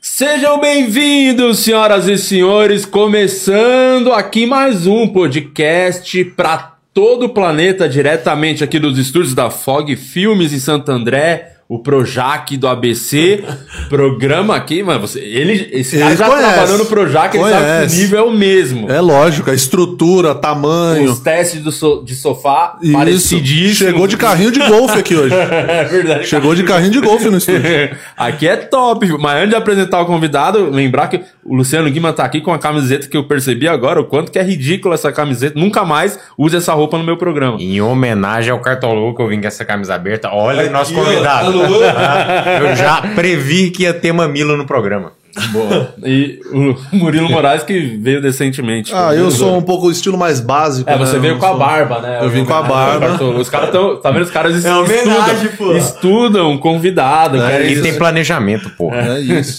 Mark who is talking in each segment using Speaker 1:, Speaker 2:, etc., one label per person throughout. Speaker 1: Sejam bem-vindos, senhoras e senhores, começando aqui mais um podcast para todo o planeta, diretamente aqui dos estúdios da Fog Filmes em Santo André, o Projac do ABC, programa aqui, mano, você, ele, esse cara
Speaker 2: Ele
Speaker 1: já
Speaker 2: conhece.
Speaker 1: trabalhou no Projac, ele sabe que
Speaker 2: Conhece.
Speaker 1: o nível é o mesmo.
Speaker 2: É lógico, a estrutura, tamanho.
Speaker 1: Os testes do so- de sofá
Speaker 2: Isso.
Speaker 1: parecidíssimos.
Speaker 2: Chegou de carrinho de golfe aqui hoje.
Speaker 1: É verdade.
Speaker 2: Chegou de carrinho de golfe no estúdio.
Speaker 1: aqui é top, mas antes de apresentar o convidado, lembrar que o Luciano Guima tá aqui com a camiseta que eu percebi agora, o quanto que é ridícula essa camiseta. Nunca mais use essa roupa no meu programa.
Speaker 3: Em homenagem ao Cartoluco, eu vim com essa camisa aberta. Olha o nosso
Speaker 2: ó,
Speaker 3: convidado. eu já previ que ia ter mamilo no programa. Boa.
Speaker 1: E o Murilo Moraes que veio decentemente.
Speaker 2: Ah, eu sou um pouco o estilo mais básico.
Speaker 1: É, você
Speaker 2: né?
Speaker 1: veio
Speaker 2: Não
Speaker 1: com a
Speaker 2: sou-
Speaker 1: barba, né?
Speaker 2: Eu vim com a barba.
Speaker 1: Os caras estão. Tá vendo? Os caras
Speaker 2: É homenagem, pô.
Speaker 1: estudam, estudam um convidado.
Speaker 2: É
Speaker 1: querem-
Speaker 3: Ele tem planejamento, pô.
Speaker 2: É isso.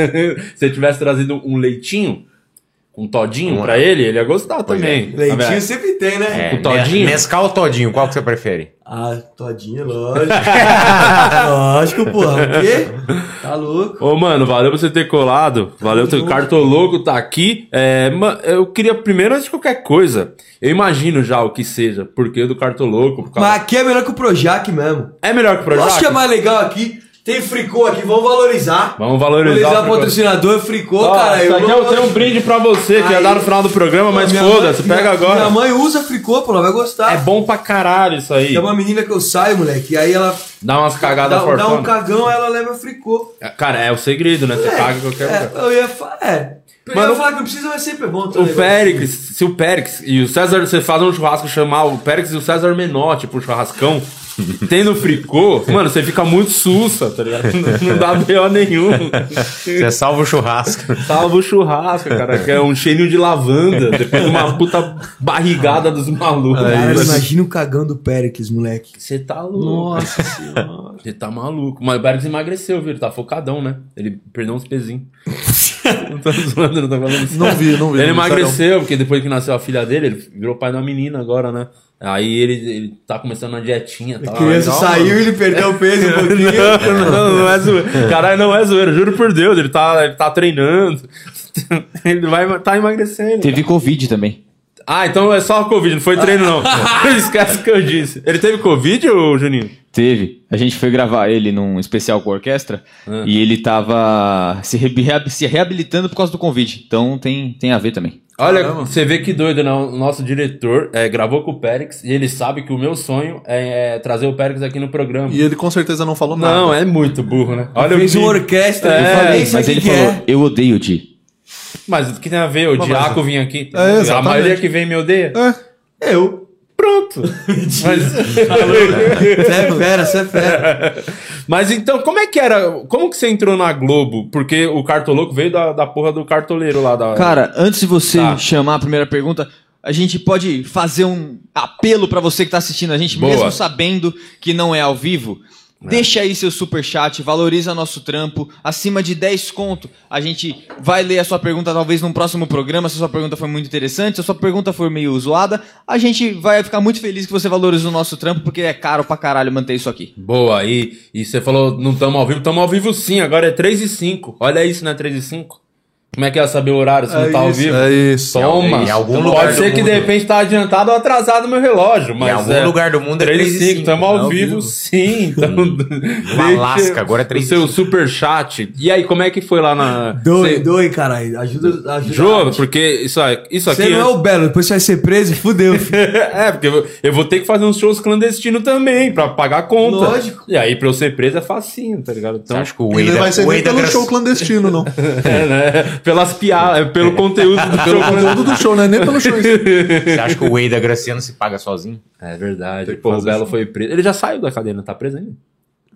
Speaker 1: Se eu tivesse trazido um leitinho, um todinho
Speaker 3: Um-
Speaker 1: pra ele, ele ia gostar
Speaker 2: é.
Speaker 1: também. Tá
Speaker 4: Leitinho
Speaker 1: vendo?
Speaker 4: sempre tem, né?
Speaker 3: É,
Speaker 1: O Todinho?
Speaker 3: Ne- Nescau ou Todinho, qual que você prefere?
Speaker 4: Ah, todinho, lógico. lógico, porra. O quê? Tá louco.
Speaker 1: Ô, mano, valeu você ter colado. Valeu, teu cartologo tá aqui. É, ma- eu queria primeiro, antes de qualquer coisa, eu imagino já o que seja, porque do cartologo. Por causa...
Speaker 4: Mas aqui é melhor que o Projac mesmo.
Speaker 1: É melhor que o Projac?
Speaker 4: Projac? Acho que é mais legal aqui. Tem fricô aqui, vamos valorizar.
Speaker 1: Vamos valorizar.
Speaker 4: Valorizar o
Speaker 1: Fricô.
Speaker 4: patrocinador, fricô,
Speaker 1: Ó,
Speaker 4: cara.
Speaker 1: isso aqui
Speaker 4: não-
Speaker 1: eu tenho um brinde pra você, que ia
Speaker 4: Aí.
Speaker 1: dar no final do programa, mas
Speaker 4: Minha mãe-
Speaker 1: foda-se, pega
Speaker 4: minha-
Speaker 1: agora.
Speaker 4: Minha mãe usa fricô, pô, ela vai gostar.
Speaker 1: É bom pra caralho isso aí.
Speaker 4: Tem uma menina que eu saio, moleque, e aí ela
Speaker 1: Dá umas cagadas
Speaker 4: dá, dá um
Speaker 1: forçando.
Speaker 4: cagão, ela leva fricô.
Speaker 1: Cara, é o segredo, né? Você caga em qualquer lugar.
Speaker 4: É, eu ia falar, é. Eu
Speaker 1: Mano,
Speaker 4: ia falar que não precisa, mas sempre é bom. ter um
Speaker 1: O
Speaker 4: negócio.
Speaker 1: Péricles, se o Péricles e o César, você faz um churrasco chamar o Péricles e o César Menotti pro churrascão, tendo fricô, mano, você fica muito sussa, tá ligado? Não, não dá B.O. nenhum.
Speaker 3: Você salva o churrasco.
Speaker 1: Salva o churrasco, cara, que é um cheirinho de lavanda, depois de uma puta barrigada dos malucos.
Speaker 4: Cara,
Speaker 1: Cara,
Speaker 4: imagina o cagão do Péricles, moleque.
Speaker 1: Você tá louco. Nossa senhora. Você tá maluco. Mas o Péricles emagreceu, viu? Ele tá focadão, né? Ele perdeu uns pezinhos. não tô zoando, não tô falando sério.
Speaker 2: Não vi, não vi.
Speaker 1: Ele
Speaker 2: não vi,
Speaker 1: emagreceu, porque depois que nasceu a filha dele, ele virou pai de uma menina agora, né? Aí ele, ele tá começando uma dietinha. Tá
Speaker 4: A criança
Speaker 1: Legal,
Speaker 4: saiu e ele perdeu o peso um pouquinho.
Speaker 1: mano. Não, não é zoeira. Caralho, não é zoeira. Juro por Deus, ele tá, ele tá treinando. Ele vai tá emagrecendo.
Speaker 5: Teve Covid também.
Speaker 1: Ah, então é só Covid, não foi treino, não. Esquece o que eu disse. Ele teve Covid, ô Juninho?
Speaker 5: Teve. A gente foi gravar ele num especial com a orquestra e ele tava se, re- reab- se reabilitando por causa do Covid. Então tem, tem a ver também.
Speaker 1: Olha, você vê que doido, né? O nosso diretor é, gravou com o Périx e ele sabe que o meu sonho é, é, trazer o Périx aqui no programa.
Speaker 2: E ele com certeza não falou nada.
Speaker 1: Não, é muito burro, né? Olha
Speaker 4: Fez
Speaker 1: o
Speaker 4: uma
Speaker 1: vídeo.
Speaker 4: orquestra,
Speaker 1: É,
Speaker 4: eu falei,
Speaker 5: Falei,
Speaker 4: isso
Speaker 5: mas
Speaker 4: aqui
Speaker 5: ele
Speaker 4: que
Speaker 5: falou,
Speaker 4: é.
Speaker 5: eu odeio o Di.
Speaker 1: Mas o que tem a ver? O Diaco vinha aqui.
Speaker 2: É,
Speaker 1: a
Speaker 2: exatamente.
Speaker 1: maioria que vem me odeia.
Speaker 2: É.
Speaker 4: Eu.
Speaker 1: Pronto. mas,
Speaker 4: Você é fera, você é fera.
Speaker 1: mas então, como é que era? Como que você entrou na Globo? Porque o Cartoloco veio da, da porra do cartoleiro lá da.
Speaker 5: Cara, antes de você
Speaker 1: Tá.
Speaker 5: chamar a primeira pergunta, a gente pode fazer um apelo pra você que tá assistindo a gente,
Speaker 1: Boa.
Speaker 5: mesmo sabendo que não é ao vivo. Deixa aí seu superchat, valoriza nosso trampo. Acima de 10 conto, a gente vai ler a sua pergunta talvez num próximo programa. Se a sua pergunta foi muito interessante, se a sua pergunta for meio zoada, a gente vai ficar muito feliz que você valoriza o nosso trampo, porque é caro pra caralho manter isso aqui.
Speaker 1: Boa, e, e você falou, não estamos ao vivo, estamos ao vivo sim, agora é 3 e 5. Olha isso, né? 3 e 5. Como é que ia saber o horário se não
Speaker 2: É
Speaker 1: tá ao
Speaker 2: isso,
Speaker 1: vivo?
Speaker 2: é isso.
Speaker 1: Toma.
Speaker 3: Em algum
Speaker 1: Pode
Speaker 3: lugar do
Speaker 1: ser que
Speaker 3: mundo.
Speaker 1: de repente tá adiantado ou atrasado meu relógio, mas
Speaker 3: em algum
Speaker 1: é, tá
Speaker 3: lugar do mundo é
Speaker 1: 3 e 5,
Speaker 3: 35.
Speaker 1: estamos ao
Speaker 2: Ao
Speaker 1: vivo,
Speaker 2: vivo.
Speaker 1: sim. Então, deixa
Speaker 3: Alasca, agora é 3
Speaker 1: O seu super chat. E aí, como é que foi lá na
Speaker 4: Doe,
Speaker 1: Cê-
Speaker 4: doe, caralho. Ajuda, ajuda.
Speaker 1: Jô, porque isso, aí- isso tá aqui né?
Speaker 4: Você não é o Belo, depois você vai ser preso e fudeu, filho.
Speaker 1: É, porque eu vou- eu vou ter que fazer uns shows clandestinos também, pra pagar a conta.
Speaker 4: Lógico.
Speaker 1: E aí, pra eu ser preso é facinho, tá ligado?
Speaker 3: Você
Speaker 1: Então,
Speaker 3: acha que o
Speaker 2: Ele
Speaker 3: Wade
Speaker 2: não
Speaker 3: é-
Speaker 2: vai ser
Speaker 3: o
Speaker 2: nem
Speaker 3: Wade é
Speaker 2: pelo
Speaker 3: gra-
Speaker 2: show clandestino, não.
Speaker 1: É, né? Pelas piadas, pelo conteúdo do show.
Speaker 2: Pelo conteúdo do show, né? Nem pelo show. em si.
Speaker 3: Você acha que o Wade da Graciano se paga sozinho?
Speaker 1: É verdade. assim.
Speaker 2: Tem que
Speaker 1: Pô, o
Speaker 2: fazer
Speaker 1: Belo foi preso. Ele já saiu da cadeia, não tá preso ainda?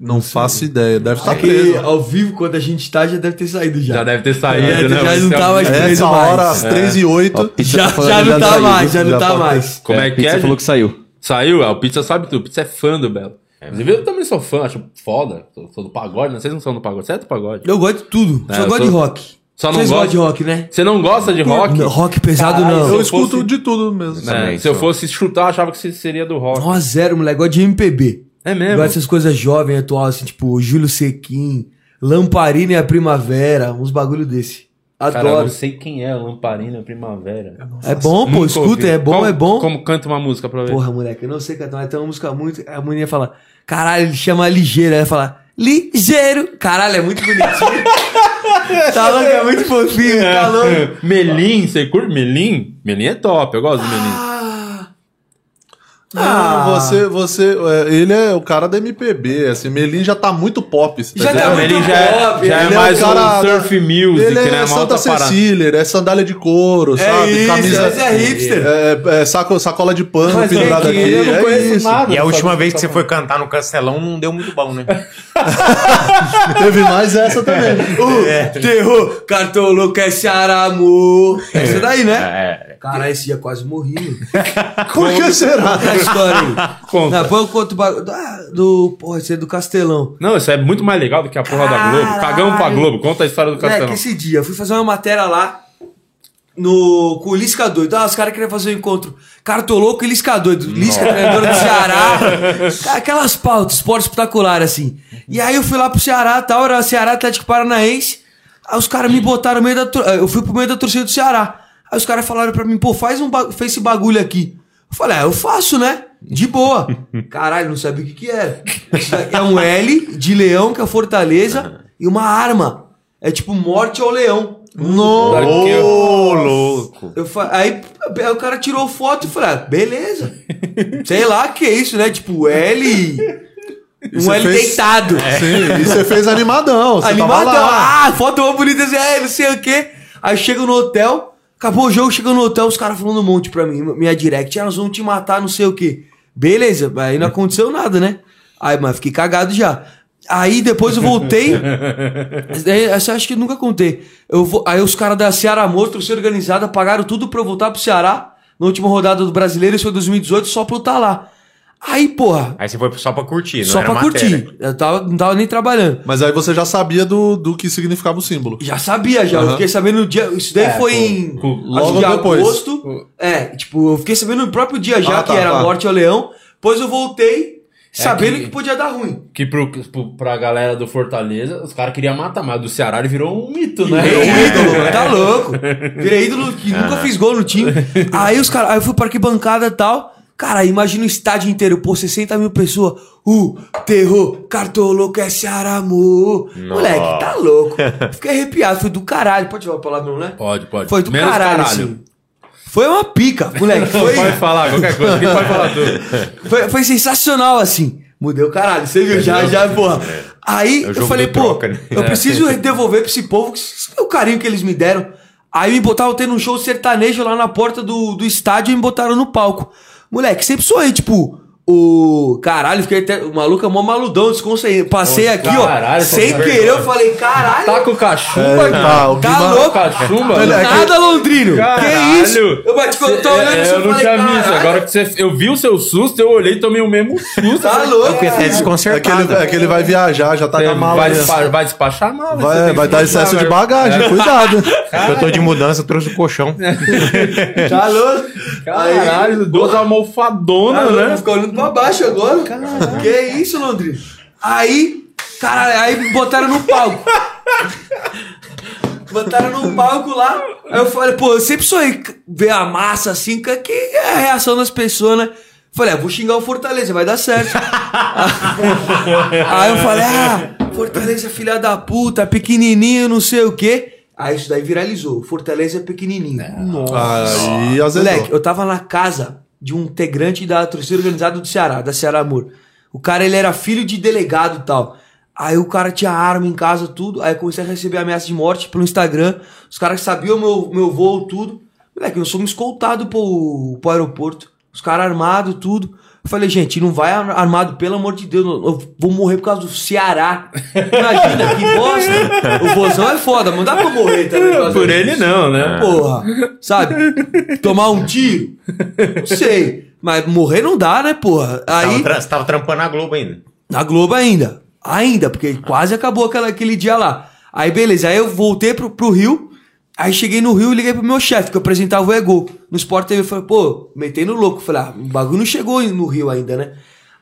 Speaker 2: Não faço ideia. Deve estar
Speaker 4: Tá
Speaker 2: preso.
Speaker 4: ao vivo, quando a gente tá, já deve ter saído já.
Speaker 1: Já deve ter saído,
Speaker 4: É,
Speaker 1: né?
Speaker 4: já
Speaker 1: Você
Speaker 4: não tá
Speaker 1: é um-
Speaker 4: mais
Speaker 2: É,
Speaker 4: preso
Speaker 2: essa hora,
Speaker 4: mais.
Speaker 2: às 3 e 8
Speaker 5: É.
Speaker 4: Já, já não tá mais, já não tá mais.
Speaker 1: Como é que
Speaker 5: Pizza
Speaker 1: é?
Speaker 5: falou que saiu.
Speaker 1: Saiu? Ah, o Pizza sabe tudo. O Pizza é fã do Belo. Inclusive, eu também sou fã, acho foda. Sou sou do pagode, né? Vocês não são do pagode, você é do pagode.
Speaker 4: Eu gosto de tudo,
Speaker 1: É,
Speaker 4: só
Speaker 1: eu
Speaker 4: gosto
Speaker 1: sou-
Speaker 4: de rock.
Speaker 1: Só não
Speaker 4: Vocês
Speaker 1: gosto-
Speaker 4: gostam de rock, né?
Speaker 1: Você não gosta de rock?
Speaker 4: Não, rock pesado
Speaker 1: Caralho,
Speaker 4: não.
Speaker 2: Eu
Speaker 1: eu
Speaker 2: escuto
Speaker 1: fosse-
Speaker 2: de tudo mesmo.
Speaker 1: É,
Speaker 3: Também
Speaker 1: se eu
Speaker 3: sou.
Speaker 1: fosse chutar, eu achava que você seria do rock.
Speaker 4: Nossa, zero, moleque. Gosto de MPB.
Speaker 1: É mesmo?
Speaker 4: Gosto dessas coisas jovens, atual, assim, tipo Júlio Sequim, Lamparina e a Primavera, uns bagulho desse.
Speaker 1: Cara, eu não
Speaker 4: Adoro.
Speaker 1: sei quem é Lamparina Primavera.
Speaker 4: é bom, pô,
Speaker 1: Nunca
Speaker 4: escuta,
Speaker 1: ouvi.
Speaker 4: é bom,
Speaker 1: Como-
Speaker 4: é bom.
Speaker 1: Como canta uma música pra ver.
Speaker 4: Porra, moleque, eu não sei cantar, mas tem uma música muito. A mulher fala, caralho, ele chama ligeiro. Aí ela fala, ligeiro. Caralho, é muito bonitinho. tá louco, é muito fofinho, tá
Speaker 1: É.
Speaker 4: louco.
Speaker 1: Melim, você curte Melim? Melim é top, eu gosto do Melim.
Speaker 4: Ah,
Speaker 2: Ah, você, você. é, Ele é o cara da MPB, assim, Melim já tá muito pop. você tá
Speaker 4: Já tá
Speaker 2: entendendo?
Speaker 1: Não,
Speaker 4: muito
Speaker 1: Melim já é,
Speaker 4: pop,
Speaker 1: já é
Speaker 2: ele é
Speaker 1: mais
Speaker 2: o cara
Speaker 1: um
Speaker 2: da-
Speaker 1: surf music,
Speaker 2: Ele é,
Speaker 1: né? Uma
Speaker 2: Santa
Speaker 1: outra parada.
Speaker 2: Cecília, ele é sandália de couro, sabe?
Speaker 4: isso,
Speaker 2: Camisa.
Speaker 4: esse é hipster.
Speaker 2: é, é, saco- sacola de pano
Speaker 4: Mas é
Speaker 2: pendurada
Speaker 4: que
Speaker 2: aqui.
Speaker 4: eu não
Speaker 2: é
Speaker 4: conheço
Speaker 2: isso.
Speaker 1: nada.
Speaker 3: E a última vez que você foi cantar no Castelão não deu muito bom, né?
Speaker 2: Teve mais essa também.
Speaker 4: uh, terror, cartão louco, é Ceará, amor. É isso daí, né?
Speaker 3: É.
Speaker 4: Caralho, esse dia quase morri, mano.
Speaker 2: Por que será?
Speaker 4: Conta a história aí.
Speaker 1: Conta.
Speaker 4: Não, foi eu conto o bagulho. Ah, do. Porra, esse é do Castelão.
Speaker 1: Não, isso é muito mais legal do que a porra da Globo.
Speaker 4: Caralho.
Speaker 1: Cagamos pra Globo, conta a história do
Speaker 4: Moleque,
Speaker 1: Castelão.
Speaker 4: É, esse dia, eu fui fazer uma matéria lá no, com o Lisca Doido. Ah, os caras queriam fazer um encontro. Cara, tô louco e Lisca Doido. Lisca, treinador do Ceará. Cara, Aquelas pautas, esporte espetacular, assim. E aí eu fui lá pro Ceará, tal, era Ceará Atlético Paranaense. Aí os caras me botaram no meio da... tor- eh, Eu fui pro meio da torcida do Ceará. Aí os caras falaram pra mim, pô, faz, um ba- fez esse bagulho aqui. Eu falei, ah, eu faço, né? De boa. Caralho, não sabia o que que era. Isso daqui É um L de leão, que é Fortaleza, e uma arma. É tipo morte ao leão.
Speaker 2: Nossa.
Speaker 3: Ô, louco.
Speaker 4: Eu fa- aí, p- aí o cara tirou foto e falou, ah, beleza. Sei lá que é isso, né? Tipo, L.
Speaker 2: Isso
Speaker 4: Um L
Speaker 2: fez-
Speaker 4: deitado.
Speaker 2: Sim, e você fez animadão. Você
Speaker 4: Animadão.
Speaker 2: Tava lá.
Speaker 4: Ah, foto uma bonita, assim, é, não sei o quê. Aí chega no hotel, acabou o jogo, chega no hotel, os caras falando um monte pra mim, minha direct. Ah, nós vamos te matar, não sei o quê. Beleza, aí não aconteceu nada, né? Aí, mas fiquei cagado já. Aí depois eu voltei. Daí, Essa eu acho que eu nunca contei. Eu vou, aí os caras da Ceará Amor, torcida organizada, pagaram tudo pra eu voltar pro Ceará na última rodada do brasileiro, isso foi 2018, só pra eu estar lá. Aí, porra,
Speaker 3: Aí você foi só pra curtir, não
Speaker 4: só
Speaker 3: era
Speaker 4: pra
Speaker 3: matéria.
Speaker 4: curtir. Eu tava, não tava nem trabalhando.
Speaker 2: Mas aí você já sabia do, do que significava o símbolo.
Speaker 4: Já sabia, já. Eu
Speaker 2: Aham.
Speaker 4: fiquei sabendo no dia. Isso daí
Speaker 1: É, pô,
Speaker 4: foi em.
Speaker 1: pô,
Speaker 4: acho
Speaker 2: logo
Speaker 4: que de
Speaker 2: depois.
Speaker 4: agosto. É, tipo, eu fiquei sabendo no próprio dia já
Speaker 2: Ah, tá,
Speaker 4: que era
Speaker 2: tá. É
Speaker 4: Morte ao Leão. Pois eu voltei sabendo
Speaker 1: que-
Speaker 4: que... podia dar ruim.
Speaker 1: Que pro, pro, pra galera do Fortaleza, os caras queriam matar, mas do Ceará ele virou um mito,
Speaker 2: É.
Speaker 1: né?
Speaker 4: Virei ídolo, tá louco. Virei ídolo que
Speaker 2: Ah.
Speaker 4: nunca fiz gol no time. Aí os caras, aí eu fui pra arquibancada e tal. Cara, imagina o estádio inteiro, pô, 60 mil pessoas. Uh, terror, cartoloco é Ceará, amor. Moleque, tá louco. Fiquei arrepiado, foi do caralho. Pode falar palavrão, né?
Speaker 1: Pode, pode.
Speaker 4: Foi do
Speaker 1: Menos
Speaker 4: caralho, assim. Foi uma pica, moleque. Foi,
Speaker 1: Pode falar qualquer coisa, aqui pode falar tudo.
Speaker 4: foi, foi sensacional, assim. Mudei o caralho, você viu? Já, já, porra. Aí eu
Speaker 3: jogo
Speaker 4: falei,
Speaker 3: do
Speaker 4: pô,
Speaker 3: troca, né?
Speaker 4: eu preciso devolver pra esse povo que- esse é o carinho que eles me deram. Aí me botaram tendo um show sertanejo lá na porta do, do estádio e me botaram no palco. Moleque, sempre sonhei, tipo, o caralho, fiquei até. O maluco é mó maludão, desconcentrado. Passei
Speaker 1: Ô,
Speaker 4: aqui,
Speaker 1: caralho,
Speaker 4: ó, sem
Speaker 1: tô com
Speaker 4: querer, eu falei, caralho.
Speaker 1: Tá com cachumba,
Speaker 2: É,
Speaker 1: cara.
Speaker 2: tá, o
Speaker 4: Tá
Speaker 2: Guima-
Speaker 4: louco?
Speaker 1: Cachumba?
Speaker 4: Do
Speaker 2: Olha, é que-
Speaker 4: nada, Londrino.
Speaker 1: Caralho.
Speaker 4: Que isso? Eu bati com eu tô olhando
Speaker 1: É,
Speaker 4: assim,
Speaker 1: eu não
Speaker 4: falei, tá
Speaker 1: tinha visto.
Speaker 4: caralho.
Speaker 1: Agora que você. Eu vi o seu susto, eu olhei e tomei o mesmo susto.
Speaker 4: Tá louco,
Speaker 3: Porque é
Speaker 2: É que, ele,
Speaker 3: desconcertado.
Speaker 2: é que ele vai viajar, já tá
Speaker 1: Você
Speaker 2: na mala.
Speaker 1: É, vai,
Speaker 2: né?
Speaker 1: despa- vai despachar a mala. você
Speaker 2: Vai,
Speaker 1: tem
Speaker 2: vai
Speaker 1: que despachar,
Speaker 2: dar excesso de
Speaker 1: velho.
Speaker 2: bagagem,
Speaker 6: É.
Speaker 2: cuidado.
Speaker 3: Eu tô de mudança, eu trouxe o colchão.
Speaker 4: Tá louco?
Speaker 1: Caralho, duas almofadonas,
Speaker 4: Caralho,
Speaker 1: né?
Speaker 4: Tá Ficou olhando pra baixo agora. Caralho. Que isso, Londrina? Aí, caralho, aí me botaram no palco. botaram no palco lá. Aí eu falei, pô, eu sempre sonhei c- ver a massa assim, que que é a reação das pessoas, né? Falei, ah, vou xingar o Fortaleza, vai dar certo. aí eu falei, ah, Fortaleza filha da puta, pequenininho, não sei o quê. Aí isso daí viralizou. Fortaleza é pequenininho. Nossa.
Speaker 2: Aí azedou.
Speaker 4: Moleque, eu tava na casa de um integrante da torcida organizada do Ceará, da Ceará Amor. O cara, ele era filho de delegado e tal. Aí o cara tinha arma em casa, tudo. Aí eu comecei a receber ameaça de morte pelo Instagram. Os caras sabiam meu, meu voo, tudo. Moleque, eu sou um escoltado pro, pro aeroporto. Os caras armados, tudo. Eu falei, gente, não vai ar- armado, pelo amor de Deus. Eu vou morrer por causa do Ceará. Imagina, que bosta. O vozão é foda, mas não dá pra morrer tá também. por causa
Speaker 1: Por
Speaker 4: disso.
Speaker 1: ele não, né?
Speaker 4: Porra, sabe? Tomar um tiro? Não sei. Mas morrer não dá, né, porra?
Speaker 3: Tava
Speaker 4: Aí,
Speaker 3: tra- Você tava trampando a Globo ainda.
Speaker 4: na Globo ainda. Ainda, porque quase acabou aquela, aquele dia lá. Aí, beleza. Aí eu voltei pro, pro Rio. Aí cheguei no Rio e liguei pro meu chefe, que eu apresentava o Ego. No Sport TV, eu falei, pô, metendo louco. Falei, ah, o bagulho não chegou no Rio ainda, né?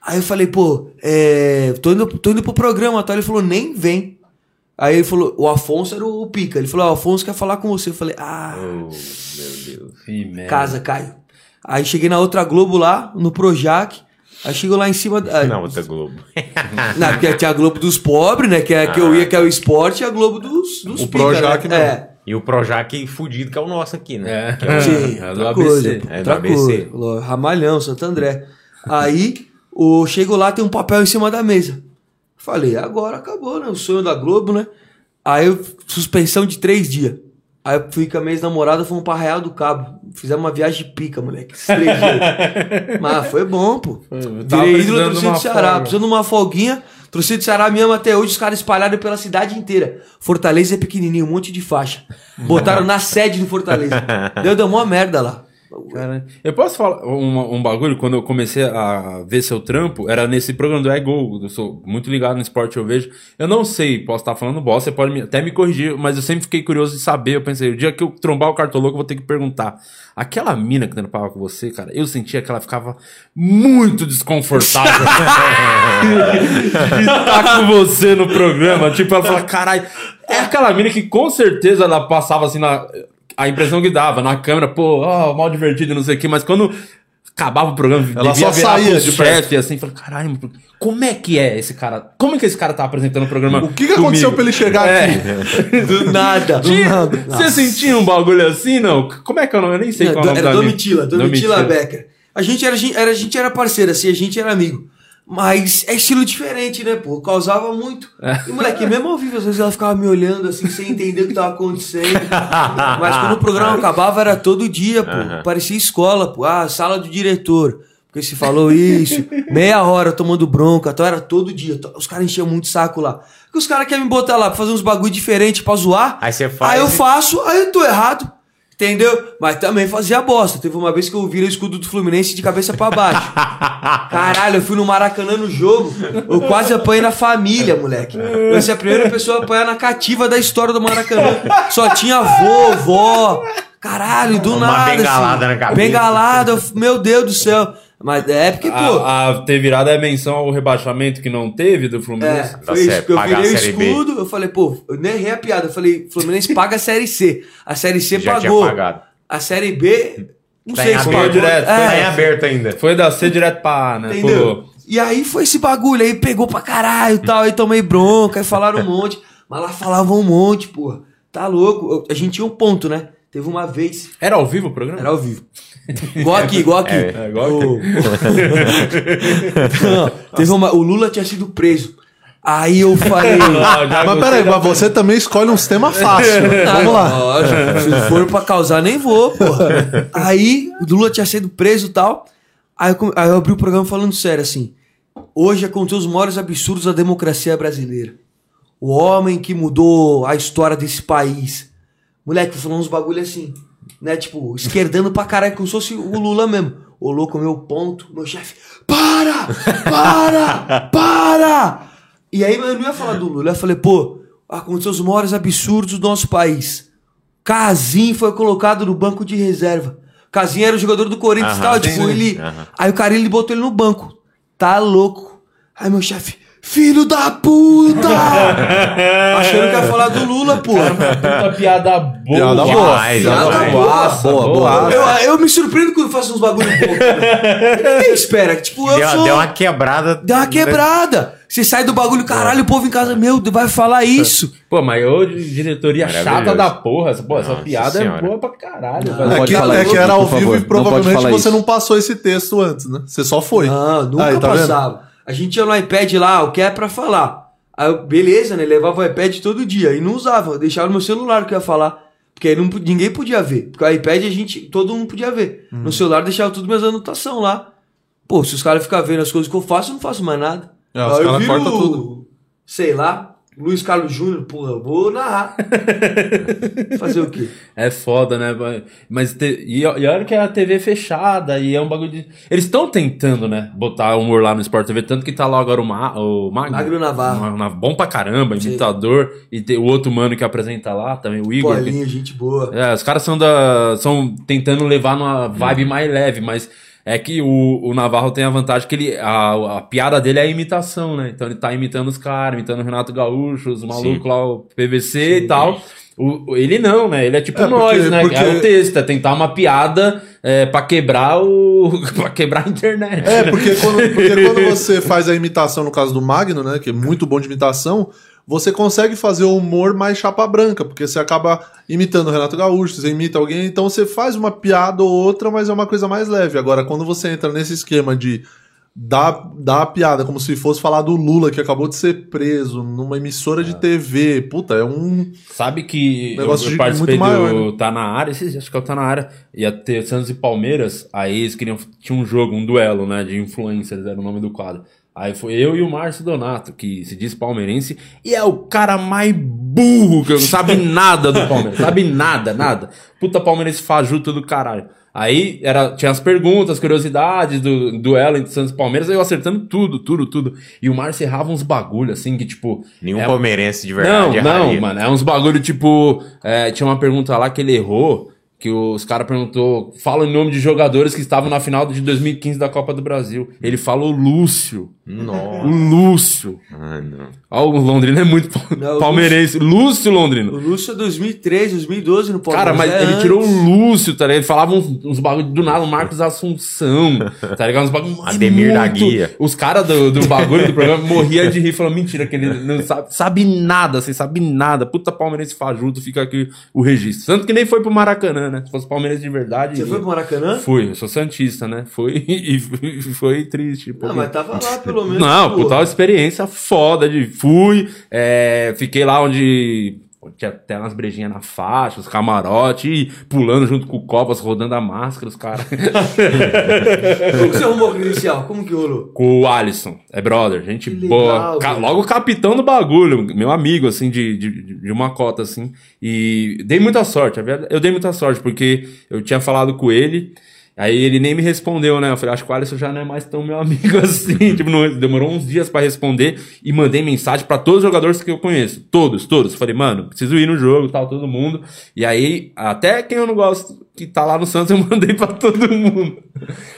Speaker 4: Aí eu falei, pô, é, tô, indo, tô indo pro programa, tá? Ele falou, nem vem. Aí ele falou, o Afonso era o pica. Ele falou, "Ah, o Afonso quer falar com você. Eu falei, ah,
Speaker 1: Ih, merda.
Speaker 4: casa, Caio. Aí cheguei na outra Globo lá, no Projac. Aí chegou lá em cima. da-
Speaker 3: Na
Speaker 2: tá-
Speaker 3: outra Globo.
Speaker 4: Na, porque tinha a Globo dos pobres, né? Que, é, que eu ia, que é o esporte, e a Globo dos, dos
Speaker 2: Ah. O Projac
Speaker 4: né? É.
Speaker 3: E o Projac fudido, que é o nosso aqui, né?
Speaker 1: É.
Speaker 3: Que é o-
Speaker 4: Sim,
Speaker 1: É do
Speaker 4: outra
Speaker 1: ABC.
Speaker 4: coisa.
Speaker 1: É
Speaker 3: do
Speaker 4: outra
Speaker 3: ABC.
Speaker 4: coisa. Lo- Ramalhão, Santo André. Aí, o, chego lá, tem um papel em cima da mesa. Falei, agora acabou, né? O sonho da Globo, né? Aí, eu- suspensão de três dias. Aí eu fui com a minha ex-namorada, fomos pra Real do Cabo. Fizemos uma viagem de pica, moleque. esses Três dias. Mas foi bom, pô.
Speaker 1: tava
Speaker 4: Virei ídolo,
Speaker 1: precisando de
Speaker 4: trouxe
Speaker 1: uma
Speaker 4: do Ceará.
Speaker 1: folga.
Speaker 4: Precisando de uma folguinha. Trouxe do Ceará mesmo até hoje, os caras espalharam pela cidade inteira. Fortaleza é pequenininho, um monte de faixa. Botaram na sede do Fortaleza. Deu, deu mó merda lá.
Speaker 1: Cara, eu posso falar um, um bagulho? Quando eu comecei a ver seu trampo, era nesse programa do Ego. Eu sou muito ligado no esporte, eu vejo. Eu não sei, posso estar falando bosta, você pode me- até me corrigir, mas eu sempre fiquei curioso de saber. Eu pensei, o dia que eu trombar o cartoloco, eu vou ter que perguntar. Aquela mina que trampava com você, cara, eu sentia que ela ficava muito desconfortável de estar tá com você no programa. Tipo, ela fala, caralho. É aquela mina que com certeza ela passava assim na. A impressão que dava na câmera, pô, ó, mal divertido, não sei o quê, mas quando acabava o programa,
Speaker 2: Ela
Speaker 1: devia
Speaker 2: só
Speaker 1: virar
Speaker 2: saía
Speaker 1: pro
Speaker 2: de
Speaker 1: chefe, assim, falando, caralho, como é que é esse cara? Como é que esse cara tá apresentando o programa?
Speaker 2: O que, que aconteceu pra ele chegar
Speaker 1: É.
Speaker 2: aqui?
Speaker 4: Do nada. Do
Speaker 1: Tinha-
Speaker 4: nada.
Speaker 1: Você sentia um bagulho assim, não? Como é que é o nome? Eu nem sei
Speaker 4: Não,
Speaker 1: qual é o nome
Speaker 4: era
Speaker 1: da mina.
Speaker 4: Domitila, Domitila Becker. A gente era, era- a gente era parceiro, assim, a gente era amigo. Mas é estilo diferente, né, pô? Causava muito.
Speaker 1: É.
Speaker 4: E, moleque, mesmo ao vivo, às vezes ela ficava me olhando, assim, sem entender o que tava acontecendo. Mas quando o programa acabava, era todo dia, pô. Parecia escola, pô. Ah, sala do diretor. Porque se falou isso, meia hora tomando bronca, então era todo dia. Então, Os caras enchiam muito saco lá. Porque os caras querem me botar lá pra fazer uns bagulho diferente, pra zoar.
Speaker 3: Aí você faz
Speaker 4: Aí eu
Speaker 3: e-
Speaker 4: faço, aí eu tô errado. Entendeu? Mas também fazia bosta. Teve uma vez que eu virei o escudo do Fluminense de cabeça pra baixo. Caralho, eu fui no Maracanã no jogo. Eu quase apanhei na família, moleque. Eu ser a primeira pessoa a apanhar na cativa da história do Maracanã. Só tinha vovó. Caralho, do
Speaker 3: Uma
Speaker 4: nada. assim.
Speaker 3: bengalada na cabeça.
Speaker 4: Bengalada, eu f- meu Deus do céu. Mas é porque, pô.
Speaker 1: A, a ter virado é menção ao rebaixamento que não teve do Fluminense.
Speaker 4: É,
Speaker 3: Tá
Speaker 4: foi isso,
Speaker 3: certo,
Speaker 4: porque eu
Speaker 3: pagar
Speaker 4: virei o
Speaker 3: a Série B.
Speaker 4: escudo, eu falei, pô, eu nem errei a piada, eu falei, Fluminense paga a Série C. A Série C
Speaker 3: Já tinha
Speaker 4: pagou.
Speaker 3: pagado.
Speaker 4: A Série B, não
Speaker 3: Tá
Speaker 4: sei
Speaker 3: em
Speaker 4: se
Speaker 3: aberto.
Speaker 4: pagou.
Speaker 1: Direto,
Speaker 4: É,
Speaker 3: Tá em aberto ainda.
Speaker 1: Foi da C direto pra A, né?
Speaker 4: entendeu?
Speaker 1: Pulou.
Speaker 4: E aí foi esse bagulho, aí pegou pra caralho e tal, aí tomei bronca, aí falaram um monte, mas lá falavam um monte, porra. Tá louco? Eu- a gente tinha um ponto, né? Teve uma vez,
Speaker 1: Era ao vivo o programa?
Speaker 4: era ao vivo. Igual aqui, igual aqui.
Speaker 1: É, igual
Speaker 4: O- Não, teve uma- o Lula tinha sido preso. Aí eu falei.
Speaker 1: Ah, já
Speaker 2: Mas
Speaker 1: gostei
Speaker 2: peraí,
Speaker 6: tá
Speaker 1: da-
Speaker 2: mas você também escolhe uns temas fáceis. Vamos lá.
Speaker 4: Lógico, se for pra causar, nem vou, pô. Aí, o Lula tinha sido preso e tal. Aí eu, come- aí eu abri o programa falando sério, assim. Hoje aconteceu os maiores absurdos da democracia brasileira. O homem que mudou a história desse país. Moleque, falando uns bagulho assim, né? Tipo, esquerdando pra caralho, como se fosse o Lula mesmo. Ô louco, meu ponto, meu chefe. Para! Para! Para! E aí eu não ia falar do Lula. Eu falei, pô, aconteceu os maiores absurdos do nosso país. Casim foi colocado no banco de reserva. Casim era o jogador do Corinthians e
Speaker 3: Aham,
Speaker 4: tal.
Speaker 3: sim,
Speaker 4: Tipo,
Speaker 3: sim.
Speaker 4: ele.
Speaker 3: Aham.
Speaker 4: Aí o cara ele botou ele no banco. Tá louco. Aí meu chefe, filho da puta! Achando que ia falar do Lula, pô.
Speaker 1: Puta piada boa.
Speaker 2: Piada boa.
Speaker 3: Demais,
Speaker 2: Piada
Speaker 3: demais.
Speaker 2: boa, boa, boa.
Speaker 4: Eu, eu me surpreendo quando faço uns bagulho pouco. né? Ninguém espera. Tipo, eu
Speaker 3: Deu,
Speaker 4: sou.
Speaker 3: deu uma quebrada.
Speaker 4: Dá uma quebrada. Você sai do bagulho, caralho, o povo em casa, meu, vai
Speaker 3: Tá.
Speaker 4: falar isso.
Speaker 1: Pô, mas ô diretoria chata
Speaker 3: Maravilhoso.
Speaker 1: da porra. essa- Pô, essa
Speaker 3: Nossa
Speaker 1: piada
Speaker 3: senhora.
Speaker 1: é boa pra caralho.
Speaker 2: É
Speaker 1: velho.
Speaker 2: que,
Speaker 1: Aquela-
Speaker 2: é
Speaker 6: isso,
Speaker 2: que era ao
Speaker 6: por
Speaker 2: vivo
Speaker 6: favor.
Speaker 2: e
Speaker 6: Não pode
Speaker 2: provavelmente
Speaker 6: falar
Speaker 2: você
Speaker 6: isso.
Speaker 2: não passou esse texto antes, né? Você só foi.
Speaker 4: Ah, nunca
Speaker 2: Aí, tá vendo?
Speaker 4: passava. A gente ia no iPad lá, o que é pra falar. Aí, eu, beleza, né? Levava o iPad todo dia e não usava. Eu deixava no meu celular o que eu ia falar. Porque aí não, po- ninguém podia ver. Porque o iPad a gente, todo mundo podia ver.
Speaker 2: Hum.
Speaker 4: No celular eu deixava tudo minhas anotações lá. Pô, se os caras ficarem vendo as coisas que eu faço, eu não faço mais nada.
Speaker 2: É, os
Speaker 4: Aí eu
Speaker 2: caras
Speaker 4: viro,
Speaker 2: cortam tudo.
Speaker 4: Sei lá, Luiz Carlos Júnior, porra, eu vou narrar. Fazer o quê?
Speaker 1: É foda, né? vai- Mas te- e, e olha que é a TV fechada e é um bagulho de. Eles estão tentando, né? Botar humor lá no Sport TV, tanto que tá lá agora o, Ma, o Magno.
Speaker 4: Magno Navarro.
Speaker 1: Ma- na- bom pra caramba,
Speaker 4: Sim.
Speaker 1: imitador. E tem o outro mano que apresenta lá também, o Igor. que-
Speaker 4: Bolinha, gente boa.
Speaker 2: Uhum.
Speaker 1: É, os caras são da. são tentando levar numa vibe mais leve, mas É que o, o Navarro tem a vantagem que ele. A, a piada dele é a imitação, né? Então ele tá imitando os caras, imitando o Renato Gaúcho, os malucos lá, o PVC e tal. O, o- ele não, né? Ele é tipo
Speaker 2: É, porque-
Speaker 1: nós, né?
Speaker 2: porque-
Speaker 1: É o texto, é tentar uma piada é, pra quebrar o. pra quebrar a internet.
Speaker 2: É, porque quando, porque quando você faz a imitação, no caso do Magno, né, que é muito bom de imitação, você consegue fazer o humor mais chapa branca, porque você acaba imitando o Renato Gaúcho, você imita alguém, então você faz uma piada ou outra, mas é uma coisa mais leve. Agora, quando você entra nesse esquema de dar, dar a piada, como se fosse falar do Lula, que acabou de ser preso numa emissora de TV, puta, é um...
Speaker 1: Sabe que eu,
Speaker 2: Negócio
Speaker 1: eu
Speaker 2: de- é
Speaker 1: participei
Speaker 2: muito maior, né?
Speaker 1: do Tá na área, esses dias acho que é o Tá na área. Ia ter Santos e Palmeiras, aí eles queriam. Tinha um jogo, um duelo, né? De influencers, era o nome do quadro. Aí foi eu e o Márcio Donato, que se diz palmeirense, e é o cara mais burro, que não sabe nada do Palmeiras. sabe nada, nada. Puta palmeirense fajuto do caralho. Aí era, tinha as perguntas, curiosidades do duelo entre Santos e Palmeiras, aí eu acertando tudo, tudo, tudo. E o Márcio errava uns bagulho, assim, que tipo.
Speaker 3: Nenhum
Speaker 1: é-
Speaker 3: palmeirense de
Speaker 1: não,
Speaker 3: verdade
Speaker 1: não, mano. É uns bagulho tipo. é, tinha uma pergunta lá que ele errou. Que os caras perguntou, fala o nome de jogadores que estavam na final de 2015 da Copa do Brasil. Ele falou Lúcio. O
Speaker 3: Nossa.
Speaker 1: Lúcio.
Speaker 3: Mano.
Speaker 1: Ó, o Londrina é muito pa-
Speaker 4: Não, o
Speaker 1: palmeirense. Lúcio
Speaker 4: O
Speaker 1: Londrina.
Speaker 4: Lúcio é 2003, 2012 no Palmeiras.
Speaker 1: Cara, mas
Speaker 4: é
Speaker 1: ele
Speaker 4: antes.
Speaker 1: tirou
Speaker 2: um
Speaker 1: o Lúcio, tá ligado? Ele falava uns, uns bagulho do nada, o Marcos Assunção, tá ligado? Uns bagulho mas
Speaker 3: Ademir da Guia.
Speaker 1: Os caras do, do bagulho do programa morriam de rir, falando mentira, que ele não sabe, sabe nada, assim, sabe nada. Puta palmeirense fajuto, fica aqui o registro. Tanto que nem foi pro Maracanã, né? Se fosse palmeirense de verdade...
Speaker 4: Você foi pro Maracanã?
Speaker 1: Fui, eu sou santista, né? Foi e foi- foi triste.
Speaker 4: Não,
Speaker 1: porque-
Speaker 4: mas tava lá pelo menos. tipo,
Speaker 1: não,
Speaker 4: pô.
Speaker 1: puta, uma experiência foda de fui, é, fiquei lá onde tinha até umas brejinhas na faixa, os camarote, e pulando junto com o Copas, rodando a máscara, os caras.
Speaker 4: Como que você arrumou a credencial? Como que rolou?
Speaker 1: com o Alisson, é brother, gente
Speaker 4: Que
Speaker 1: boa.
Speaker 4: legal,
Speaker 1: Ca-
Speaker 4: velho.
Speaker 1: logo o capitão do bagulho, meu amigo, assim, de, de, de uma cota, assim. E dei muita sorte, a verdade, eu dei muita sorte, porque eu tinha falado com ele, aí ele nem me respondeu, né? Eu falei, acho que o Alisson já não é mais tão meu amigo assim. tipo, não- demorou uns dias pra responder e mandei mensagem pra todos os jogadores que eu conheço. Todos, todos. Falei, mano, preciso ir no jogo, tal, todo mundo. E aí, até quem eu não gosto que tá lá no Santos, eu mandei pra todo mundo.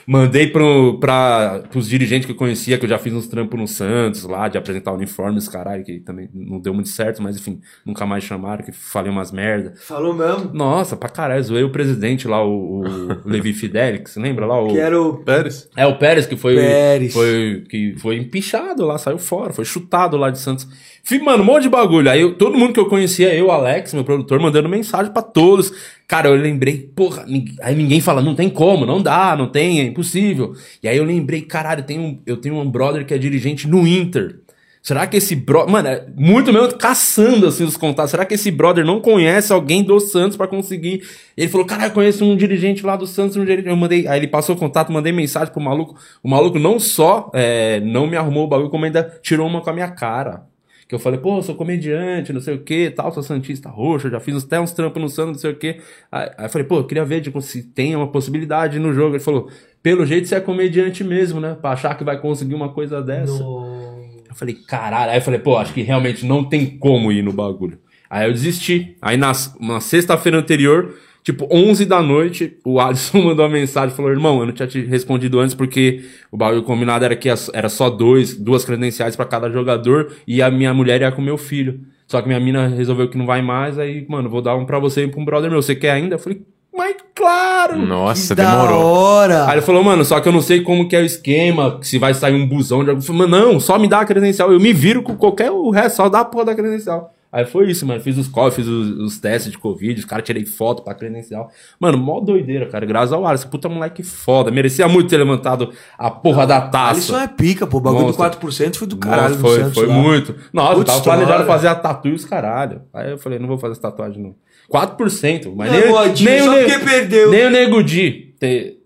Speaker 1: Mandei pro, pra, pros dirigentes que eu conhecia, que eu já fiz uns trampos no Santos lá, de apresentar uniformes, caralho, que também não deu muito certo, mas enfim, nunca mais chamaram, que falei umas merda.
Speaker 4: Falou mesmo.
Speaker 1: Nossa, pra caralho, zoei o presidente lá, o, o Levi Fidelix, lembra lá? O,
Speaker 4: Que era o.
Speaker 2: Pérez?
Speaker 1: é, o Pérez que foi,
Speaker 4: Pérez.
Speaker 1: foi que foi empichado lá, saiu fora, foi chutado lá de Santos. Fui, mano, um monte de bagulho. Aí eu- todo mundo que eu conhecia, eu, Alex, meu produtor, mandando mensagem pra todos. Cara, eu lembrei, porra, nin- aí ninguém fala, não tem como, não dá, não tem, é impossível. E aí eu lembrei, caralho, eu tenho, um- eu tenho um brother que é dirigente no Inter. Será que esse brother. Mano, é muito mesmo caçando assim os contatos. Será que esse brother não conhece alguém do Santos pra conseguir? Ele falou: Cara, eu conheço um dirigente lá do Santos, um dirigente. Eu mandei. Aí ele passou o contato, mandei mensagem pro maluco. O maluco não só é, não me arrumou o bagulho, como ainda tirou uma com a minha cara. Que eu falei, pô, eu sou comediante, não sei o que, tal, sou Santista Roxo, já fiz uns- até uns trampos no Santos, não sei o que. Aí, aí eu falei, pô, eu queria ver tipo, se tem uma possibilidade no jogo. Ele falou, pelo jeito você é comediante mesmo, né? Pra achar que vai conseguir uma coisa dessa.
Speaker 4: No-
Speaker 1: Eu falei, caralho. Aí eu falei, pô, acho que realmente não tem como ir no bagulho. Aí eu desisti. Aí na, na sexta-feira anterior, tipo 11 da noite, o Alisson mandou uma mensagem, falou, irmão, eu não tinha te respondido antes porque o bagulho combinado era que as- era só dois, duas credenciais pra cada jogador e a minha mulher ia com meu filho. Só que minha mina resolveu que não vai mais, aí, mano, vou dar um pra você e pra um brother meu. Você quer ainda? Eu falei, mas claro!
Speaker 3: Nossa,
Speaker 4: Da
Speaker 3: demorou.
Speaker 4: hora!
Speaker 1: Aí ele falou, mano, só que eu não sei como que é o esquema, se vai sair um busão de algum. Eu falei, Mano, não, só me dá a credencial. Eu me viro com qualquer o resto, só dá a porra da credencial. Aí foi isso, mano. Fiz os calls, fiz os, os testes de Covid, os caras tirei foto pra credencial. Mano, mó doideira, cara. Graças ao Alisson. Puta moleque foda. Merecia muito ter levantado a porra da taça.
Speaker 4: Alisson é pica, pô. O bagulho
Speaker 1: Monstro.
Speaker 4: do 4% foi do caralho
Speaker 1: Nossa,
Speaker 4: do
Speaker 1: foi,
Speaker 4: Santos
Speaker 1: foi
Speaker 4: lá.
Speaker 1: muito. Nossa, eu
Speaker 4: Puta
Speaker 1: tava planejado
Speaker 4: história.
Speaker 1: fazer a tatu e os caralho. Aí eu falei, não vou fazer essa tatuagem, não. 4%, mas
Speaker 4: Não,
Speaker 1: nem,
Speaker 4: Godinho,
Speaker 1: nem, o
Speaker 4: só
Speaker 1: Nego-
Speaker 4: porque perdeu.
Speaker 1: nem o Nego Di ter-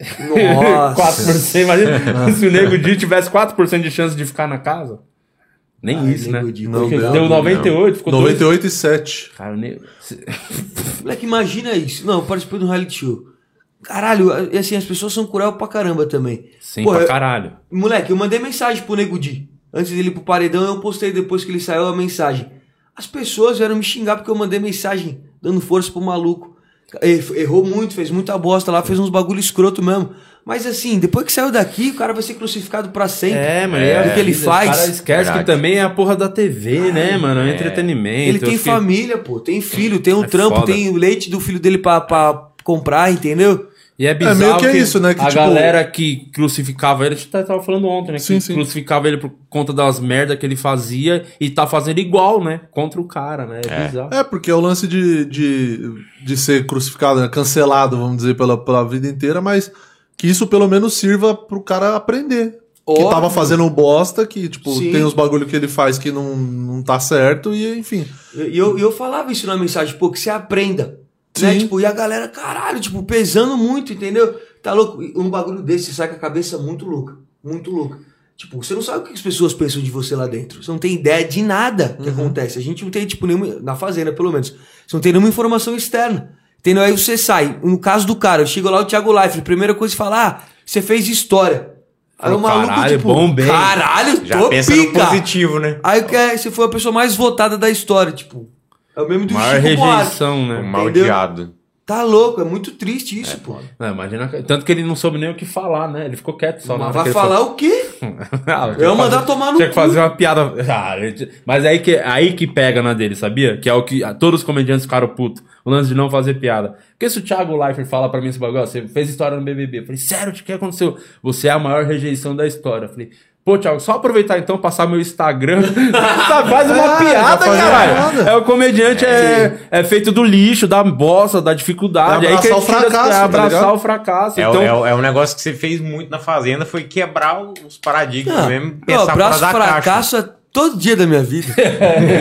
Speaker 4: Nossa.
Speaker 1: 4%, imagina se o Nego Di tivesse 4% de chance de ficar na casa. Nem
Speaker 4: Ai,
Speaker 1: isso, né?
Speaker 4: Nego Di,
Speaker 1: Porque
Speaker 2: não,
Speaker 1: deu
Speaker 2: não.
Speaker 1: 98, ficou 98.
Speaker 2: 98 e 7.
Speaker 1: Cara, o Nego- se-
Speaker 4: Moleque, imagina isso. Não, eu participei de um reality show. Caralho, e assim, as pessoas são cruel pra caramba também.
Speaker 1: Sim,
Speaker 4: Pô, é-
Speaker 1: pra
Speaker 4: eu-
Speaker 1: caralho.
Speaker 4: Moleque, eu mandei mensagem pro Nego Di. Antes dele ir pro paredão, eu postei depois que ele saiu a mensagem. As pessoas vieram me xingar porque eu mandei mensagem É, dando força pro maluco. Er- Errou muito, fez muita bosta lá, fez uns bagulho escroto mesmo. Mas assim, depois que saiu daqui, o cara vai ser crucificado pra sempre.
Speaker 1: É, mano.
Speaker 4: É,
Speaker 1: e
Speaker 4: o que ele
Speaker 1: os
Speaker 4: faz.
Speaker 1: caras esquece
Speaker 3: Verdade.
Speaker 1: que também é a porra da TV, né, mano? É um entretenimento.
Speaker 4: Ele
Speaker 1: Eu
Speaker 4: tem
Speaker 1: fiquei-
Speaker 4: família, pô. Tem filho, tem um
Speaker 1: É
Speaker 4: trampo,
Speaker 1: foda.
Speaker 4: tem o leite do filho dele pra, pra comprar, entendeu?
Speaker 1: E é bizarro.
Speaker 2: meio que é isso, né, que,
Speaker 1: a
Speaker 2: tipo-
Speaker 1: galera que crucificava ele, a gente até tava falando ontem, né? Que
Speaker 2: Sim, sim.
Speaker 1: crucificava ele por conta das merdas que ele fazia e tá fazendo igual, né? Contra o cara, né? É, bizarro.
Speaker 2: É, porque é o lance de, de, de ser crucificado, né? cancelado, vamos dizer, pela, pela vida inteira, mas que isso pelo menos sirva pro cara aprender.
Speaker 4: Óbvio.
Speaker 2: Que tava fazendo um bosta, que, tipo,
Speaker 4: Sim.
Speaker 2: tem uns bagulho que ele faz que não, não tá certo, e enfim.
Speaker 4: E eu, eu falava isso na mensagem, pô, que você aprenda. Né?
Speaker 2: Sim.
Speaker 4: Tipo, e a galera, caralho, tipo, pesando muito, entendeu? Tá louco? E Um bagulho desse sai com a cabeça muito louca. Muito louca. Tipo, você não sabe o que as pessoas pensam de você lá dentro. Você não tem ideia de nada
Speaker 3: Uhum.
Speaker 4: que acontece. A gente não tem, tipo, nenhuma. Na fazenda, pelo menos. Você não tem nenhuma informação externa. Entendeu? Aí você sai. No caso do cara, eu chego lá, o Thiago Life, primeira coisa que fala, ah, você fez história. Aí o
Speaker 1: Fala,
Speaker 4: maluco,
Speaker 1: "Caralho,
Speaker 4: tipo,
Speaker 1: bom bem."
Speaker 4: caralho,
Speaker 3: Já
Speaker 4: tô
Speaker 3: pensa no
Speaker 4: pica.
Speaker 3: positivo, né?
Speaker 4: Aí que é, você foi a pessoa mais votada da história, tipo. É o mesmo do
Speaker 1: Maior
Speaker 4: Chico Buarque.
Speaker 1: rejeição,
Speaker 3: O
Speaker 1: né?
Speaker 3: mal
Speaker 4: Entendeu?
Speaker 3: odiado.
Speaker 4: Tá louco, é muito triste isso, pô.
Speaker 1: É, imagina. Tanto que ele não soube nem o que falar, né? Ele ficou quieto só na
Speaker 4: Mas
Speaker 1: hora
Speaker 4: vai
Speaker 1: que ele
Speaker 4: falar o quê?
Speaker 1: Ah,
Speaker 4: Eu ia mandar
Speaker 1: fazer-
Speaker 4: tomar no
Speaker 1: Tinha que
Speaker 4: cu.
Speaker 1: fazer uma piada. Ah, eu tinha- mas aí que, é aí que pega na dele, sabia? Que é o que ah, todos os comediantes ficaram putos. O lance de não fazer piada. Porque se o Thiago Leifert fala pra mim esse bagulho, ó, você fez história no BBB. Eu falei, sério, o que aconteceu? Você é a maior rejeição da história. Eu falei, pô, Thiago, só aproveitar então, passar meu Instagram. Só faz uma
Speaker 2: É, já
Speaker 1: piada,
Speaker 2: faz uma
Speaker 1: caralho.
Speaker 2: piada.
Speaker 1: É, o comediante é, é feito do lixo, da bosta, da dificuldade.
Speaker 2: É
Speaker 1: aí que
Speaker 2: abraçar
Speaker 1: ele
Speaker 2: o
Speaker 1: tira as-
Speaker 2: fracasso,
Speaker 1: é
Speaker 2: tá
Speaker 1: abraçar
Speaker 2: ligado?
Speaker 1: o fracasso.
Speaker 3: É, o-
Speaker 1: então,
Speaker 3: é, o- é um negócio que você fez muito na Fazenda, foi quebrar os paradigmas
Speaker 4: Ah,
Speaker 3: mesmo.
Speaker 4: eu
Speaker 3: Pensar fora
Speaker 4: abraço
Speaker 3: da caixa.
Speaker 4: fracasso é todo dia da minha vida.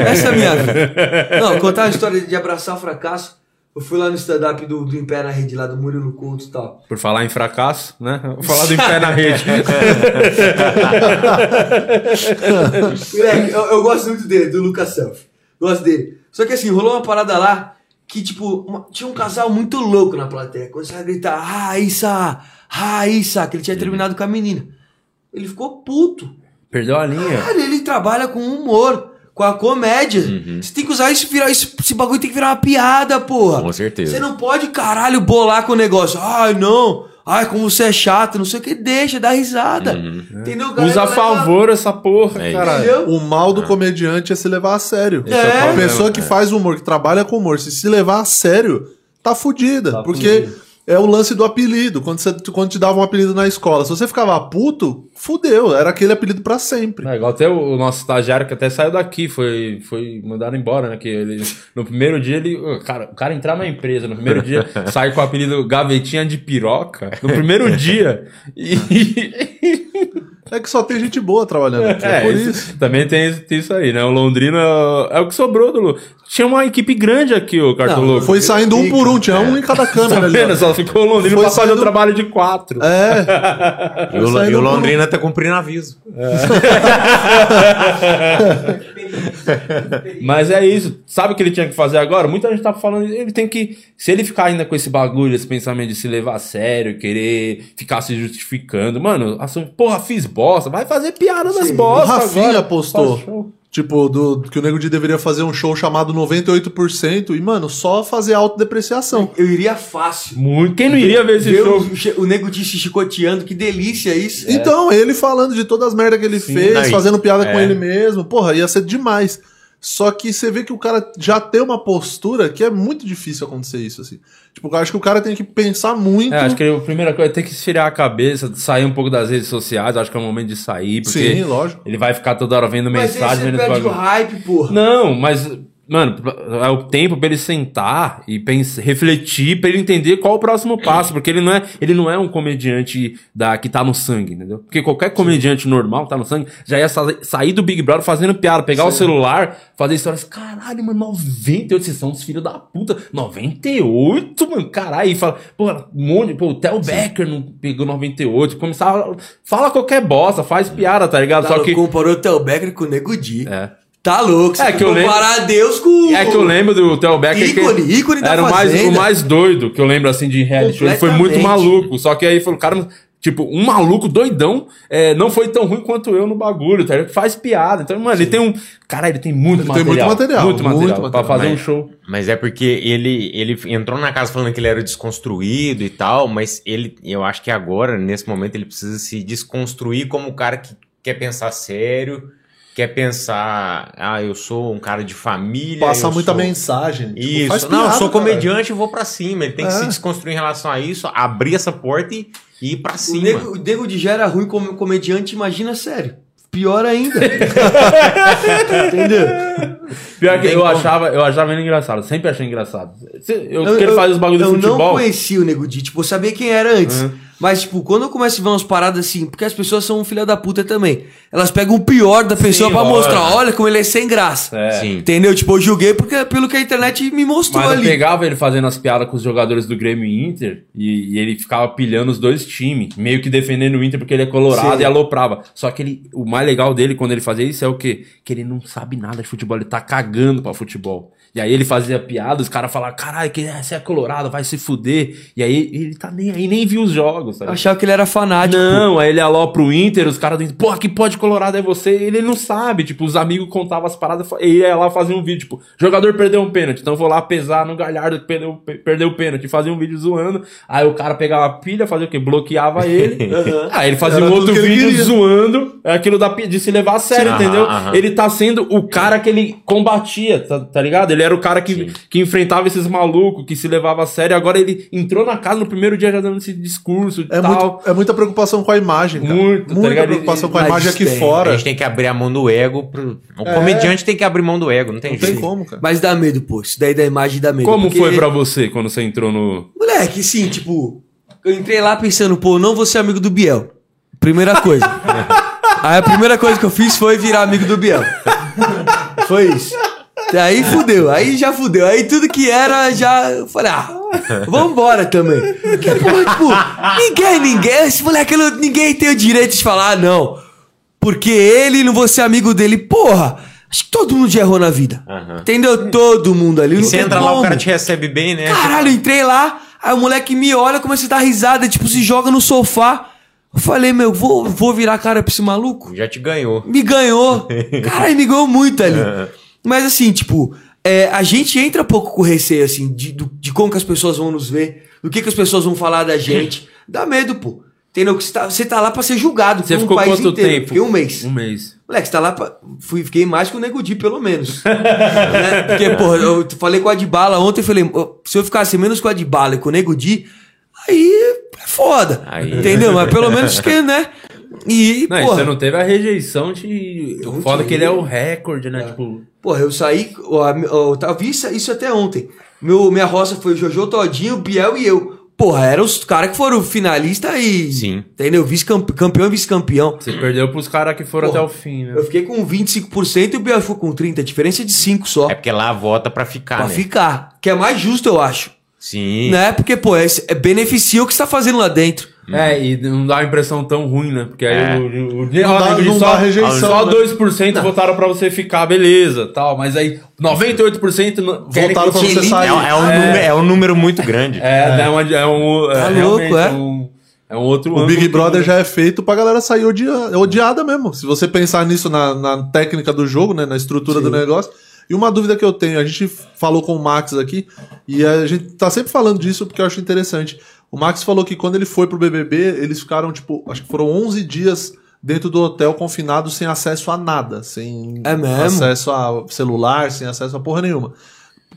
Speaker 4: Essa é a minha vida. Não, contar a história de abraçar o fracasso. Eu fui lá no stand-up do, do Em Pé na Rede, lá do Murilo Couto e tal.
Speaker 1: Por falar em fracasso, né? Vou Falar do em pé na rede.
Speaker 4: Moleque, eu, eu gosto muito dele, do Lucas Self. Gosto dele. Só que assim, rolou uma parada lá que, tipo, uma- tinha um casal muito louco na plateia. Começaram a gritar, Raíssa, Raíssa, que ele tinha terminado com a menina. Ele ficou puto.
Speaker 1: Perdeu a linha.
Speaker 4: Cara, ele trabalha com humor, com a comédia.
Speaker 3: Uhum.
Speaker 4: Você tem que usar isso, virar isso, esse bagulho tem que virar uma piada, porra.
Speaker 3: Com certeza.
Speaker 4: Você não pode, caralho, bolar com o negócio. Ai, não. Ai, como você é chato, não sei o que. Deixa, dá risada.
Speaker 3: Uhum.
Speaker 4: Entendeu?
Speaker 1: Usa
Speaker 4: Galera,
Speaker 1: a favor essa porra,
Speaker 3: É isso.
Speaker 1: caralho.
Speaker 4: Entendeu?
Speaker 2: O mal do comediante é se levar a sério.
Speaker 4: Esse é o
Speaker 2: A
Speaker 4: problema,
Speaker 2: pessoa que faz humor, que trabalha com humor, se se levar a sério, tá fudida. porque é o lance do apelido. Quando, você, quando te dava um apelido na escola, se você ficava puto, fudeu. Era aquele apelido pra sempre.
Speaker 1: É, igual até o, o nosso estagiário que até saiu daqui, foi, foi mandado embora, né? Que ele, no primeiro dia ele. ô, Cara, o cara entrar na empresa, no primeiro dia sai com o apelido Gavetinha de Piroca. No primeiro dia. E,
Speaker 2: É que só tem gente boa trabalhando. aqui, É,
Speaker 1: é,
Speaker 2: por
Speaker 1: isso-
Speaker 2: isso.
Speaker 1: também tem isso, tem isso aí, né? O Londrina é o que sobrou do. Lu- Tinha uma equipe grande aqui, o Cartoloco.
Speaker 2: Foi saindo um por um, tinha um em cada câmera
Speaker 1: Tá
Speaker 2: ali.
Speaker 1: vendo?
Speaker 2: ó.
Speaker 1: Só ficou o Londrina
Speaker 2: Foi
Speaker 1: pra fazer o
Speaker 2: saindo-
Speaker 1: trabalho de quatro.
Speaker 2: É,
Speaker 3: E o,
Speaker 2: Saindo
Speaker 3: e o
Speaker 2: por um.
Speaker 3: Londrina tá cumprindo aviso.
Speaker 1: Mas é isso. Sabe o que ele tinha que fazer agora? Muita gente tá falando. Ele tem que. Se ele ficar ainda com esse bagulho, esse pensamento de se levar a sério, querer ficar se justificando. Mano, assim, porra, fiz bosta. Vai fazer piada das
Speaker 2: o
Speaker 1: bostas.
Speaker 2: Rafinha
Speaker 1: agora.
Speaker 2: postou.
Speaker 1: Faz show.
Speaker 2: Tipo, do, que o Nego de deveria fazer um show chamado 98% e, mano, só fazer autodepreciação.
Speaker 4: Eu iria fácil.
Speaker 1: Muito. Quem não iria ver esse
Speaker 4: Ver
Speaker 1: show?
Speaker 4: o, che- o nego de se chicoteando, que delícia isso.
Speaker 2: Então, ele falando de todas as merdas que ele fez,
Speaker 3: É. Aí,
Speaker 2: fazendo piada com
Speaker 3: é.
Speaker 2: ele mesmo, porra, ia ser demais. Só que você vê que o cara já tem uma postura que é muito difícil acontecer isso, assim. Tipo, eu acho que o cara tem que pensar muito.
Speaker 1: É, acho que a primeira coisa é ter que esfriar a cabeça, sair um pouco das redes sociais. Acho que é o momento de sair, porque
Speaker 2: Sim, lógico.
Speaker 1: ele vai ficar toda hora vendo
Speaker 4: Mas aí
Speaker 1: mensagem,
Speaker 4: você
Speaker 1: vendo esse
Speaker 4: perde o
Speaker 1: bagulho.
Speaker 4: hype, porra.
Speaker 1: Não, mas, mano, é o tempo pra ele sentar e pensar, refletir, pra ele entender qual o próximo passo, porque ele não é, ele não é um comediante da, que tá no sangue, entendeu? Porque qualquer comediante normal que tá no sangue já ia sa- sair do Big Brother fazendo piada, pegar o celular, fazer histórias, caralho, mano, 98, vocês são os filhos da puta, 98, mano, caralho, e fala, pô, um monte, pô, o Theo Becker não pegou 98, começava, fala qualquer bosta, faz piada, tá ligado?
Speaker 4: Tá
Speaker 1: Só
Speaker 4: louco,
Speaker 1: que...
Speaker 4: comparou o Theo Becker com o Nego Di.
Speaker 1: É.
Speaker 4: Tá louco, você
Speaker 1: É
Speaker 4: tem
Speaker 1: que eu
Speaker 4: comparar Deus com...
Speaker 1: É que eu lembro do Theo Becker.
Speaker 4: Ícone,
Speaker 1: que
Speaker 3: tá
Speaker 4: ícone da
Speaker 1: Era o mais,
Speaker 4: Fazenda.
Speaker 1: o mais doido que eu lembro, assim, de reality show. Ele foi muito
Speaker 4: Completamente.
Speaker 1: maluco. Só que aí falou, cara, Tipo, um maluco doidão é, não foi tão ruim quanto eu no bagulho, tá? ligado? Faz piada. Então, mano, ele tem um. Cara, ele tem muito
Speaker 2: Ele tem
Speaker 1: material.
Speaker 2: muito material,
Speaker 1: Muito
Speaker 2: muito
Speaker 1: material. pra
Speaker 2: material.
Speaker 1: fazer um
Speaker 3: Mas-
Speaker 1: show.
Speaker 3: Mas é porque ele, ele entrou na casa falando que ele era desconstruído e tal, mas ele, eu acho que agora, nesse momento, ele precisa se desconstruir como o cara que quer pensar sério, quer pensar, ah, eu sou um cara de família.
Speaker 2: Passa
Speaker 3: eu
Speaker 2: muita
Speaker 3: sou...
Speaker 2: mensagem. tipo,
Speaker 3: Isso,
Speaker 2: faz
Speaker 3: não, eu
Speaker 2: piada,
Speaker 3: sou
Speaker 2: cara.
Speaker 3: comediante e vou pra cima. Ele tem que
Speaker 2: É.
Speaker 3: se desconstruir em relação a isso, abrir essa porta e, e ir pra
Speaker 4: O
Speaker 3: cima.
Speaker 4: nego, o nego de já era ruim como comediante, imagina sério. Pior ainda. Entendeu?
Speaker 1: Pior que
Speaker 3: tem
Speaker 1: eu
Speaker 3: como.
Speaker 1: achava, eu achava ele engraçado, sempre achei engraçado. Cê- Eu,
Speaker 4: Eu-
Speaker 1: que ele
Speaker 4: eu-
Speaker 1: faz os bagulhos de
Speaker 4: Eu não
Speaker 1: futebol. Uhum.
Speaker 4: conhecia o Nego Di, tipo, eu sabia quem era antes. Mas, tipo, quando eu começo a ver umas paradas assim, porque as pessoas são um filho da puta também. Elas pegam o pior da pessoa pra
Speaker 1: lógico.
Speaker 4: mostrar, olha como ele é sem graça.
Speaker 1: É.
Speaker 3: Sim.
Speaker 4: Entendeu? Tipo, eu julguei porque, pelo que a internet me mostrou
Speaker 1: Mas eu
Speaker 4: ali.
Speaker 1: pegava ele fazendo as piadas com os jogadores do Grêmio e Inter e, e ele ficava pilhando os dois times, meio que defendendo o Inter porque ele é colorado
Speaker 4: Sim.
Speaker 1: e aloprava. Só que ele, o mais legal dele quando ele fazia isso é o quê? Que ele não sabe nada de futebol, ele tá cagando pra futebol. E aí ele fazia piada, os caras falavam, caralho, que é, você é colorado, vai se fuder. E aí ele tá nem aí, nem viu os jogos. tá
Speaker 4: Eu
Speaker 1: Sabe?
Speaker 4: Achava que ele era fanático.
Speaker 1: Não, aí ele alopra o Inter, os caras dizem, porra, que pode colorado é você? Ele não sabe, tipo, os amigos contavam as paradas, fa- ele ia lá fazer um vídeo, tipo, jogador perdeu um pênalti, então eu vou lá pesar no Galhardo que perdeu, pe- perdeu o pênalti, fazia um vídeo zoando, aí o cara pegava a pilha, fazia o quê? Bloqueava ele, aí ele fazia
Speaker 2: Era
Speaker 1: um
Speaker 2: tudo
Speaker 1: outro
Speaker 2: que ele
Speaker 1: vídeo
Speaker 2: queria.
Speaker 1: zoando, é aquilo da, pi- de se levar a sério,
Speaker 3: Sim.
Speaker 1: entendeu?
Speaker 3: Aham, aham.
Speaker 1: Ele tá sendo o cara que ele combatia, tá, tá ligado? Ele era o cara que,
Speaker 3: Sim.
Speaker 1: que enfrentava esses malucos, que se levava a sério, agora ele entrou na casa no primeiro dia já dando esse discurso e
Speaker 2: É,
Speaker 1: tal.
Speaker 2: muito, é muita preocupação com a imagem, cara.
Speaker 1: Muito, tá
Speaker 2: Muita
Speaker 1: ligado?
Speaker 2: preocupação com a
Speaker 4: Mas
Speaker 2: imagem aqui
Speaker 4: tem.
Speaker 2: fora.
Speaker 3: A gente tem que abrir a mão do ego. Pro... O
Speaker 2: É.
Speaker 3: comediante tem que abrir mão do ego, não tem
Speaker 2: Não
Speaker 3: jeito.
Speaker 2: tem como, cara.
Speaker 4: Mas dá medo, pô. Isso daí da imagem dá medo.
Speaker 1: Como
Speaker 4: Porque-
Speaker 1: foi pra você quando você entrou no.
Speaker 4: Moleque, sim, tipo, eu entrei lá pensando, pô, não vou ser amigo do Biel. Primeira coisa. Aí a primeira coisa que eu fiz foi virar amigo do Biel. Foi isso. Aí fudeu, aí já fudeu. Aí tudo que era, já. Eu falei, ah, vambora também. Porque, porra, tipo, ninguém, ninguém. Esse moleque, ele- ninguém tem o direito de falar, ah, não. Porque ele não vou ser amigo dele. Porra, acho que todo mundo já errou na vida.
Speaker 3: Aham.
Speaker 4: Entendeu? Todo mundo ali.
Speaker 3: E
Speaker 4: não
Speaker 3: você
Speaker 4: tem
Speaker 3: entra lá, o
Speaker 4: como.
Speaker 3: cara te recebe bem, né?
Speaker 4: Caralho, eu entrei lá, aí o moleque me olha, começa a dar risada, tipo, se joga no sofá. Eu falei, meu, vou, vou virar a cara pra esse maluco?
Speaker 3: Já te ganhou.
Speaker 4: Me ganhou. Caralho, me ganhou muito ali.
Speaker 1: É.
Speaker 4: Mas assim, tipo, é, a gente entra pouco com receio, assim, de, do- de como que as pessoas vão nos ver, do que que as pessoas vão falar da gente. Dá medo, pô. Entendeu? Que Você tá, você tá lá pra ser julgado
Speaker 1: Você
Speaker 4: por um
Speaker 1: ficou
Speaker 4: país
Speaker 1: quanto
Speaker 4: inteiro.
Speaker 1: tempo?
Speaker 4: Fiquei um mês.
Speaker 1: Um mês.
Speaker 4: Moleque, você tá lá pra... Fui, fiquei mais que o Nego Di, pelo menos. Né? Porque, porra, eu falei com a Adbala ontem, falei, "Ô, se eu ficasse menos com a Adbala e com o Nego Di, aí é foda.
Speaker 3: Aí.
Speaker 4: Entendeu? Mas pelo menos que, né? E,
Speaker 1: Não, e
Speaker 4: porra,
Speaker 1: você não teve a rejeição de.
Speaker 4: Não
Speaker 1: Foda
Speaker 4: tive.
Speaker 1: que ele é o recorde, né? Tipo.
Speaker 4: porra, eu saí, ó, a- ó, eu vi isso, isso até ontem. Meu, minha roça foi o Jojo Todinho, o Biel e eu. Porra, eram os caras que foram finalista e.
Speaker 3: Sim.
Speaker 4: Entendeu? Vice-campeão e vice-campeão.
Speaker 1: Você perdeu pros caras que foram
Speaker 4: Porra.
Speaker 1: até o fim, né?
Speaker 4: Eu fiquei com 25% e o Biel ficou com 30%. A diferença é de 5 só.
Speaker 3: É porque lá vota pra ficar,
Speaker 4: pra
Speaker 3: né?
Speaker 4: ficar. Que é mais justo, eu acho.
Speaker 3: Sim.
Speaker 4: Né? Porque, pô, é, é beneficia o que você tá fazendo lá dentro.
Speaker 1: É, e não dá uma impressão tão ruim, né? Porque aí
Speaker 3: É.
Speaker 1: o, o, o
Speaker 2: Não dá-
Speaker 1: amigo,
Speaker 2: não
Speaker 1: só,
Speaker 2: dá rejeição,
Speaker 1: só
Speaker 2: né?
Speaker 1: 2% votaram pra você ficar, beleza, tal. Mas aí 98% não- querem
Speaker 2: Votaram pra
Speaker 1: que te
Speaker 2: você
Speaker 1: li-
Speaker 2: sair.
Speaker 3: É, é um número, é um número muito grande.
Speaker 1: É, né, uma- é um. É,
Speaker 4: Tá
Speaker 1: realmente
Speaker 4: louco, é?
Speaker 1: um- é um outro
Speaker 2: O Big
Speaker 1: ângulo.
Speaker 2: Brother já é feito pra galera sair odiada, odiada mesmo. Se você pensar nisso na, na técnica do jogo, né, na estrutura do negócio. E uma dúvida que eu tenho, a gente falou com o Max aqui, e a gente tá sempre falando disso porque eu acho interessante. O Max falou que quando ele foi pro BBB, eles ficaram, tipo, acho que foram 11 dias dentro do hotel confinados sem acesso a nada, sem
Speaker 4: É mesmo?
Speaker 2: acesso a celular, sem acesso a porra nenhuma.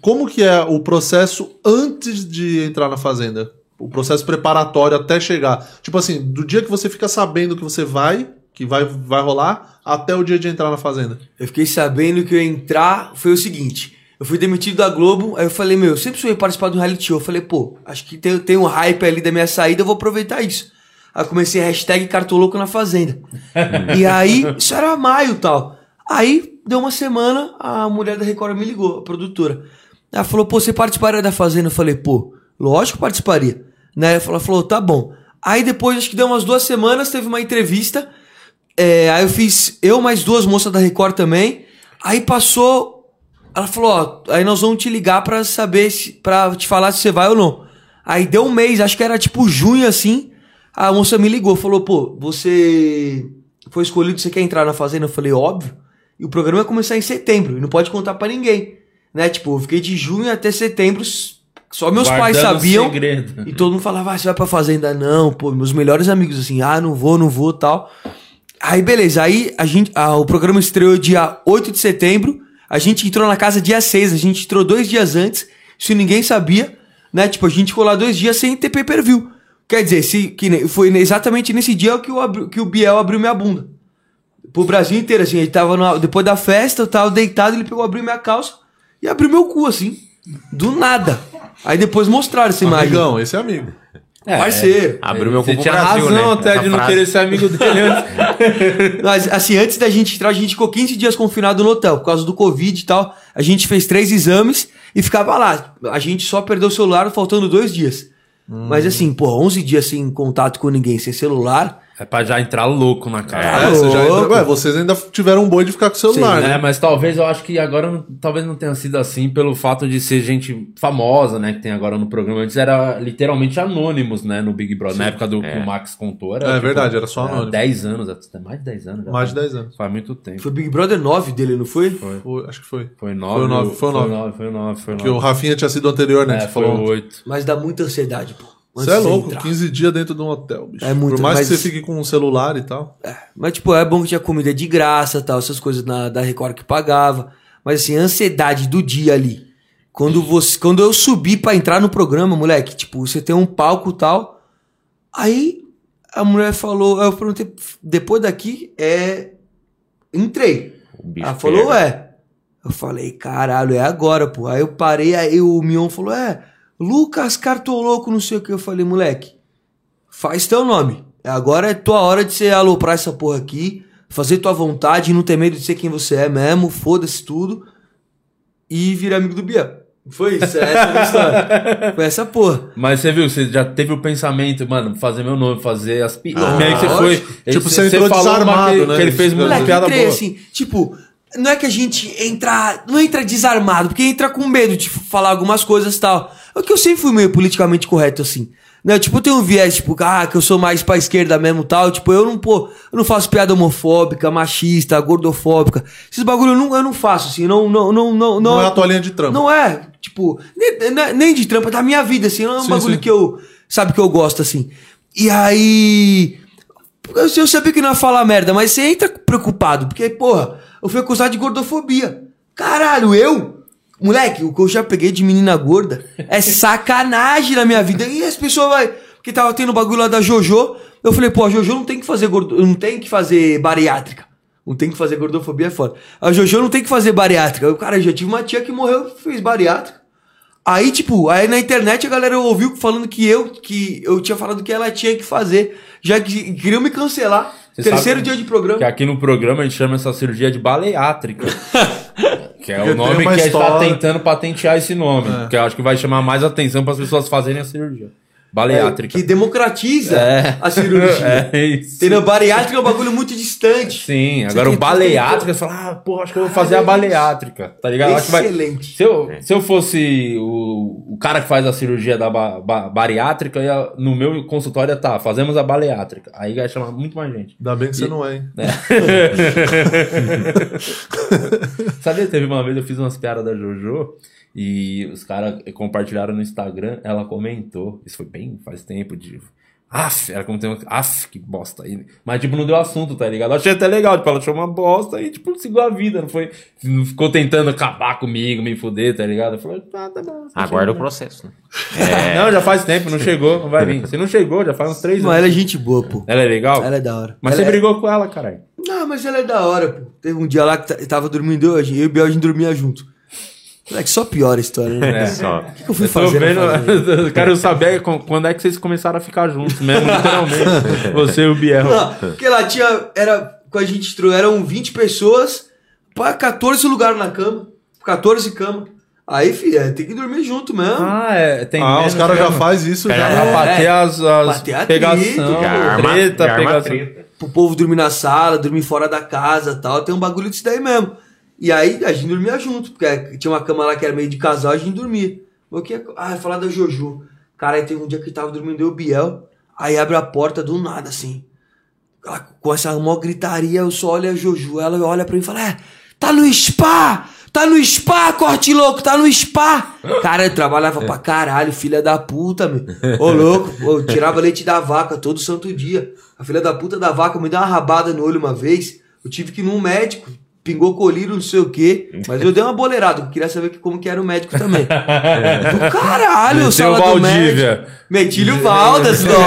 Speaker 2: Como que é o processo antes de entrar na fazenda? O processo preparatório até chegar. Tipo assim, do dia que você fica sabendo que você vai, que vai, vai rolar, até o dia de entrar na fazenda.
Speaker 4: Eu fiquei sabendo que eu ia entrar, foi o seguinte. Eu fui demitido da Globo, aí eu falei, meu, eu sempre sonhei participar de um reality show. Eu falei, pô, acho que tem, tem um hype ali da minha saída, eu vou aproveitar isso. Aí eu comecei hashtag cartoloco na fazenda. e aí, isso era maio e tal. Aí, deu uma semana, a mulher da Record me ligou, a produtora. Ela falou, pô, você participaria da fazenda? Eu falei, pô, lógico que participaria. Né? Ela falou, tá bom. Aí depois, acho que deu umas duas semanas, teve uma entrevista. É, aí eu fiz eu mais duas moças da Record também. Aí passou. Ela falou: Ó, aí nós vamos te ligar pra saber, se, pra te falar se você vai ou não. Aí deu um mês, acho que era tipo junho assim. A moça me ligou, falou, pô, você foi escolhido, você quer entrar na fazenda? Eu falei, óbvio. E o programa ia começar em setembro, e não pode contar pra ninguém. Né? Tipo, eu fiquei de junho até setembro, s- só meus pais
Speaker 1: Guardando
Speaker 4: sabiam.
Speaker 1: segredo.
Speaker 4: E todo mundo falava, ah, você vai pra fazenda? Não, pô, meus melhores amigos, assim, ah, não vou, não vou, tal. Aí, beleza, aí a gente, ah, o programa estreou dia 8 de setembro, a gente entrou na casa dia 6, a gente entrou dois dias antes, se ninguém sabia, né, tipo, a gente ficou lá dois dias sem ter pay-per-view. Quer dizer, se, que ne- foi exatamente nesse dia que o, abri- que o Biel abriu minha bunda. Pro Brasil inteiro, assim, ele tava numa- depois da festa, eu tava deitado, ele pegou, abriu minha calça e abriu meu cu, assim, do nada. Aí depois mostraram essa imagem.
Speaker 2: Amigão, esse é amigo.
Speaker 4: Parceiro.
Speaker 3: Abriu meu
Speaker 1: Você
Speaker 3: cu pro
Speaker 1: tinha
Speaker 3: Brasil,
Speaker 1: razão
Speaker 2: tá?
Speaker 3: né?
Speaker 1: até
Speaker 3: Essa
Speaker 1: de não
Speaker 3: frase.
Speaker 1: querer ser amigo dele antes.
Speaker 4: Mas, assim, antes da gente entrar, a gente ficou 15 dias confinado no hotel por causa do Covid e tal. A gente fez três exames e ficava lá. A gente só perdeu o celular faltando dois dias. Mas assim, pô, 11 dias sem contato com ninguém, sem celular.
Speaker 1: É pra já entrar louco na cara.
Speaker 2: É, você já
Speaker 4: louco.
Speaker 2: entra- ué, vocês ainda tiveram um boi de ficar com o celular, né?
Speaker 1: É, mas talvez eu acho que agora não- talvez não tenha sido assim pelo fato de ser gente famosa, né? Que tem agora no programa. Antes era literalmente anônimos, né? No Big Brother. Na época do
Speaker 3: É.
Speaker 1: que o Max contou era.
Speaker 2: É verdade, era só anônimo.
Speaker 1: 10 anos, até mais de 10 anos. já.
Speaker 2: Mais de 10 anos.
Speaker 1: Faz muito tempo.
Speaker 4: Foi Big Brother 9 dele, não foi?
Speaker 2: Foi- acho que foi.
Speaker 1: Foi 9.
Speaker 2: Foi nove, foi nove.
Speaker 1: Foi 9, foi 9.
Speaker 2: Porque o Rafinha tinha sido anterior, né? que
Speaker 1: É,
Speaker 2: você
Speaker 1: foi
Speaker 2: falou.
Speaker 1: 8.
Speaker 4: Mas dá muita ansiedade, pô.
Speaker 2: Você
Speaker 4: Antes
Speaker 2: é
Speaker 4: de
Speaker 2: louco,
Speaker 4: entrar.
Speaker 2: 15 dias dentro de um hotel, bicho.
Speaker 4: É muito,
Speaker 2: Por mais
Speaker 4: mas-
Speaker 2: que você fique com um celular e tal.
Speaker 4: Mas, tipo, é bom que tinha comida de graça tal, essas coisas na, da Record que pagava. Mas, assim, a ansiedade do dia ali. Quando, você, quando eu subi pra entrar no programa, moleque, tipo, você tem um palco e tal. Aí a mulher falou, eu perguntei, depois daqui é. Entrei.
Speaker 3: O bicho
Speaker 4: Ela falou,
Speaker 3: pega.
Speaker 4: é. Eu falei, caralho, é agora, pô. Aí eu parei, aí o Mion falou, é, Lucas Cartoloco, não sei o que. Eu falei, moleque, faz teu nome. Agora é tua hora de você aloprar essa porra aqui, fazer tua vontade, não ter medo de ser quem você é mesmo, foda-se tudo, e virar amigo do Biel. Foi isso, é essa a minha história. Foi essa porra.
Speaker 1: Mas você viu, você já teve o pensamento, mano, fazer meu nome, fazer as piadas. meio que você foi.
Speaker 4: lógico.
Speaker 1: ele-
Speaker 2: Tipo, você entrou
Speaker 1: falou uma
Speaker 2: desarmado,
Speaker 1: que,
Speaker 2: né?
Speaker 1: Que ele fez uma
Speaker 2: Moleque,
Speaker 1: piada
Speaker 4: entrei,
Speaker 1: boa.
Speaker 4: assim, tipo, não é que a gente entra, não entra desarmado, porque entra com medo de falar algumas coisas e tal. É que eu sempre fui meio politicamente correto, assim. Né? Tipo, eu tenho um viés, tipo, ah, que eu sou mais pra esquerda mesmo e tal. Tipo, eu não, pô, eu não faço piada homofóbica, machista, gordofóbica. Esses bagulho eu não, eu não faço, assim, não, não, não, não,
Speaker 2: Não, é a tua linha de trampa.
Speaker 4: não é, tipo, nem, nem- nem de trampa, da minha vida, assim, não é um
Speaker 2: Sim,
Speaker 4: bagulho
Speaker 2: sim.
Speaker 4: que eu, sabe, que eu gosto, assim. E aí, eu, eu sabia que não ia falar merda, mas você entra preocupado, porque, porra, eu fui acusado de gordofobia. Caralho, eu? Moleque, o que eu já peguei de menina gorda é sacanagem na minha vida. E as pessoas vai, porque tava tendo bagulho lá da Jojo, eu falei, pô, a Jojo não tem que fazer gordo, não tem que fazer bariátrica. Não tem que fazer gordofobia é foda. A Jojo não tem que fazer bariátrica. Eu, cara, eu já tive uma tia que morreu fez bariátrica. Aí, tipo, aí na internet a galera ouviu falando que eu, que eu tinha falado que ela tinha que fazer, já que queriam me cancelar.
Speaker 1: Você
Speaker 4: Terceiro
Speaker 1: sabe
Speaker 4: dia de programa.
Speaker 1: Que é aqui no programa a gente chama essa cirurgia de baleátrica. que é
Speaker 2: Porque
Speaker 1: o nome
Speaker 2: tem
Speaker 1: que
Speaker 2: uma
Speaker 1: a gente tá
Speaker 2: história-
Speaker 1: tentando patentear esse nome. Porque eu acho que vai chamar mais atenção para as pessoas fazerem a cirurgia. Baleátrica.
Speaker 4: É, Que democratiza
Speaker 1: É.
Speaker 4: a cirurgia.
Speaker 1: É isso.
Speaker 4: Entendeu? Bariátrica é um bagulho muito distante.
Speaker 1: Sim,
Speaker 4: Você
Speaker 1: agora o
Speaker 4: tem-
Speaker 1: baleátrica, você fala, ah, pô, acho que eu vou fazer a baleátrica, tá ligado? Eu Acho que vai,
Speaker 4: Excelente.
Speaker 1: Se eu,
Speaker 3: É.
Speaker 1: se eu fosse o, o cara que faz a cirurgia da ba- ba- bariátrica, eu ia- no meu consultório ia tá, fazemos a bariátrica. Aí ia chamar muito mais gente.
Speaker 2: Ainda bem que você não é, hein?
Speaker 1: Sabia, teve uma vez eu fiz umas piadas da Jojo e os caras compartilharam no Instagram, ela comentou, isso foi bem faz tempo, de Af, ela comentou, af, que bosta aí. Mas, tipo, não deu assunto, tá ligado? Eu achei até legal, tipo, ela achou uma bosta e, tipo, seguiu a vida, não foi, não ficou tentando acabar comigo, me fuder, tá ligado? Eu falei, ah, tá bom.
Speaker 3: Aguarda o processo, né?
Speaker 1: Não, já faz tempo, não chegou, não vai vir. Se não chegou, já faz uns três
Speaker 4: Não,
Speaker 1: anos.
Speaker 4: ela é gente boa, pô.
Speaker 1: Ela é legal?
Speaker 4: Ela é da hora.
Speaker 1: Mas
Speaker 4: Ela
Speaker 1: você
Speaker 4: é-
Speaker 1: brigou com ela, caralho.
Speaker 4: Não, mas ela é da hora, pô. Teve um dia lá que t- tava dormindo hoje, eu e o Biel a gente dormia junto. Moleque, só piora a história, né?
Speaker 1: É.
Speaker 3: Só.
Speaker 4: O que, que eu fui
Speaker 1: Eu tô
Speaker 4: fazer? na
Speaker 1: vendo,
Speaker 4: fazenda?
Speaker 1: eu quero saber com- quando é que vocês começaram a ficar juntos mesmo, literalmente. Você e o Biel.
Speaker 4: Não, porque lá tinha. Era, com a gente entrou, eram 20 pessoas pra 14 lugares na cama. 14 cama. Aí, filho, é, tem que dormir junto mesmo.
Speaker 1: Ah, é, tem
Speaker 2: ah,
Speaker 1: menos É,
Speaker 2: os caras já
Speaker 1: mesmo.
Speaker 2: fazem isso.
Speaker 1: Já
Speaker 2: já.
Speaker 1: pra bater as, as
Speaker 4: É, Bater a
Speaker 1: pegação,
Speaker 4: treta,
Speaker 3: Já arma-
Speaker 1: treta,
Speaker 3: já arma
Speaker 1: pegação.
Speaker 3: treta.
Speaker 4: pro povo dormir na sala, dormir fora da casa e tal. Tem um bagulho disso daí mesmo. E aí a gente dormia junto, porque é, tinha uma cama lá que era meio de é casal, a gente dormia. O que Ah, falar da Jojo. Cara, aí teve um dia que tava dormindo eu e o Biel. Aí abre a porta do nada, assim. Ela, com essa mó gritaria, eu só olho a Jojo. Ela olha pra mim e fala: É, tá no spa! Tá no spa, corte louco, tá no spa! Cara, eu trabalhava pra caralho, filha da puta, meu. Ô, louco, eu tirava leite da vaca todo santo dia. A filha da puta da vaca me deu uma rabada no olho uma vez. Eu tive que ir num médico, pingou colírio, não sei o quê. Mas eu dei uma boleirada, eu queria saber que- como que era o médico também. Do caralho,
Speaker 1: Meteu
Speaker 4: o sala do
Speaker 1: Valdívia.
Speaker 4: médico. Metilho Valdas, nossa.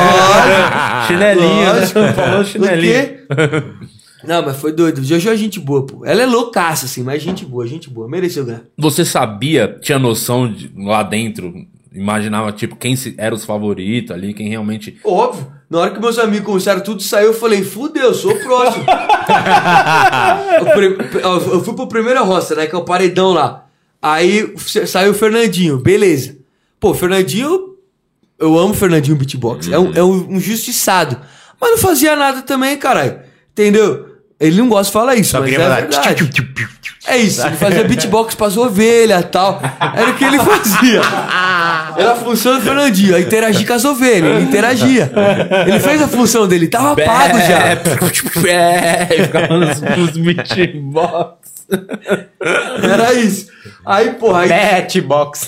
Speaker 1: Ah, Chinelinho,
Speaker 4: Lógico.
Speaker 1: né? Falou chinelinho.
Speaker 4: O quê? Não, mas foi doido. Jojo é gente boa, pô. Ela é loucaça, assim, mas gente boa, gente boa. Mereceu ganhar.
Speaker 1: Você sabia, tinha noção de, lá dentro, imaginava, tipo, quem se- era os favoritos ali, quem realmente.
Speaker 4: Óbvio. Na hora que meus amigos começaram tudo saiu, eu falei, fudeu, sou o próximo. eu, pre- eu- eu fui pro primeiro roça, né? Que é o paredão lá. Aí sa- saiu o Fernandinho, beleza. Pô, Fernandinho, eu amo o Fernandinho beatbox.
Speaker 3: Uhum.
Speaker 4: É, um, é um, um justiçado. Mas não fazia nada também, caralho. Entendeu? Ele não gosta de falar isso,
Speaker 3: Só
Speaker 4: mas é
Speaker 3: queria falar,
Speaker 4: verdade. É isso, ele fazia beatbox pras ovelhas e tal. Era o que ele fazia. Era a função do Fernandinho, é interagir com as ovelhas, ele interagia. Ele fez a função dele, tava pago já.
Speaker 1: já. É, ficava nos, nos beatbox.
Speaker 4: Era isso. Aí, porra, aí,
Speaker 3: Pet box.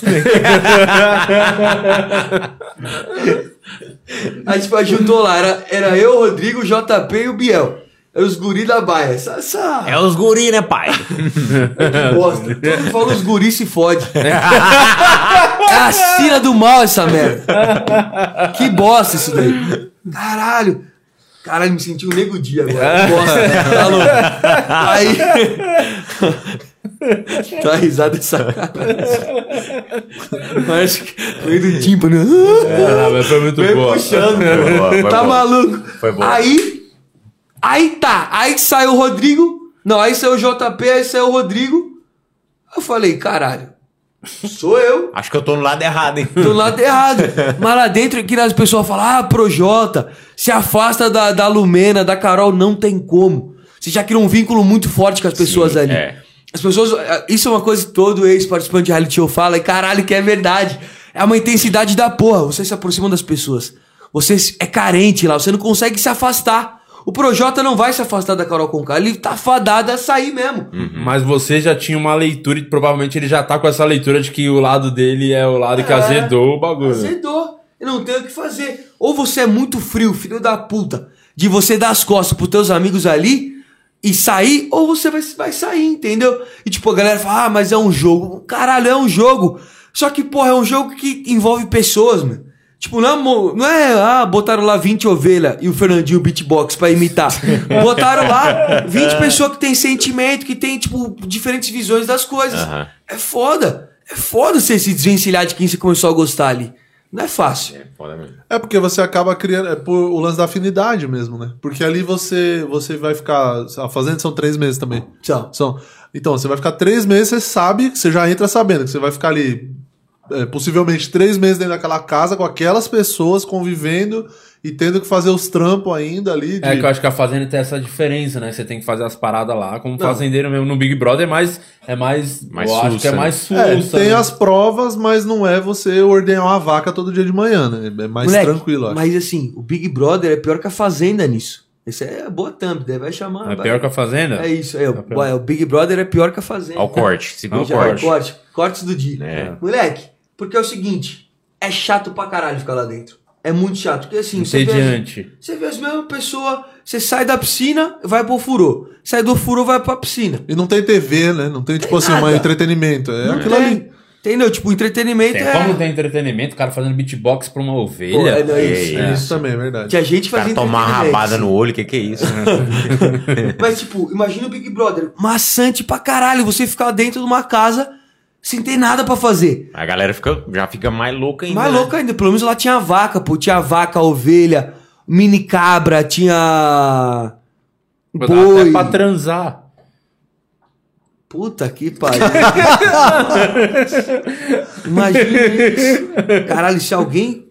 Speaker 4: aí tipo, aí juntou lá, era, era eu, o Rodrigo, o JP e o Biel. Era os guri da baia. Essa, essa...
Speaker 3: É os guri, né, pai?
Speaker 4: Que bosta. Todo mundo fala os guris se fode. é a sina do mal essa merda. Que bosta isso daí. Caralho. Caralho, me senti um nego dia agora. Que Bosta, né? tá louco. Aí. Tá risada de sacanagem. Parece que foi do tímpano. É.
Speaker 1: Caramba, mas foi muito
Speaker 4: Vem
Speaker 1: boa.
Speaker 4: puxando,
Speaker 3: Foi boa, foi
Speaker 4: tá
Speaker 3: boa.
Speaker 4: maluco?
Speaker 3: Foi boa.
Speaker 4: Aí, aí tá. Aí saiu o Rodrigo. Não, aí saiu o JP, aí saiu o Rodrigo. Eu falei, caralho, sou eu.
Speaker 3: Acho que eu tô no lado errado, hein?
Speaker 4: Do lado errado. Mas lá dentro, é que as pessoas falam, ah, Projota, se afasta da, da Lumena, da Carol, não tem como. Você já cria um vínculo muito forte com as pessoas ali.
Speaker 3: é.
Speaker 4: As pessoas. Isso é uma coisa que todo ex-participante de reality show fala, e caralho, que é verdade. É uma intensidade da porra. Você se aproxima das pessoas. Você se- é carente lá, você não consegue se afastar. O Projota não vai se afastar da Carol Conká, ele tá fadado a sair mesmo.
Speaker 1: Mas você já tinha uma leitura e provavelmente ele já tá com essa leitura de que o lado dele é o lado que
Speaker 4: É.
Speaker 1: azedou o bagulho.
Speaker 4: Azedou. Eu não tenho o que fazer. Ou você é muito frio, filho da puta, de você dar as costas pros teus amigos ali e sair, ou você vai, vai sair, entendeu? E tipo, a galera fala, ah, mas é um jogo. Caralho, é um jogo. Só que, porra, é um jogo que envolve pessoas, meu. Tipo, não é, mo- não é, ah, botaram lá 20 ovelhas e o Fernandinho beatbox pra imitar. botaram lá 20 pessoas que tem sentimento, que tem, tipo, diferentes visões das coisas.
Speaker 3: Aham.
Speaker 4: É foda. É foda você se desvencilhar de quem você começou a gostar ali. Não é fácil.
Speaker 3: Foda mesmo.
Speaker 2: É porque você acaba criando. É por o lance da afinidade mesmo, né? Porque ali você, você vai ficar. A fazenda são três meses também.
Speaker 4: São.
Speaker 2: São. Então, você vai ficar três meses, você sabe, você já entra sabendo que você vai ficar ali. é, possivelmente três meses dentro daquela casa com aquelas pessoas convivendo e tendo que fazer os trampos ainda ali. de-
Speaker 1: É que eu acho que a fazenda tem essa diferença, né? Você tem que fazer as paradas lá como fazendeiro mesmo. No Big Brother é mais. É mais.
Speaker 3: Mais
Speaker 1: eu acho que é
Speaker 3: sussa,
Speaker 1: mais
Speaker 2: É,
Speaker 1: sussa.
Speaker 2: tem
Speaker 1: né?
Speaker 2: as provas, mas não é você ordenhar uma vaca todo dia de manhã, né? É mais
Speaker 4: Moleque,
Speaker 2: tranquilo, eu acho.
Speaker 4: Mas assim, o Big Brother é pior que a Fazenda nisso. Isso é boa thumb, daí vai chamar.
Speaker 1: É
Speaker 4: vai-
Speaker 1: pior que a fazenda?
Speaker 4: É isso, é, o,
Speaker 1: É pior.
Speaker 4: é, o Big Brother é pior que a Fazenda.
Speaker 3: Ao corte.
Speaker 1: Ao
Speaker 3: Segundo
Speaker 4: Já vai,
Speaker 3: corte.
Speaker 1: corte.
Speaker 4: corte. Cortes do dia.
Speaker 3: É.
Speaker 4: Moleque, porque é o seguinte, é chato pra caralho ficar lá dentro. É muito chato, porque assim, você vê, as-
Speaker 1: Entediante.
Speaker 4: você vê as mesmas pessoas, você sai da piscina, vai pro furô. Sai do furô, vai pra piscina.
Speaker 2: E não tem TV, né? Não tem, tipo assim, um
Speaker 4: nada.
Speaker 2: entretenimento. É aquilo
Speaker 4: tem.
Speaker 2: ali.
Speaker 4: Entendeu? Tipo, entretenimento
Speaker 1: Tem,
Speaker 4: é.
Speaker 1: Como tem entretenimento, o cara fazendo beatbox pra uma ovelha.
Speaker 4: Pô, é, não, é
Speaker 3: Ei,
Speaker 4: isso.
Speaker 2: É
Speaker 3: É.
Speaker 2: isso também, é verdade.
Speaker 4: Tinha gente
Speaker 3: O cara
Speaker 4: fazendo.
Speaker 3: tomar uma
Speaker 4: entretenimento.
Speaker 3: rabada no olho, que que é isso?
Speaker 4: Mas, tipo, imagina o Big Brother. Maçante pra caralho você ficar dentro de uma casa sem ter nada pra fazer.
Speaker 3: A galera fica, já fica mais louca ainda.
Speaker 4: Mais
Speaker 3: né?
Speaker 4: louco ainda. Pelo menos lá tinha vaca, pô. Tinha vaca, ovelha, mini cabra, tinha.
Speaker 1: Pô, dá Até
Speaker 4: Boi.
Speaker 1: pra transar.
Speaker 4: Puta que pariu. Imagina isso. Caralho, se alguém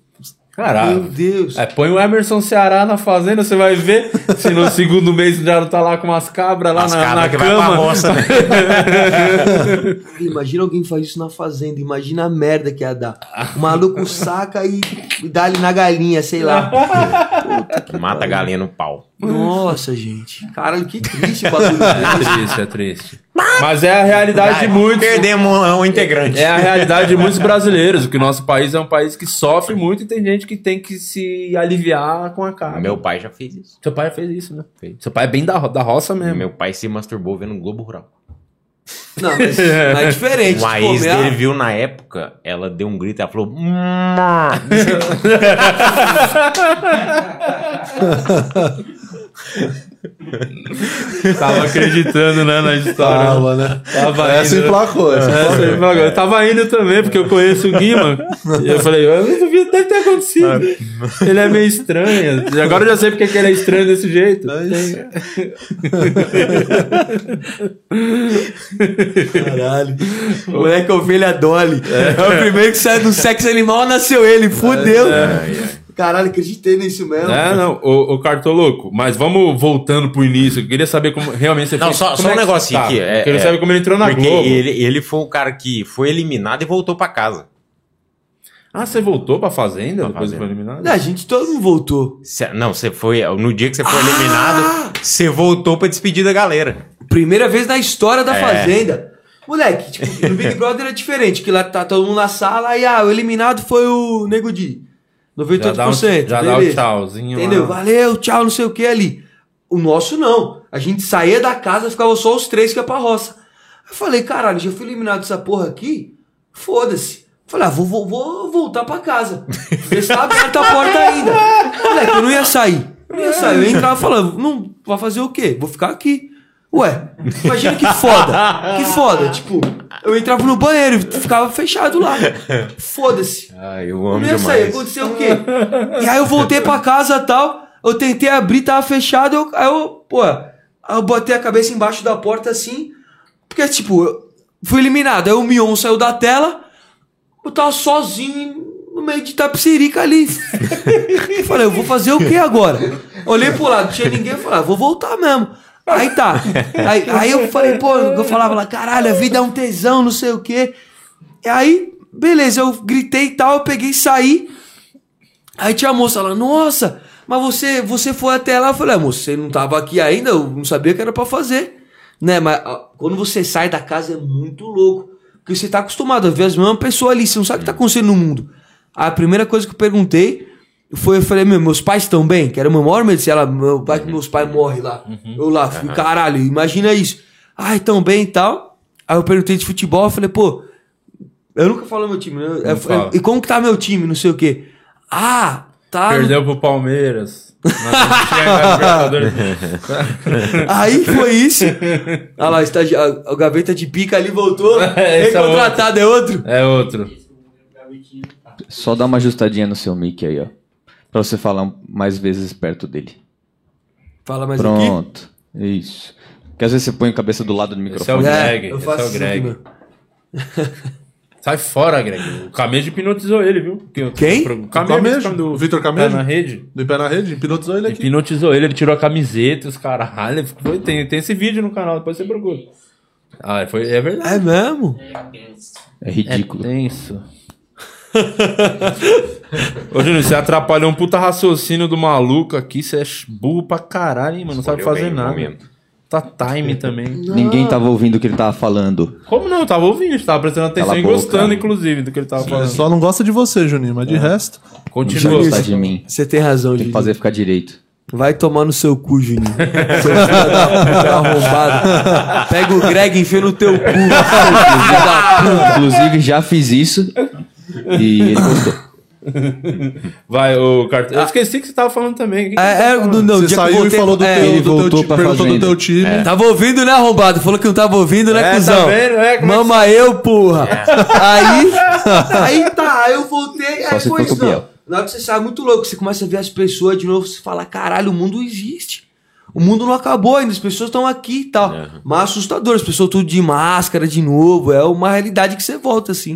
Speaker 1: Caralho.
Speaker 4: Meu Deus.
Speaker 1: É, põe o Emerson Ceará na fazenda, você vai ver se no segundo mês já tá lá com umas cabras lá
Speaker 3: As
Speaker 1: na,
Speaker 3: cabras
Speaker 1: na
Speaker 3: que vai pra
Speaker 1: cama.
Speaker 3: roça, né?
Speaker 4: Cara, imagina alguém faz isso na fazenda, imagina a merda que ia dar. O maluco saca e, e dá ali na galinha, sei lá.
Speaker 3: Que mata a galinha no pau.
Speaker 4: Nossa, gente. Caralho, que triste o bagulho.
Speaker 1: É triste, é triste. Mas é a realidade de muitos.
Speaker 3: Perdemos um, um integrante.
Speaker 1: É a realidade de muitos brasileiros, porque nosso país é um país que sofre muito e tem gente que tem que se aliviar com a cara.
Speaker 3: Meu pai já fez isso.
Speaker 1: Seu pai fez isso, né? Seu pai é bem da, ro- da roça mesmo.
Speaker 3: Meu pai se masturbou vendo um Globo Rural.
Speaker 4: Não, mas, mas é diferente.
Speaker 3: Uma
Speaker 4: pô,
Speaker 3: ex
Speaker 4: minha-
Speaker 1: é.
Speaker 3: dele viu na época, ela deu um grito, ela falou. "Mó".
Speaker 1: Tava acreditando, né, na história.
Speaker 2: Tava, né?
Speaker 1: Tava
Speaker 2: essa
Speaker 1: indo, né?
Speaker 2: emplacou, essa
Speaker 1: É,
Speaker 2: emplacou.
Speaker 1: você fala, Eu tava indo também, porque eu conheço o Guima. E eu falei, eu não vi, deve ter acontecido. Ele é meio estranho. E agora eu já sei porque que ele é estranho desse jeito.
Speaker 4: né?
Speaker 2: Mas- Caralho.
Speaker 4: O moleque é ovelha Dolly. É. o primeiro que sai do sexo animal, nasceu ele. Fudeu. Caralho, acreditei nisso mesmo.
Speaker 1: É, não, o, o Cartoloco, mas vamos voltando pro início. Eu queria saber como realmente você
Speaker 3: Não,
Speaker 1: fez-
Speaker 3: só,
Speaker 1: como
Speaker 3: só
Speaker 1: é
Speaker 3: um
Speaker 1: que
Speaker 3: negocinho
Speaker 1: tá?
Speaker 3: aqui. É,
Speaker 1: Eu queria
Speaker 3: é,
Speaker 1: saber como ele entrou na
Speaker 3: porque
Speaker 1: Globo.
Speaker 3: Ele, ele foi o cara que foi eliminado e voltou pra casa.
Speaker 1: Ah, você voltou pra Fazenda depois
Speaker 3: Fazenda.
Speaker 1: foi eliminado?
Speaker 4: A gente todo mundo voltou.
Speaker 3: Cê- não, você foi. No dia que você
Speaker 1: Ah!
Speaker 3: foi eliminado, você voltou pra despedir da galera.
Speaker 4: Primeira vez na história da
Speaker 3: É.
Speaker 4: Fazenda. Moleque, tipo, no Big Brother é diferente, que lá tá todo mundo na sala e ah, o eliminado foi o Nego Di. 98%.
Speaker 1: Já dá, um, já dá o
Speaker 4: beleza.
Speaker 1: tchauzinho lá.
Speaker 4: Entendeu? Valeu, tchau, não sei o que ali. O nosso não. A gente saía da casa, ficava só os três que ia pra roça. Eu falei, caralho, já fui eliminado dessa porra aqui? Foda-se. Falei, ah, vou, vou, vou voltar pra casa. Você está aberta a porta ainda. Moleque, eu não ia sair. Eu não ia sair. Eu entrava falando, não, vai fazer o quê? Vou ficar aqui. Ué, imagina que foda. Que foda. Tipo, eu entrava no banheiro e ficava fechado lá. Foda-se.
Speaker 3: Ah, eu
Speaker 4: Eu
Speaker 3: amo
Speaker 4: Não ia sair, aconteceu o quê? e aí eu voltei pra casa e tal, eu tentei abrir, tava fechado, eu, aí eu, pô, aí eu botei a cabeça embaixo da porta assim, porque tipo, eu fui eliminado, aí o Mion saiu da tela, eu tava sozinho no meio de tapicerica ali. Eu falei, eu vou fazer o que agora? Olhei pro lado, não tinha ninguém, eu falei, ah, vou voltar mesmo. Aí tá. Aí, aí eu falei, pô, eu falava lá, caralho, a vida é um tesão, não sei o quê. E aí, beleza, eu gritei e tal, eu peguei e saí. Aí tinha a moça lá, nossa, mas você, você foi até lá. Eu falei, ah, moça, você não tava aqui ainda, eu não sabia o que era pra fazer. Né, mas ah, quando você sai da casa é muito louco. Porque você tá acostumado a ver as mesmas pessoas ali, você não sabe o que tá acontecendo no mundo. A primeira coisa que eu perguntei foi, eu falei, meu, meus pais estão bem? Que era o meu maior medo, se ela, meu pai, que meus pais morrem lá. Eu lá, fui, caralho, imagina isso. Ai, tão bem e tal. Aí eu perguntei de futebol, eu falei, pô, eu nunca falo meu time. né?" eu- eu-
Speaker 1: fala.
Speaker 4: e como que tá meu time? Não sei o quê. Ah, tá.
Speaker 1: Perdeu pro Palmeiras. Mas não tinha ganho Libertadores.
Speaker 4: Aí foi isso. Olha lá, estagi... a, a gaveta de pica ali voltou.
Speaker 1: É, esse é
Speaker 4: Recontratado, é outro.
Speaker 1: é outro.
Speaker 5: Só dá uma ajustadinha no seu mic aí, ó. Pra você falar mais vezes perto dele.
Speaker 4: Fala mais um aqui.
Speaker 5: Pronto. Isso. Porque às vezes você põe a cabeça do lado do
Speaker 1: Esse é o
Speaker 5: microfone.
Speaker 1: Greg.
Speaker 4: eu
Speaker 1: esse é
Speaker 4: faço
Speaker 1: o
Speaker 4: isso
Speaker 1: Greg.
Speaker 4: aqui, meu.
Speaker 1: Sai fora, Greg. O Camejo hipnotizou ele, viu? Porque eu-
Speaker 4: Quem?
Speaker 1: Pro- O
Speaker 2: Camejo,
Speaker 1: Camejo. do-
Speaker 2: o Vitor
Speaker 1: Tá
Speaker 2: Camejo,
Speaker 1: na rede.
Speaker 2: do Em Pé na Rede, hipnotizou ele aqui.
Speaker 1: Hipnotizou ele, ele tirou a camiseta, os caralho. Foi, tem, tem esse vídeo no canal, depois você procura. Ah, foi, é verdade.
Speaker 4: É mesmo?
Speaker 5: É ridículo.
Speaker 1: tenso. Ô, Júnior, você atrapalhou um puta raciocínio do maluco aqui. Você é burro pra caralho, hein, mano. Não sabe
Speaker 3: Escolheu
Speaker 1: fazer
Speaker 3: bem o
Speaker 1: nada.
Speaker 3: momento.
Speaker 1: Tá time também.
Speaker 5: Ninguém tava ouvindo o que ele tava falando.
Speaker 1: Como não? Eu tava ouvindo, eu tava prestando atenção
Speaker 5: Cala a
Speaker 1: e
Speaker 5: boca.
Speaker 1: gostando, inclusive, do que ele tava
Speaker 2: Ele
Speaker 1: falando.
Speaker 2: só não gosta de você, Juninho,
Speaker 4: É.
Speaker 2: mas de resto.
Speaker 5: Deixa eu
Speaker 1: Continua.
Speaker 5: gostar de mim.
Speaker 4: Você tem razão,
Speaker 5: Tem que
Speaker 4: Juninho.
Speaker 5: fazer ficar direito.
Speaker 4: Vai tomar no seu cu, Juninho. Seu filho da puta arrombado. Pega o Greg e enfia no teu cu.
Speaker 5: Inclusive, já fiz isso. E ele gostou.
Speaker 1: Vai, o cartão. Eu esqueci que você tava falando também. O que que você
Speaker 4: É, é,
Speaker 1: tava falando?
Speaker 4: no, no
Speaker 2: Você
Speaker 4: dia que eu
Speaker 2: saiu e
Speaker 4: voltei-
Speaker 2: falou do
Speaker 4: é,
Speaker 2: teu,
Speaker 5: ele
Speaker 2: do teu
Speaker 5: voltou
Speaker 2: ti-
Speaker 5: pra
Speaker 2: perguntou do
Speaker 5: fazenda. É.
Speaker 2: teu time.
Speaker 4: Tava ouvindo, né, arrombado? Falou que não tava ouvindo, né,
Speaker 1: É, tá
Speaker 4: cuzão?
Speaker 1: vendo? É, como é que É.
Speaker 4: Mama eu, porra. Aí, aí tá, aí eu voltei, aí foi
Speaker 5: se for com
Speaker 4: isso.
Speaker 5: o Biel.
Speaker 4: Não. Na hora que você sai, é muito louco. Você começa a ver as pessoas de novo, você fala, caralho, o mundo existe. O mundo não acabou ainda, as pessoas estão aqui e tal.
Speaker 1: É.
Speaker 4: Mas assustador, as pessoas tudo de máscara de novo. É uma realidade que você volta, assim.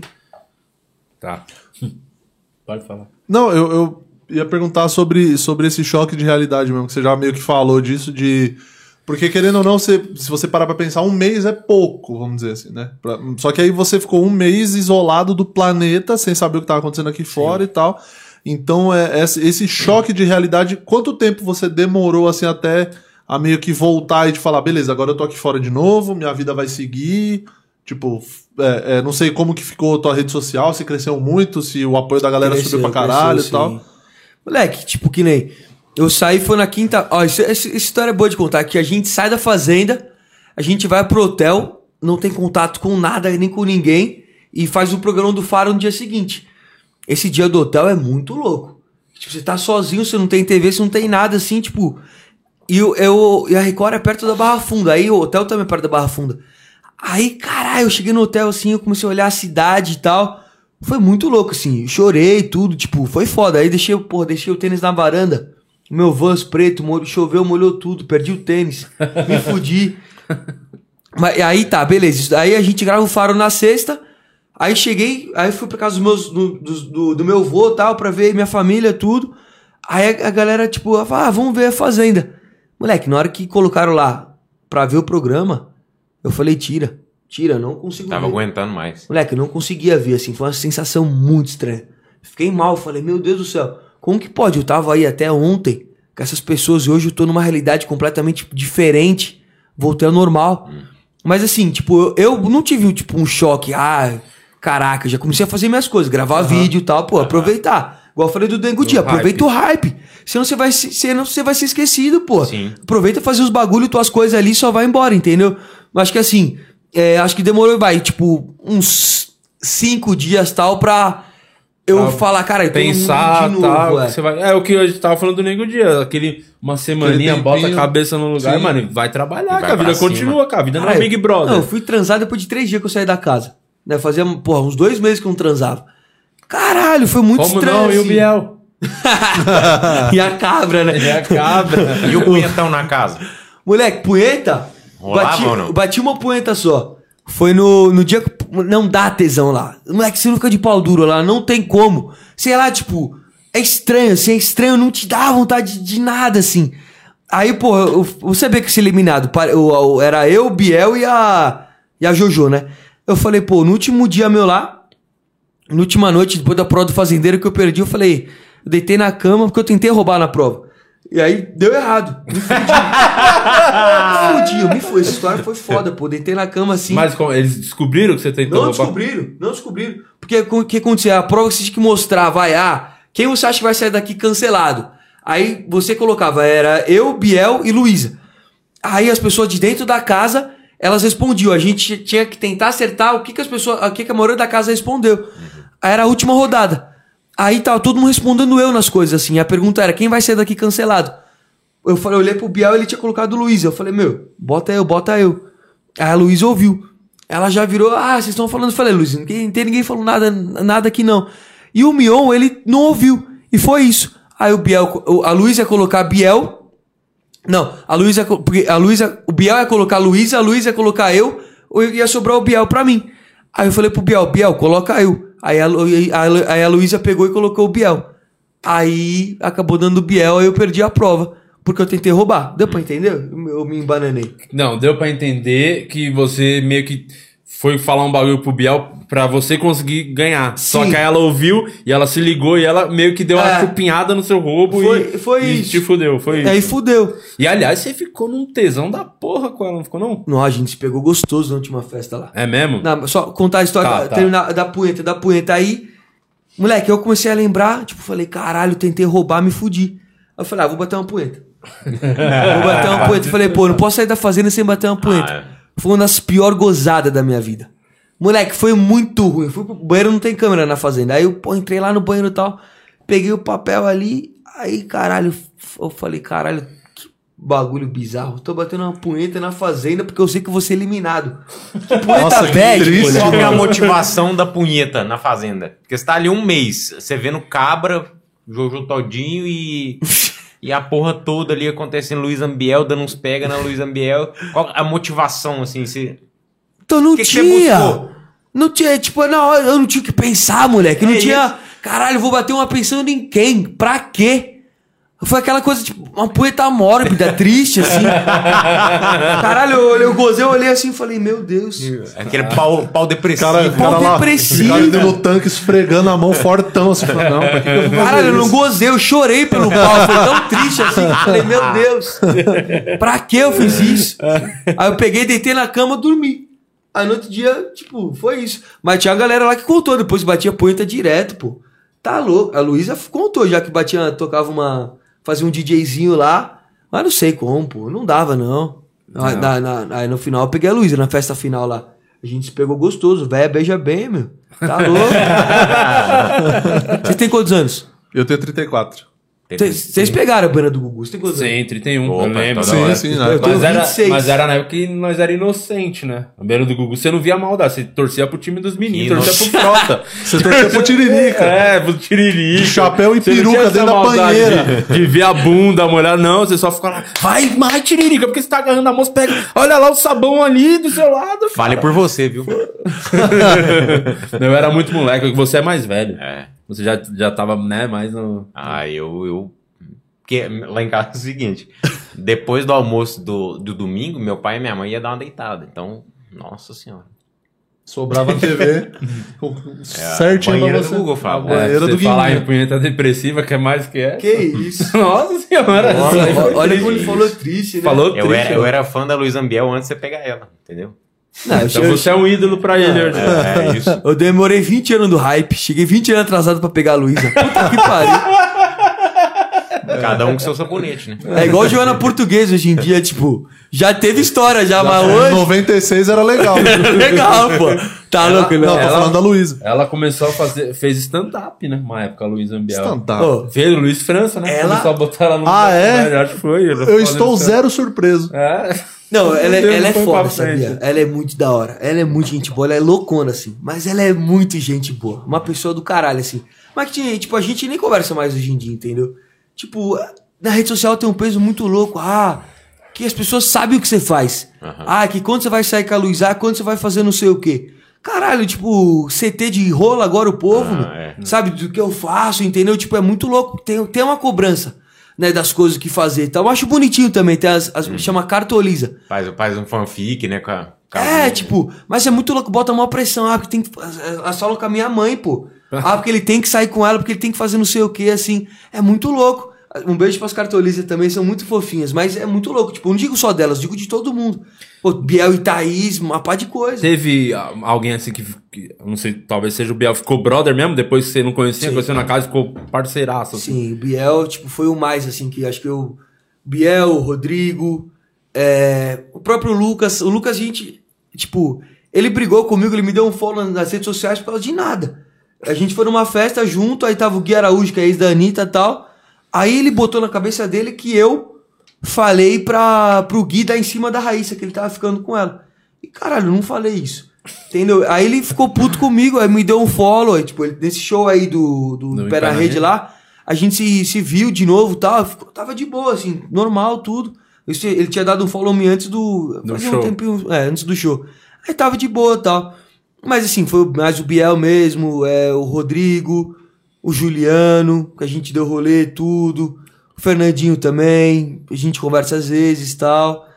Speaker 1: Tá. Pode falar.
Speaker 2: Não, eu, eu ia perguntar sobre, sobre esse choque de realidade mesmo, que você já meio que falou disso, de. Porque querendo ou não, você, se você parar pra pensar, um mês é pouco, vamos dizer assim, né? Pra- só que aí você ficou um mês isolado do planeta, sem saber o que tava acontecendo aqui fora e tal. Então, é, esse esse choque de realidade, quanto tempo você demorou, assim, até a meio que voltar e de falar, beleza, agora eu tô aqui fora de novo, minha vida vai seguir. Tipo, f- é, é, não sei como que ficou a tua rede social, se cresceu muito, se o apoio da galera
Speaker 4: Cresceu,
Speaker 2: subiu pra caralho
Speaker 4: cresceu,
Speaker 2: e
Speaker 4: sim.
Speaker 2: tal.
Speaker 4: Moleque, tipo, que nem. Eu saí, foi na quinta. Ó, isso, essa essa história é boa de contar. Que a gente sai da fazenda, a gente vai pro hotel, não tem contato com nada, nem com ninguém, e faz o programa do Faro no dia seguinte. Esse dia do hotel é muito louco. Tipo, você tá sozinho, você não tem TV, você não tem nada, assim, tipo. E, eu, eu- e a Record é perto da Barra Funda. Aí o hotel também é perto da Barra Funda. Aí, caralho, eu cheguei no hotel assim, eu comecei a olhar a cidade e tal. Foi muito louco, assim. Chorei e tudo, tipo, foi foda. Aí deixei, porra, deixei o tênis na varanda. O meu Vans preto, molho- choveu, molhou tudo, perdi o tênis, me fudi. Mas aí tá, beleza. Isso- Aí a gente grava o faro na sexta. Aí cheguei, aí fui pra casa dos meus, do, dos- do, do meu avô e tal, pra ver minha família, tudo. Aí a, a galera, tipo, ela fala, ah, vamos ver a fazenda. Moleque, na hora que colocaram lá pra ver o programa, eu falei, tira, tira, não consigo
Speaker 3: Tava
Speaker 1: Uhum.
Speaker 4: ver.
Speaker 3: aguentando mais.
Speaker 4: Moleque, eu não conseguia ver, assim, foi uma sensação muito estranha. Fiquei mal, falei, meu Deus do céu, como que pode? Eu tava aí até ontem com essas pessoas e hoje eu tô numa realidade completamente diferente, voltei ao normal. Mas assim, tipo, eu, eu não tive tipo, um choque, ah, caraca, eu já comecei a fazer minhas coisas, gravar vídeo e tal, pô, aproveitar. Igual eu falei do Dengo Dia, aproveita o hype. Senão você vai, se- senão você vai ser esquecido, pô.
Speaker 3: Sim.
Speaker 4: Aproveita fazer os bagulho, tuas coisas ali e só vai embora, entendeu? Acho que assim, é, acho que demorou, vai, tipo, uns cinco dias tal pra eu
Speaker 1: Pra
Speaker 4: falar, cara, eu tô no mundo
Speaker 1: Pensar,
Speaker 4: de novo,
Speaker 1: tal.
Speaker 4: é.
Speaker 1: que você vai- é. o que a gente tava falando do Nego Dia. Aquele, uma semaninha,
Speaker 2: tempinho.
Speaker 1: bota a cabeça no lugar,
Speaker 2: Sim.
Speaker 1: mano, e vai trabalhar,
Speaker 3: Vai
Speaker 1: que a vida
Speaker 3: pra cima.
Speaker 1: continua, cara. A vida não é
Speaker 4: Caralho,
Speaker 1: Big Brother.
Speaker 4: Não, Ah, eu fui transar depois de três dias que eu saí da casa. Né? Fazia, porra, uns dois meses que eu não transava. Caralho, foi muito
Speaker 1: Como
Speaker 4: estranho.
Speaker 1: não? E o
Speaker 4: assim.
Speaker 1: Biel?
Speaker 4: E a cabra, né?
Speaker 1: É a cabra.
Speaker 3: E o punhetão na casa?
Speaker 4: Moleque, punheta?
Speaker 3: Rolava
Speaker 4: bati,
Speaker 3: ou não?
Speaker 4: bati uma punheta só. Foi no, no dia que. Não dá tesão lá. Moleque, você não fica de pau duro lá, não tem como. Sei lá, tipo, é estranho, assim, é estranho, não te dá vontade de nada, assim. Aí, pô, eu, eu sabia que ia ser eliminado. Pa- eu- eu- Era eu, o Biel e a. E a Jojo, né? Eu falei, pô, no último dia meu lá, na última noite, depois da prova do fazendeiro que eu perdi, eu falei, eu deitei na cama porque eu tentei roubar na prova. E aí deu errado. Me fudi. me fudi, eu me fudi. Essa história foi foda, pô. Deitei na cama assim.
Speaker 1: Mas como, eles descobriram que você tentou
Speaker 4: não
Speaker 1: roubar?
Speaker 4: descobriram, não descobriram. Porque o que aconteceu? A prova que você tinha que mostrar, vai, ah, quem você acha que vai sair daqui cancelado? Aí você colocava, era eu, Biel e Luísa. Aí as pessoas de dentro da casa, elas respondiam. A gente tinha que tentar acertar o que, que as pessoas. O que, que a maioria da casa respondeu. Aí era a última rodada. Aí tava todo mundo respondendo eu nas coisas, assim. A pergunta era: quem vai sair daqui cancelado? Eu falei, eu olhei pro Biel ele tinha colocado o Luiz. Eu falei, meu, bota eu, bota eu. Aí a Luiz ouviu. Ela já virou, ah, vocês estão falando. Eu falei, Luiz, ninguém, tem ninguém falando nada, nada aqui não. E o Mion, ele não ouviu. E foi isso. Aí o Biel, a Luiz ia colocar Biel, não, a Luísa. é Porque a Luísa. O Biel ia colocar a Luísa, a Luísa ia colocar eu, ou ia sobrar o Biel pra mim. Aí eu falei pro Biel, Biel, coloca eu. Aí a, Lu- a Lu- aí a Luísa pegou e colocou o Biel. Aí acabou dando o Biel, aí eu perdi a prova. Porque eu tentei roubar. Deu pra entender? Eu, eu me embananei.
Speaker 1: Não, deu pra entender que você meio que foi falar um bagulho pro Biel pra você conseguir ganhar. Só
Speaker 4: Sim.
Speaker 1: que aí ela ouviu e ela se ligou e ela meio que deu uma
Speaker 4: É.
Speaker 1: chupinhada no seu roubo
Speaker 4: Foi-
Speaker 1: e,
Speaker 4: foi
Speaker 1: e
Speaker 4: isso. É
Speaker 1: te fudeu. Foi
Speaker 4: Aí
Speaker 1: isso.
Speaker 4: fudeu.
Speaker 1: E aliás, você ficou num tesão da porra com ela, não ficou não?
Speaker 4: Não, a gente se pegou gostoso na última festa lá.
Speaker 1: É mesmo?
Speaker 4: Não, só contar a história
Speaker 1: Tá,
Speaker 4: da,
Speaker 1: tá.
Speaker 4: terminar da punheta, da punheta aí. Moleque, eu comecei a lembrar, tipo, falei, caralho, tentei roubar, me fudi. Aí eu falei, ah, vou bater uma punheta. vou bater uma punheta. Eu Falei, pô, não posso sair da fazenda sem bater uma punheta.
Speaker 3: Ah,
Speaker 1: é.
Speaker 4: Foi uma das piores gozadas da minha vida. Moleque, foi muito ruim. Fui pro banheiro, não tem câmera na fazenda. Aí eu pô, entrei lá no banheiro e tal, peguei o papel ali, aí, caralho, f- eu falei, caralho, que bagulho bizarro. Tô batendo uma punheta na fazenda porque eu sei que eu vou ser eliminado. Que punheta
Speaker 2: Nossa, que
Speaker 4: bad,
Speaker 2: triste,
Speaker 4: moleque.
Speaker 3: Qual que é a motivação da punheta na fazenda? Porque você tá ali um mês, você vendo cabra, Jojo Todinho e. E a porra toda ali acontecendo, Luiz Ambiel dando uns pega na Luiz Ambiel. Qual a motivação, assim? Você...
Speaker 4: Então não
Speaker 3: Que que você
Speaker 4: tinha.
Speaker 3: buscou?
Speaker 4: não tinha, tipo, na hora eu não tinha o que pensar, moleque. Não
Speaker 3: É
Speaker 4: tinha. Caralho, vou bater uma pensando em quem? Pra quê? Foi aquela coisa, tipo, uma poeta mórbida, triste, assim. Caralho, eu, olhei- eu gozei, eu olhei assim e falei, meu Deus.
Speaker 3: É. Aquele pau, pau depressivo.
Speaker 2: Ah. Cara, o cara
Speaker 4: Pau
Speaker 2: lá,
Speaker 4: depressivo.
Speaker 2: o cara indo no tanque esfregando a mão fortão. Você fala, não, pra que que eu vou fazer
Speaker 4: Caralho, eu não
Speaker 2: isso?
Speaker 4: gozei, eu chorei pelo pau. Foi tão triste assim. que eu Falei, meu Deus, pra que eu fiz isso? Aí eu peguei, deitei na cama, dormi. Aí no outro dia, tipo, foi isso. Mas tinha a galera lá que contou, depois batia punheta direto, pô. Tá louco. A Luísa contou, já que batia, tocava uma. fazia um DJzinho lá. Mas não sei como, pô. Não dava, não. Aí, na- na- aí no final eu peguei a Luísa na festa final lá. A gente se pegou gostoso, velho, beija bem, meu. Tá louco. Você tem quantos anos?
Speaker 2: Eu tenho 34.
Speaker 4: Vocês pegaram a banda do Gugu, você tem quantos anos?
Speaker 1: Sim, 31,
Speaker 3: Opa,
Speaker 1: eu um, lembro.
Speaker 3: tá
Speaker 1: da
Speaker 2: sim,
Speaker 1: hora.
Speaker 2: sim,
Speaker 4: Eu
Speaker 2: né?
Speaker 4: tô-
Speaker 1: Mas era,
Speaker 4: 26.
Speaker 1: mas era na época que nós era inocente, né? No beiro do Gugu, você não via maldade, você torcia pro time dos meninos,
Speaker 3: Inoc-
Speaker 1: torcia pro Frota.
Speaker 2: Você torcia pro Tiririca.
Speaker 1: É, pro Tiririca.
Speaker 2: De chapéu e
Speaker 1: Você não
Speaker 2: peruca
Speaker 1: tinha essa
Speaker 2: dentro da
Speaker 1: maldade
Speaker 2: banheira.
Speaker 1: De, de ver a bunda molhada, não, você só ficava lá, vai, vai, Tiririca, porque você tá agarrando a moça, pega, olha lá o sabão ali do seu lado.
Speaker 3: Fale por você, viu?
Speaker 1: Eu era muito moleque, você é mais velho.
Speaker 3: É.
Speaker 1: Você já, já tava, né, mais no...
Speaker 3: Ah, eu. eu... Porque lá em casa é o seguinte: depois do almoço do, do domingo, meu pai e minha mãe iam dar uma deitada. Então, nossa senhora.
Speaker 2: Sobrava a TV. certinho pra
Speaker 3: banheira do
Speaker 2: você. É.
Speaker 3: Google, Fábio.
Speaker 2: A banheira
Speaker 1: você
Speaker 2: do
Speaker 1: É, falar
Speaker 2: Guilherme.
Speaker 1: em punheta depressiva, que é mais que é.
Speaker 4: Que isso?
Speaker 1: Nossa senhora.
Speaker 4: Olha, olha,
Speaker 1: Olha,
Speaker 4: como ele falou triste, né?
Speaker 1: falou
Speaker 3: Eu
Speaker 1: triste.
Speaker 3: era, eu era fã da Luiz Ambiel antes de você pegar ela, entendeu?
Speaker 4: Não, eu,
Speaker 1: Então
Speaker 4: cheguei-
Speaker 1: você é um ídolo pra ele, hoje.
Speaker 3: É, é isso.
Speaker 4: eu demorei 20 anos do hype, cheguei 20 anos atrasado pra pegar a Luísa. Puta que pariu.
Speaker 3: Cada um com seu sabonete, né?
Speaker 4: É igual Joana Portuguesa hoje em dia, tipo, já teve história já, mas
Speaker 2: Em
Speaker 4: hoje...
Speaker 2: 96 era legal.
Speaker 4: Legal, pô. Tá louco,
Speaker 2: Não,
Speaker 4: não?
Speaker 2: tô
Speaker 1: Ela-
Speaker 2: falando da Luísa.
Speaker 1: Ela começou a fazer. Fez stand-up, né? Uma época, a Luísa Ambiel.
Speaker 2: Stand-up.
Speaker 4: Ô,
Speaker 1: Fez o Luiz França, né?
Speaker 4: Ela-
Speaker 1: Começou a botar ela no.
Speaker 2: Ah, é?
Speaker 1: Eu Acho que foi. né? ela
Speaker 2: Eu
Speaker 1: fazendo
Speaker 2: estou
Speaker 1: stand-up.
Speaker 2: zero surpreso.
Speaker 1: É.
Speaker 4: Não, ela, é-
Speaker 1: Deus,
Speaker 4: ela é
Speaker 1: foi
Speaker 4: foda,
Speaker 1: pra frente.
Speaker 4: sabia? Ela é muito da hora. Ela é muito gente boa, ela é loucona, assim. Mas ela é muito gente boa. Uma pessoa do caralho, assim. Mas que, tipo, a gente nem conversa mais hoje em dia, entendeu? Tipo, na rede social tem um peso muito louco. Ah, que as pessoas sabem o que você faz. Ah, que quando você vai sair com a Luiz, ah, quando você vai fazer não sei o quê. Caralho, tipo, CT de rolo agora o povo,
Speaker 3: Ah,
Speaker 4: mano.
Speaker 3: é.
Speaker 4: sabe, do que eu faço, entendeu? Tipo, é muito louco. Tem, tem uma cobrança, né, das coisas que fazer e tal. Eu acho bonitinho também, tem as,
Speaker 3: Hum.
Speaker 4: as- chama cartolisa.
Speaker 3: Faz, faz um fanfic, né? Com a, com a
Speaker 4: É,
Speaker 3: Luísa.
Speaker 4: tipo, mas é muito louco, bota uma pressão, ah, porque tem que. Elas falam com a minha mãe, pô. Ah, porque ele tem que sair com ela, porque ele tem que fazer não sei o que, assim. É muito louco. Um beijo pras cartolistas também, são muito fofinhas, mas é muito louco. Tipo, eu não digo só delas, digo de todo mundo. Pô, Biel e Thaís, uma pá de coisa.
Speaker 1: Teve ah, alguém assim que, que- eu Não sei, talvez seja o Biel. Ficou brother mesmo, depois que você não conhecia,
Speaker 4: Sim.
Speaker 1: conheceu na casa, ficou parceiraço. Assim.
Speaker 4: Sim, o Biel, tipo, foi o mais, assim, que acho que eu. Biel, o Rodrigo, é, o próprio Lucas. O Lucas, a gente, tipo, ele brigou comigo, ele me deu um follow nas redes sociais por causa de nada. A gente foi numa festa junto, aí tava o Gui Araújo, que é ex da Anitta e tal. Aí ele botou na cabeça dele que eu falei pra, pro Gui dar em cima da Raíssa, que ele tava ficando com ela. E caralho, eu não falei isso. Entendeu? Aí ele ficou puto comigo, aí me deu um follow, aí, tipo, ele- nesse show aí do,
Speaker 1: Do
Speaker 4: do, Pé na
Speaker 1: Pé na
Speaker 4: Rede
Speaker 1: Rede.
Speaker 4: lá, a gente se, se viu de novo e tal, eu fico- tava de boa, assim, normal, tudo. Isso, ele tinha dado um follow me antes do.
Speaker 1: Do
Speaker 4: fazia
Speaker 1: show.
Speaker 4: Um tempinho, é, antes do show. Aí tava de boa e tal. Mas assim, foi mais o Biel mesmo, é, o Rodrigo, o Juliano, que a gente deu rolê, tudo. O Fernandinho também, a gente conversa às vezes e tal.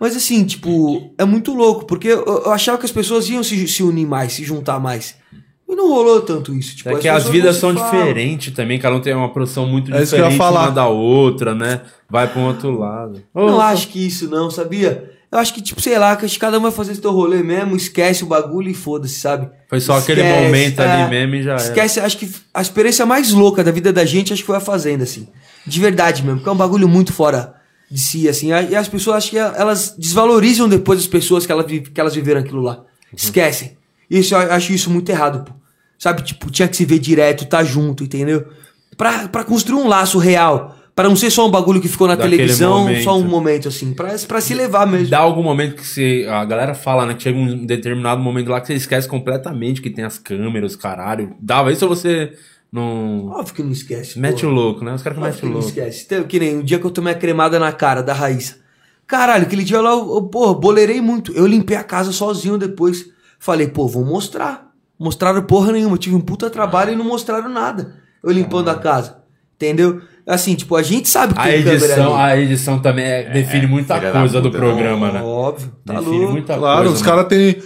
Speaker 4: Mas assim, tipo, é muito louco, porque eu, eu achava que as pessoas iam se, se unir mais, se juntar mais. E não rolou tanto isso. Tipo,
Speaker 1: É que
Speaker 4: pessoas
Speaker 1: as vidas
Speaker 4: não se
Speaker 1: são
Speaker 4: falam.
Speaker 1: diferentes também, cada um tem uma produção muito
Speaker 2: É isso que eu ia
Speaker 1: diferente
Speaker 2: falar.
Speaker 1: uma da outra, né? Vai pra um outro lado.
Speaker 4: Não
Speaker 1: Ô,
Speaker 4: acho que isso não, sabia? Eu acho que, tipo, sei lá, que acho que cada um vai fazer seu rolê mesmo, esquece o bagulho e foda-se, sabe?
Speaker 1: Foi só aquele
Speaker 4: Esquece,
Speaker 1: momento
Speaker 4: é.
Speaker 1: ali mesmo e já era.
Speaker 4: Esquece, acho que a experiência mais louca da vida da gente, acho que foi a Fazenda, assim. De verdade mesmo, porque é um bagulho muito fora de si, assim. E as pessoas, acho que é, elas desvalorizam depois as pessoas que elas, vi- que elas viveram aquilo lá.
Speaker 1: Uhum.
Speaker 4: Esquecem. Isso, eu acho isso muito errado, pô. Sabe, tipo, tinha que se ver direto, tá junto, entendeu? Pra, pra construir um laço real. Pra não ser só um bagulho que ficou na
Speaker 1: Daquele
Speaker 4: televisão, só um
Speaker 1: momento.
Speaker 4: momento, assim. Pra, pra se levar mesmo.
Speaker 1: Dá algum momento que você, a galera fala, né? Que chega um determinado momento lá que você esquece completamente que tem as câmeras, caralho. Dava isso ou você não.
Speaker 4: Óbvio que não esquece.
Speaker 1: Mete
Speaker 4: pô.
Speaker 1: o louco, né? Os caras que
Speaker 4: Mas
Speaker 1: metem o
Speaker 4: não
Speaker 1: louco.
Speaker 4: esquece. Tem- Que nem o dia que eu tomei a cremada na cara da Raíssa. Caralho, aquele dia lá, eu, eu, porra, boleirei muito. Eu limpei a casa sozinho depois. Falei, pô, vou mostrar. Mostraram porra nenhuma. Eu tive um puta trabalho e não mostraram nada. Eu limpando a casa. Entendeu? Assim, tipo, a gente sabe que
Speaker 1: A
Speaker 4: tem
Speaker 1: edição,
Speaker 4: câmera ali.
Speaker 1: a edição também é- define muita
Speaker 3: filha da
Speaker 1: coisa do
Speaker 3: puta.
Speaker 1: programa, né?
Speaker 4: Óbvio, tá
Speaker 1: define
Speaker 4: louco.
Speaker 1: muita
Speaker 2: Claro,
Speaker 1: coisa. né?
Speaker 2: os
Speaker 1: mano.
Speaker 2: caras têm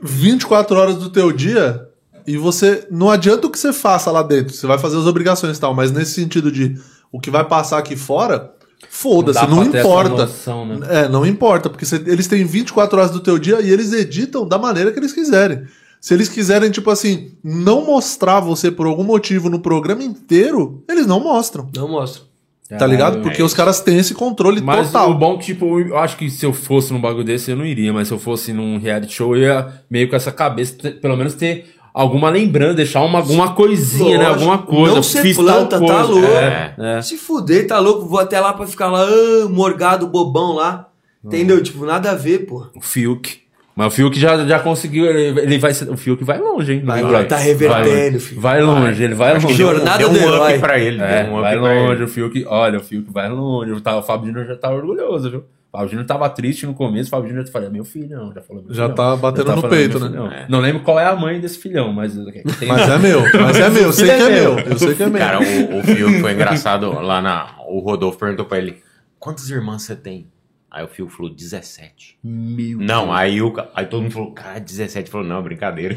Speaker 2: 24 horas do teu dia e você. Não adianta o que você faça lá dentro. Você vai fazer as obrigações e tal, mas nesse sentido de o que vai passar aqui fora, foda-se,
Speaker 1: dá
Speaker 2: não,
Speaker 1: pra ter essa
Speaker 2: importa.
Speaker 1: noção, né?
Speaker 2: É, não importa, porque você- eles têm 24 horas do teu dia e eles editam da maneira que eles quiserem. Se eles quiserem, tipo assim, não mostrar você por algum motivo no programa inteiro, eles não mostram.
Speaker 4: Não mostra.
Speaker 2: tá
Speaker 1: Caralho,
Speaker 2: ligado?
Speaker 1: velho.
Speaker 2: Porque os caras têm esse controle
Speaker 1: É, Mas
Speaker 2: total.
Speaker 1: o bom que, tipo, eu acho que se eu fosse num bagulho desse, eu não iria, mas se eu fosse num reality show, eu ia meio com essa cabeça, te- pelo menos ter alguma lembrança, deixar uma, alguma coisinha, né?
Speaker 4: Lógico,
Speaker 1: Alguma coisa.
Speaker 4: não ser
Speaker 1: fiz tal
Speaker 4: planta, tá
Speaker 1: coisa.
Speaker 4: louco.
Speaker 1: É, é.
Speaker 4: Se fuder, tá louco, vou até lá pra ficar lá, ah, morgado, bobão lá. Entendeu? Tipo, nada a ver, pô.
Speaker 1: O Fiuk. Mas o Fiuk já, já conseguiu, ele, ele vai ser- O Fiuk vai longe, hein?
Speaker 4: Vai,
Speaker 1: Vai,
Speaker 4: tá revertendo, filho.
Speaker 1: Vai longe, ele vai longe.
Speaker 4: Jornal Jornada
Speaker 3: deu um
Speaker 4: do
Speaker 3: up
Speaker 4: herói.
Speaker 3: pra ele.
Speaker 1: É,
Speaker 3: deu um up
Speaker 1: vai
Speaker 3: pra
Speaker 1: longe,
Speaker 3: ele.
Speaker 1: o Fiuk. Olha, o Fiuk vai longe. O, ta- o Fábio Júnior já tá orgulhoso, viu? O Fábio Júnior tava triste no começo, o Fábio Júnior já falou, "É meu filhão, já falou meu
Speaker 2: Já
Speaker 1: filhão.
Speaker 2: tá batendo
Speaker 1: Já
Speaker 2: no
Speaker 1: falando,
Speaker 2: peito,
Speaker 1: meu
Speaker 2: né?
Speaker 1: filhão. Não lembro qual é a mãe desse filhão, mas tem
Speaker 2: Mas é meu, mas é meu, eu sei que é meu. Eu sei que é meu.
Speaker 3: Cara, o, o Fiuk foi engraçado lá na. O Rodolfo perguntou pra ele: quantas irmãs você tem? Aí o Fiuk falou: 17.
Speaker 1: mil.
Speaker 3: Não, aí, o, ca- aí todo mundo falou: cara, 17. Ele falou: não, brincadeira.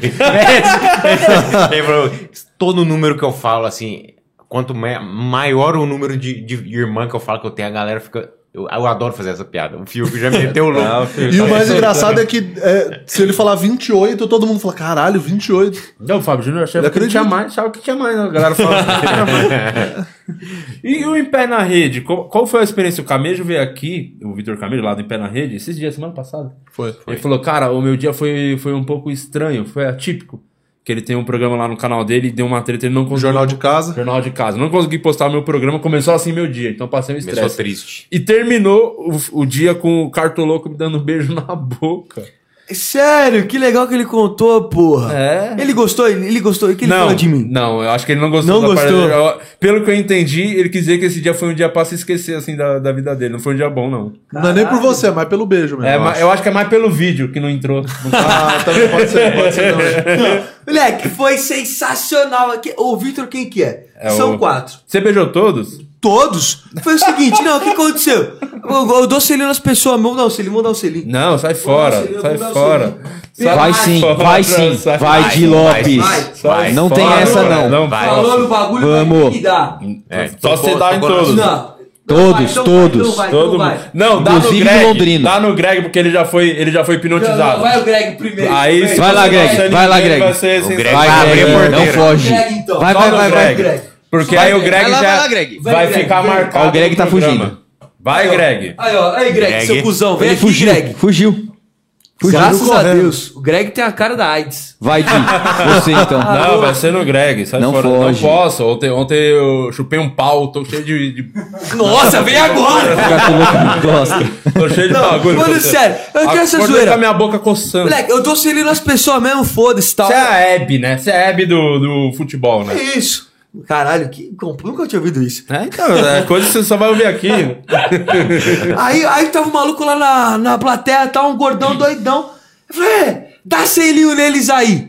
Speaker 3: ele falou: todo número que eu falo, assim, quanto ma- maior o número de, de irmã que eu falo que eu tenho, a galera fica. Eu, eu adoro fazer essa piada. O Fiuk já meteu o louco.
Speaker 1: um
Speaker 2: E o mais engraçado
Speaker 1: tá
Speaker 2: é que é, se ele falar 28, todo mundo fala, caralho, 28.
Speaker 1: Não, o Fábio Júnior achava
Speaker 2: Não
Speaker 1: que não tinha
Speaker 2: acredito.
Speaker 1: mais, achava que tinha mais, né? a galera falava que tinha mais. E o Em Pé na Rede, qual, qual foi a experiência? O Camejo veio aqui, o Vitor Camejo, lá do Em Pé na Rede, esses dias, semana passada.
Speaker 2: Foi.
Speaker 1: Ele falou, cara, o meu dia foi, foi um pouco estranho, foi atípico. Que ele tem um programa lá no canal dele, deu uma treta, ele não
Speaker 2: O
Speaker 1: conseguiu.
Speaker 2: jornal de casa.
Speaker 1: Jornal de casa. Não consegui postar meu programa, começou assim meu dia, então passei um
Speaker 3: Começou
Speaker 1: estresse.
Speaker 3: triste.
Speaker 1: E terminou o, o dia com o cartoloco me dando um beijo na boca.
Speaker 4: Sério, que legal que ele contou, porra.
Speaker 1: É.
Speaker 4: Ele gostou, ele ele gostou. O que ele
Speaker 1: não,
Speaker 4: falou de mim?
Speaker 1: Não, eu acho que ele não gostou.
Speaker 4: Não
Speaker 1: parada
Speaker 4: gostou.
Speaker 1: dele. Eu- pelo que eu entendi, ele quis dizer que esse dia foi um dia pra se esquecer, assim, da, da vida dele. Não foi um dia bom, não.
Speaker 2: Não é nem por você, mas pelo beijo mesmo.
Speaker 1: É,
Speaker 2: eu
Speaker 1: ma-
Speaker 2: acho.
Speaker 1: eu acho que é mais pelo vídeo que não entrou.
Speaker 2: Ah, também pode ser, pode ser também.
Speaker 4: Moleque, foi sensacional. Que- O Victor, quem que é?
Speaker 1: É
Speaker 4: São
Speaker 1: o-
Speaker 4: quatro.
Speaker 1: Você beijou todos?
Speaker 4: Todos? Foi o seguinte, não, o que aconteceu? Eu, eu dou selinho nas pessoas, vamos dar um selinho, vamos dar um selinho.
Speaker 1: Não, sai fora.
Speaker 4: Nossa,
Speaker 1: Sai
Speaker 4: eu vou
Speaker 1: fora.
Speaker 4: dar
Speaker 1: Sai
Speaker 5: Vai
Speaker 1: fora,
Speaker 5: sim, vai sim.
Speaker 1: sai
Speaker 5: Vai de Lopes.
Speaker 4: vai,
Speaker 1: Sai
Speaker 5: Não tem
Speaker 1: fora,
Speaker 5: essa,
Speaker 1: cara.
Speaker 5: não.
Speaker 3: Vai.
Speaker 4: Falou no bagulho,
Speaker 5: Vamos.
Speaker 4: vai ter que dar.
Speaker 3: É,
Speaker 1: Só você dá em todos.
Speaker 4: Não.
Speaker 5: Todos,
Speaker 4: não
Speaker 5: todos.
Speaker 4: Vai, não
Speaker 1: Todo
Speaker 4: vai, não vai.
Speaker 1: mundo. Não, dá no
Speaker 5: Inclusive
Speaker 1: Greg.
Speaker 5: de Londrina.
Speaker 1: Dá no Greg, porque ele já foi, ele já foi
Speaker 4: Não,
Speaker 1: hipnotizado.
Speaker 4: não, vai o Greg primeiro.
Speaker 1: Aí, se
Speaker 4: Greg,
Speaker 5: Vai lá,
Speaker 1: você
Speaker 5: Greg,
Speaker 1: dá o sangue
Speaker 5: vai lá,
Speaker 1: dele,
Speaker 5: Greg.
Speaker 1: vai ser
Speaker 3: O
Speaker 1: sem-
Speaker 3: Greg
Speaker 5: Vai,
Speaker 3: vai abrir
Speaker 5: Greg,
Speaker 3: a
Speaker 5: não
Speaker 3: porteira.
Speaker 5: foge.
Speaker 4: Greg, então.
Speaker 5: Vai,
Speaker 1: Só
Speaker 5: vai,
Speaker 1: no
Speaker 5: vai, vai.
Speaker 1: Greg.
Speaker 4: Greg.
Speaker 1: Porque aí
Speaker 5: Vai,
Speaker 1: o
Speaker 5: Greg.
Speaker 1: Greg
Speaker 5: Vai lá,
Speaker 1: já
Speaker 5: vai lá, Greg.
Speaker 1: vai
Speaker 4: Vai, Greg,
Speaker 1: ficar
Speaker 4: Greg.
Speaker 1: marcado.
Speaker 5: Ó, o Greg
Speaker 1: no
Speaker 5: tá
Speaker 1: programa.
Speaker 5: fugindo.
Speaker 1: Vai, Greg.
Speaker 4: Aí, ó, aí, Greg,
Speaker 3: Greg.
Speaker 4: seu cuzão, vem
Speaker 5: Ele
Speaker 4: aqui,
Speaker 5: fugiu,
Speaker 4: Greg.
Speaker 5: fugiu. Fugiu
Speaker 4: Graças a
Speaker 5: correndo.
Speaker 4: Deus, o Greg tem a cara da AIDS.
Speaker 5: Vai, Di. Você então.
Speaker 4: Ah,
Speaker 1: Ah, Não, vai ser no Greg. Sai
Speaker 5: Não
Speaker 1: fora.
Speaker 5: foge.
Speaker 1: Não posso. Ontem, ontem eu chupei um pau, tô cheio de. de-
Speaker 4: Nossa, vem agora!
Speaker 5: Cartoloco me gosta.
Speaker 1: tô cheio de
Speaker 4: Não,
Speaker 1: bagulho.
Speaker 4: mano,
Speaker 1: tô-
Speaker 4: sério, eu quero essa
Speaker 1: Acordei
Speaker 4: zoeira.
Speaker 1: com a minha boca coçando.
Speaker 4: Moleque, eu dou selinho nas pessoas mesmo, foda-se, tal.
Speaker 1: Você é a Hebe, né? Você é a Hebe do, do futebol, né?
Speaker 4: Que isso? Caralho, que... como- nunca tinha ouvido isso.
Speaker 1: É, então, é coisa que você só vai ouvir aqui.
Speaker 4: Aí, aí tava um maluco lá na, na plateia, tá um gordão doidão. Eu falei, é, dá selinho neles aí.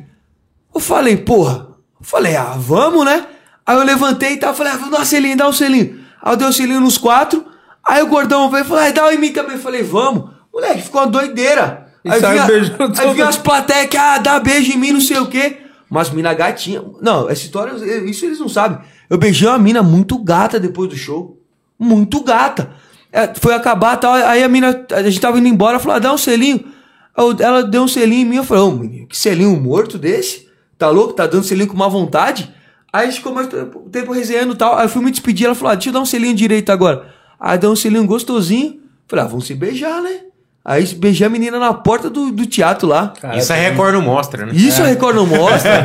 Speaker 4: Eu falei, porra. Eu falei, ah, vamos, né? Aí eu levantei e tal, falei, ah, vou dar um selinho, dá um selinho. Aí eu dei um selinho nos quatro. Aí o gordão veio e falou, ah, dá um em mim também. Eu falei, vamos. Moleque, ficou uma doideira.
Speaker 1: E
Speaker 4: Aí
Speaker 1: saiu
Speaker 4: vinha,
Speaker 1: beijando
Speaker 4: aí
Speaker 1: todo
Speaker 4: vinha
Speaker 1: mundo.
Speaker 4: as plateias que, ah, dá beijo em mim, não sei o quê. Mas mina gatinha. Não, essa história, eu- isso eles não sabem. Eu beijei uma mina muito gata depois do show. Muito gata. É, foi acabar tal. Aí a mina, a gente tava indo embora, falou, ah, dá um selinho. Aí eu- Ela deu um selinho em mim, eu falei, ô menino, que selinho morto desse? Tá louco? Tá dando selinho com má vontade? Aí a gente ficou mais tempo, tempo resenhando e tal. Aí eu fui me despedir, ela falou, ah, deixa eu dar um selinho direito agora. Aí deu um selinho gostosinho. Falei, ah, vão se beijar, né? Aí beijei a menina na porta do, do teatro lá.
Speaker 3: Isso a Record não mostra, né?
Speaker 4: Isso a Record não mostra.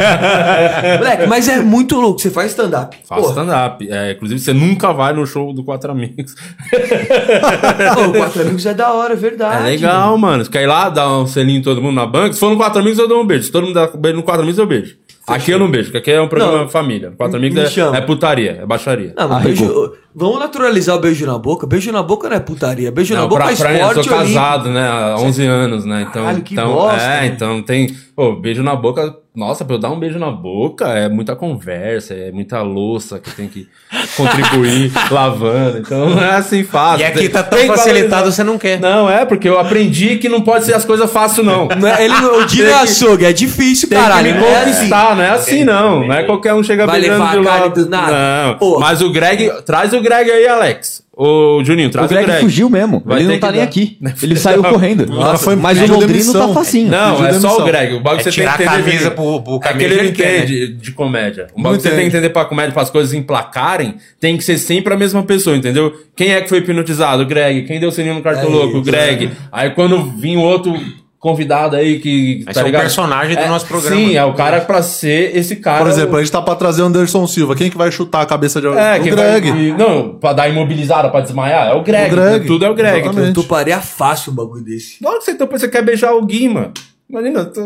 Speaker 4: Moleque, mas é muito louco. Você faz stand-up.
Speaker 1: Faz
Speaker 4: Porra,
Speaker 1: stand-up. É, inclusive, você nunca vai no show do Quatro Amigos.
Speaker 4: pô, o Quatro Amigos é da hora, é
Speaker 1: É
Speaker 4: verdade.
Speaker 1: legal, mano. Você quer ir lá, dar um selinho em todo mundo na banca? Se for no Quatro Amigos, eu dou um beijo. Se todo mundo dá um beijo no Quatro Amigos, eu beijo. Aqui eu não beijo, porque aqui é um programa
Speaker 4: Não.
Speaker 1: de família. Quatro
Speaker 4: Me
Speaker 1: Amigos
Speaker 4: chama.
Speaker 1: é, é putaria, é baixaria.
Speaker 4: Não, mas
Speaker 5: Arregou.
Speaker 4: beijo- vamos naturalizar o beijo na boca. Beijo na boca não é putaria. Beijo na
Speaker 1: Não,
Speaker 4: boca
Speaker 1: pra,
Speaker 4: é
Speaker 1: pra mim, eu sou
Speaker 4: esporte olímpico.
Speaker 1: casado, né? Há 11 anos, né? Então,
Speaker 4: Caralho, que
Speaker 1: então
Speaker 4: bosta,
Speaker 1: é,
Speaker 4: né?
Speaker 1: então tem. Pô, beijo na boca Nossa, pra eu dar um beijo na boca é muita conversa, é muita louça que tem que contribuir lavando. Então não é assim fácil.
Speaker 3: E aqui tá tão
Speaker 1: Tem que
Speaker 3: facilitado, você não quer.
Speaker 1: valorizar. Não, é, porque eu aprendi que não pode ser as coisas fácil, não.
Speaker 4: Não é- Ele não, o Dino é açougue, é difícil,
Speaker 1: Tem
Speaker 4: caralho.
Speaker 1: que me
Speaker 4: não é assim.
Speaker 1: conquistar, não é assim não. Não é qualquer um chega
Speaker 4: Vai
Speaker 1: beijando
Speaker 4: levar
Speaker 1: de
Speaker 4: a cara
Speaker 1: lado.
Speaker 4: do nada.
Speaker 1: Não.
Speaker 4: Pô.
Speaker 1: Mas o Greg, traz o Greg aí, Alex. Ô, Juninho, traz
Speaker 5: O
Speaker 1: o
Speaker 5: Greg, fugiu mesmo.
Speaker 1: Vai
Speaker 5: ele
Speaker 1: ter
Speaker 5: não tá
Speaker 1: que
Speaker 5: nem
Speaker 1: dar.
Speaker 5: aqui. Ele saiu correndo.
Speaker 2: Nossa, foi
Speaker 5: Mas o
Speaker 2: pediu
Speaker 5: Londrino
Speaker 2: demissão.
Speaker 5: tá facinho.
Speaker 1: Não,
Speaker 2: Pediu
Speaker 1: é só
Speaker 2: demissão.
Speaker 1: o Greg. O bagulho que
Speaker 3: É
Speaker 1: você tem
Speaker 3: tirar
Speaker 1: que
Speaker 3: a
Speaker 1: entender.
Speaker 3: camisa
Speaker 1: Juninho.
Speaker 3: pro, pro
Speaker 1: É que
Speaker 3: caminho
Speaker 1: ele
Speaker 3: que
Speaker 1: não
Speaker 3: ele quer, né?
Speaker 1: entende de comédia. O bagulho que você
Speaker 2: Entende.
Speaker 1: tem que entender pra comédia, pras coisas emplacarem, tem que ser sempre a mesma pessoa, entendeu? Quem é que foi hipnotizado? O Greg. Quem deu sininho no cartão
Speaker 4: É
Speaker 1: louco? O
Speaker 4: isso,
Speaker 1: Greg. Aí quando vinha o outro convidado aí que.
Speaker 3: Esse é o personagem do nosso programa.
Speaker 1: Sim, é o cara pra ser esse cara.
Speaker 2: Por exemplo, a gente tá pra trazer Anderson Silva. Quem que vai chutar a cabeça de alguém?
Speaker 1: É,
Speaker 2: o
Speaker 1: quem
Speaker 2: Greg.
Speaker 1: vai- não, pra dar imobilizada, pra desmaiar, é o Greg.
Speaker 2: O Greg,
Speaker 1: Tudo é o Greg.
Speaker 2: exatamente.
Speaker 4: Eu toparia fácil um bagulho desse.
Speaker 1: Logo que você, topa, você quer beijar o Guima. Imagina,
Speaker 2: É,
Speaker 1: tu,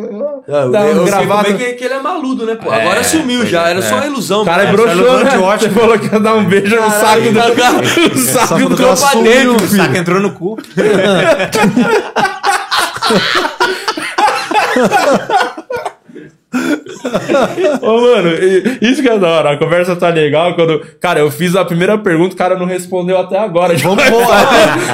Speaker 4: Ah,
Speaker 1: dá
Speaker 4: eu
Speaker 1: um
Speaker 4: sei
Speaker 1: gravado.
Speaker 4: como é que, que ele é maludo, né, pô?
Speaker 1: É,
Speaker 4: Agora sumiu
Speaker 1: pois
Speaker 4: já,
Speaker 1: é,
Speaker 4: era só uma ilusão.
Speaker 1: O cara é
Speaker 4: mano.
Speaker 1: broxô,
Speaker 3: Saiu
Speaker 1: né?
Speaker 3: do
Speaker 1: Você falou que ia dar um beijo no saco
Speaker 4: Caralho,
Speaker 1: do
Speaker 4: cara.
Speaker 1: no saco
Speaker 2: Saco
Speaker 1: do
Speaker 2: do
Speaker 1: cara
Speaker 2: cara
Speaker 1: dentro.
Speaker 3: O saco entrou no cu.
Speaker 1: Ô, mano, e- isso que é da hora. A conversa tá legal quando... Cara, eu fiz a primeira pergunta, o cara não respondeu até agora.
Speaker 2: Vamos pôr.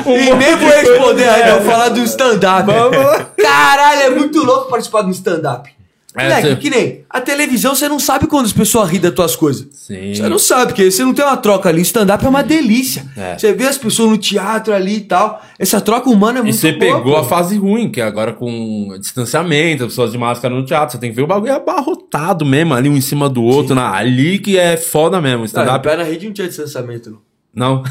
Speaker 1: Um
Speaker 4: E
Speaker 1: monte
Speaker 4: nem
Speaker 1: de
Speaker 4: vou
Speaker 1: coisa.
Speaker 4: responder ainda, eu vou falar do stand-up.
Speaker 1: Vamos lá.
Speaker 4: Caralho, é muito louco participar do stand-up.
Speaker 1: É,
Speaker 4: Moleque,
Speaker 1: você-
Speaker 4: que nem a televisão, você não sabe quando as pessoas riem das tuas coisas.
Speaker 1: Sim.
Speaker 4: Você não sabe, porque você não tem uma troca ali. Stand-up é uma delícia.
Speaker 1: É.
Speaker 4: Você vê as pessoas no teatro ali e tal. Essa troca humana é
Speaker 1: E
Speaker 4: muito
Speaker 1: você
Speaker 4: boa,
Speaker 1: pegou
Speaker 4: pô.
Speaker 1: a fase ruim, que é agora com distanciamento, as pessoas de máscara no teatro, você tem que ver o bagulho abarrotado mesmo, ali um em cima do outro, na, ali que é foda mesmo,
Speaker 4: Cara,
Speaker 1: stand-up.
Speaker 4: pé na Tá, rede não tinha distanciamento, não.
Speaker 1: Não.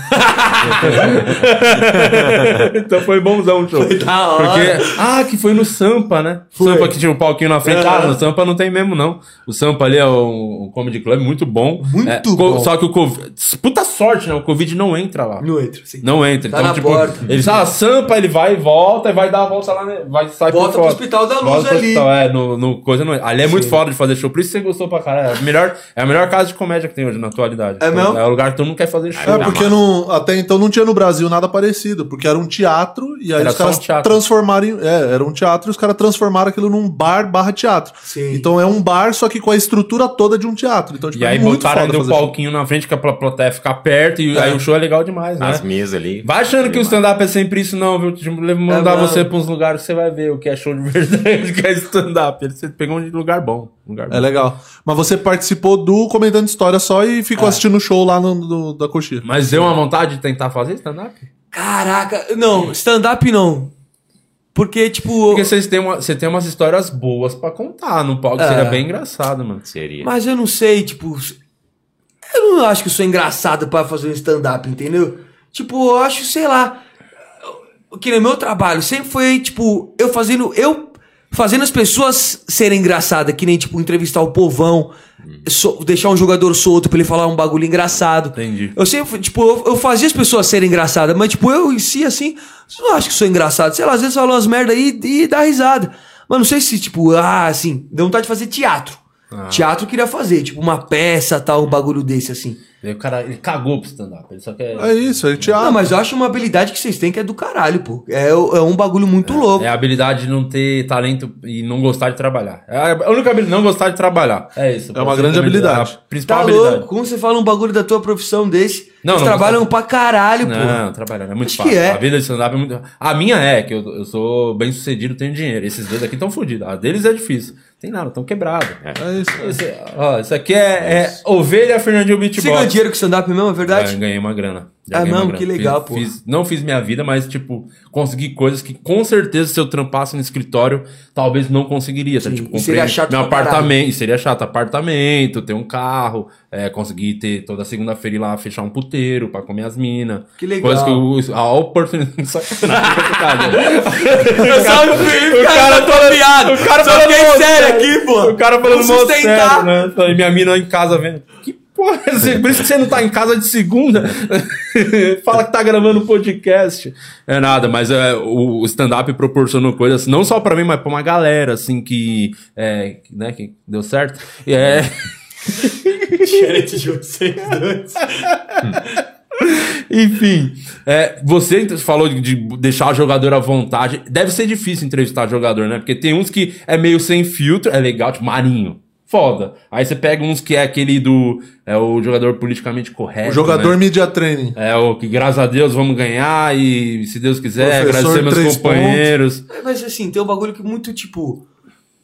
Speaker 1: então foi bonzão o show.
Speaker 4: Foi da hora.
Speaker 1: Porque, ah, que foi no Sampa, né? Sampa que tinha um palquinho na frente. Ah, no Sampa não tem mesmo, não. O Sampa ali é um, um comedy club muito bom.
Speaker 4: Muito
Speaker 1: É, co-
Speaker 4: bom.
Speaker 1: Só que o Covid... Puta sorte, né? O Covid não entra lá.
Speaker 4: Não entra. Sim.
Speaker 1: Não entra.
Speaker 4: Tá
Speaker 1: então,
Speaker 4: na
Speaker 1: tipo,
Speaker 4: porta.
Speaker 1: ele sai a sampa, ele vai e volta, e vai dar a volta lá, né? vai sair
Speaker 4: Volta pro
Speaker 1: fora.
Speaker 4: Hospital da Luz
Speaker 1: Volta pro
Speaker 4: ali.
Speaker 1: hospital, É, no, no coisa não. Ali é muito foda de fazer show, por isso você gostou pra caralho. É, a melhor, é a melhor casa de comédia que tem hoje na atualidade.
Speaker 4: É mesmo?
Speaker 1: É o lugar que todo mundo quer fazer show.
Speaker 2: É, porque não, até então não tinha no Brasil nada parecido, porque era um teatro e aí
Speaker 1: Era
Speaker 2: os
Speaker 1: só
Speaker 2: caras
Speaker 1: um teatro.
Speaker 2: transformaram. em- É, era um teatro e os caras transformaram aquilo num bar barra teatro.
Speaker 4: Sim.
Speaker 2: Então é um bar, só que com a estrutura toda de um teatro. Então, tipo,
Speaker 1: E
Speaker 2: é
Speaker 1: aí
Speaker 2: muito
Speaker 1: botaram
Speaker 2: foda
Speaker 1: ainda o
Speaker 2: fazer show.
Speaker 1: palquinho na frente que a pla- plateia fica perto, e aí o show é legal demais, né?
Speaker 3: As mesas ali.
Speaker 1: Vai achando que o stand-up é sempre isso, não, viu? Tipo, le- mandar
Speaker 4: não.
Speaker 1: você pra uns lugares que você vai ver o que é show de verdade, o que é stand-up. Você pegou um lugar bom. um Lugar bom.
Speaker 2: É legal. Mas você participou do Comentando História só e ficou assistindo o show lá no, no- da coxinha.
Speaker 1: É. Mas deu uma vontade de tentar fazer stand-up?
Speaker 4: Caraca, não, stand-up não. Porque, tipo.
Speaker 1: Porque vocês têm uma, você tem umas histórias boas pra contar no palco,
Speaker 4: É.
Speaker 1: seria bem engraçado, mano.
Speaker 3: Seria.
Speaker 4: Mas eu não sei, tipo. Eu não acho que eu sou engraçado pra fazer um stand-up, entendeu? Tipo, eu acho, sei lá. eu- Que no meu trabalho sempre foi, tipo, eu fazendo. Eu fazendo as pessoas serem engraçadas, que nem, tipo, entrevistar o povão,
Speaker 1: Hum.
Speaker 4: so- deixar um jogador solto pra ele falar um bagulho engraçado.
Speaker 1: Entendi.
Speaker 4: Eu sempre, fui, tipo, eu, eu fazia as pessoas serem engraçadas, mas, tipo, eu em si, assim, eu não acho que sou engraçado. Sei lá, às vezes eu falo umas merda aí e, dá risada. Mas não sei se, tipo, ah, assim, deu vontade de fazer teatro.
Speaker 1: Ah.
Speaker 4: Teatro eu queria fazer, tipo, uma peça, tal,
Speaker 1: Hum.
Speaker 4: um bagulho desse, assim.
Speaker 1: Aí o cara, ele cagou pro stand-up, ele só quer...
Speaker 2: É isso, é teatro.
Speaker 4: Ah, mas eu acho uma habilidade que vocês têm que é do caralho, pô. É, é um bagulho muito louco.
Speaker 1: É a habilidade de não ter talento e não gostar de trabalhar. É a única habilidade, não gostar de trabalhar. É isso. pode
Speaker 2: uma
Speaker 1: ser
Speaker 2: grande
Speaker 1: como-
Speaker 2: habilidade.
Speaker 1: a principal
Speaker 4: Tá
Speaker 1: habilidade.
Speaker 4: louco? Como você fala um bagulho da tua profissão desse?
Speaker 1: Não,
Speaker 4: Eles
Speaker 1: não,
Speaker 4: trabalham pra caralho, pô.
Speaker 1: Não, trabalhando é muito
Speaker 4: Acho que
Speaker 1: fácil.
Speaker 4: é.
Speaker 1: A vida de stand-up é muito. A minha é, que eu, eu sou bem sucedido, tenho dinheiro. Esses dois aqui estão fodidos. A deles é difícil. Tem nada, estão quebrados.
Speaker 2: É isso.
Speaker 1: Esse- ó, isso aqui é, é ovelha Fernandinho
Speaker 4: Você
Speaker 1: Beatbox.
Speaker 4: ganha dinheiro com stand-up mesmo, é verdade?
Speaker 1: É, ganhei uma grana. Já
Speaker 4: Ah,
Speaker 1: ganhei uma
Speaker 4: não,
Speaker 1: grana.
Speaker 4: que legal,
Speaker 1: Fiz-
Speaker 4: pô.
Speaker 1: fiz- não fiz minha vida, mas, tipo, consegui coisas que com certeza se eu trampasse no escritório, talvez não conseguiria. Tá?
Speaker 4: Sim,
Speaker 1: Tipo,
Speaker 4: e seria
Speaker 1: comprei
Speaker 4: chato
Speaker 1: meu
Speaker 4: pra caralho.
Speaker 1: apartamento. e Seria chato. Apartamento, ter um carro, é, conseguir ter toda segunda-feira ir lá fechar um puteiro pra comer as minas.
Speaker 4: Que legal.
Speaker 1: Coisas que eu, a oportunidade. Sacanagem.
Speaker 4: Eu salve o Felipe, cara, eu tô piada. O cara
Speaker 1: falando mó
Speaker 4: sério aqui, pô.
Speaker 1: O cara falando
Speaker 4: Vamos
Speaker 1: mó
Speaker 4: sustentar.
Speaker 1: sério, né? E minha mina em casa vendo. Que porra, é essa? por isso que você não tá em casa de segunda? Fala que tá gravando podcast. É nada, mas é, o o stand-up proporcionou coisas, não só pra mim, mas pra uma galera, assim, que, é, que, né, que deu certo. E é... Diferente de vocês dois. Enfim, é, você ent- falou de- de deixar o jogador à vontade. Deve ser difícil entrevistar jogador, né? Porque tem uns que é meio sem filtro, é legal, tipo Marinho. Foda. Aí você pega uns que é aquele do. É o jogador politicamente correto.
Speaker 2: O jogador
Speaker 1: né?
Speaker 2: media training.
Speaker 1: É o que, graças a Deus, vamos ganhar e, se Deus quiser,
Speaker 2: Professor,
Speaker 1: agradecer meus
Speaker 2: três
Speaker 1: companheiros.
Speaker 4: Mas assim, tem um bagulho que muito tipo.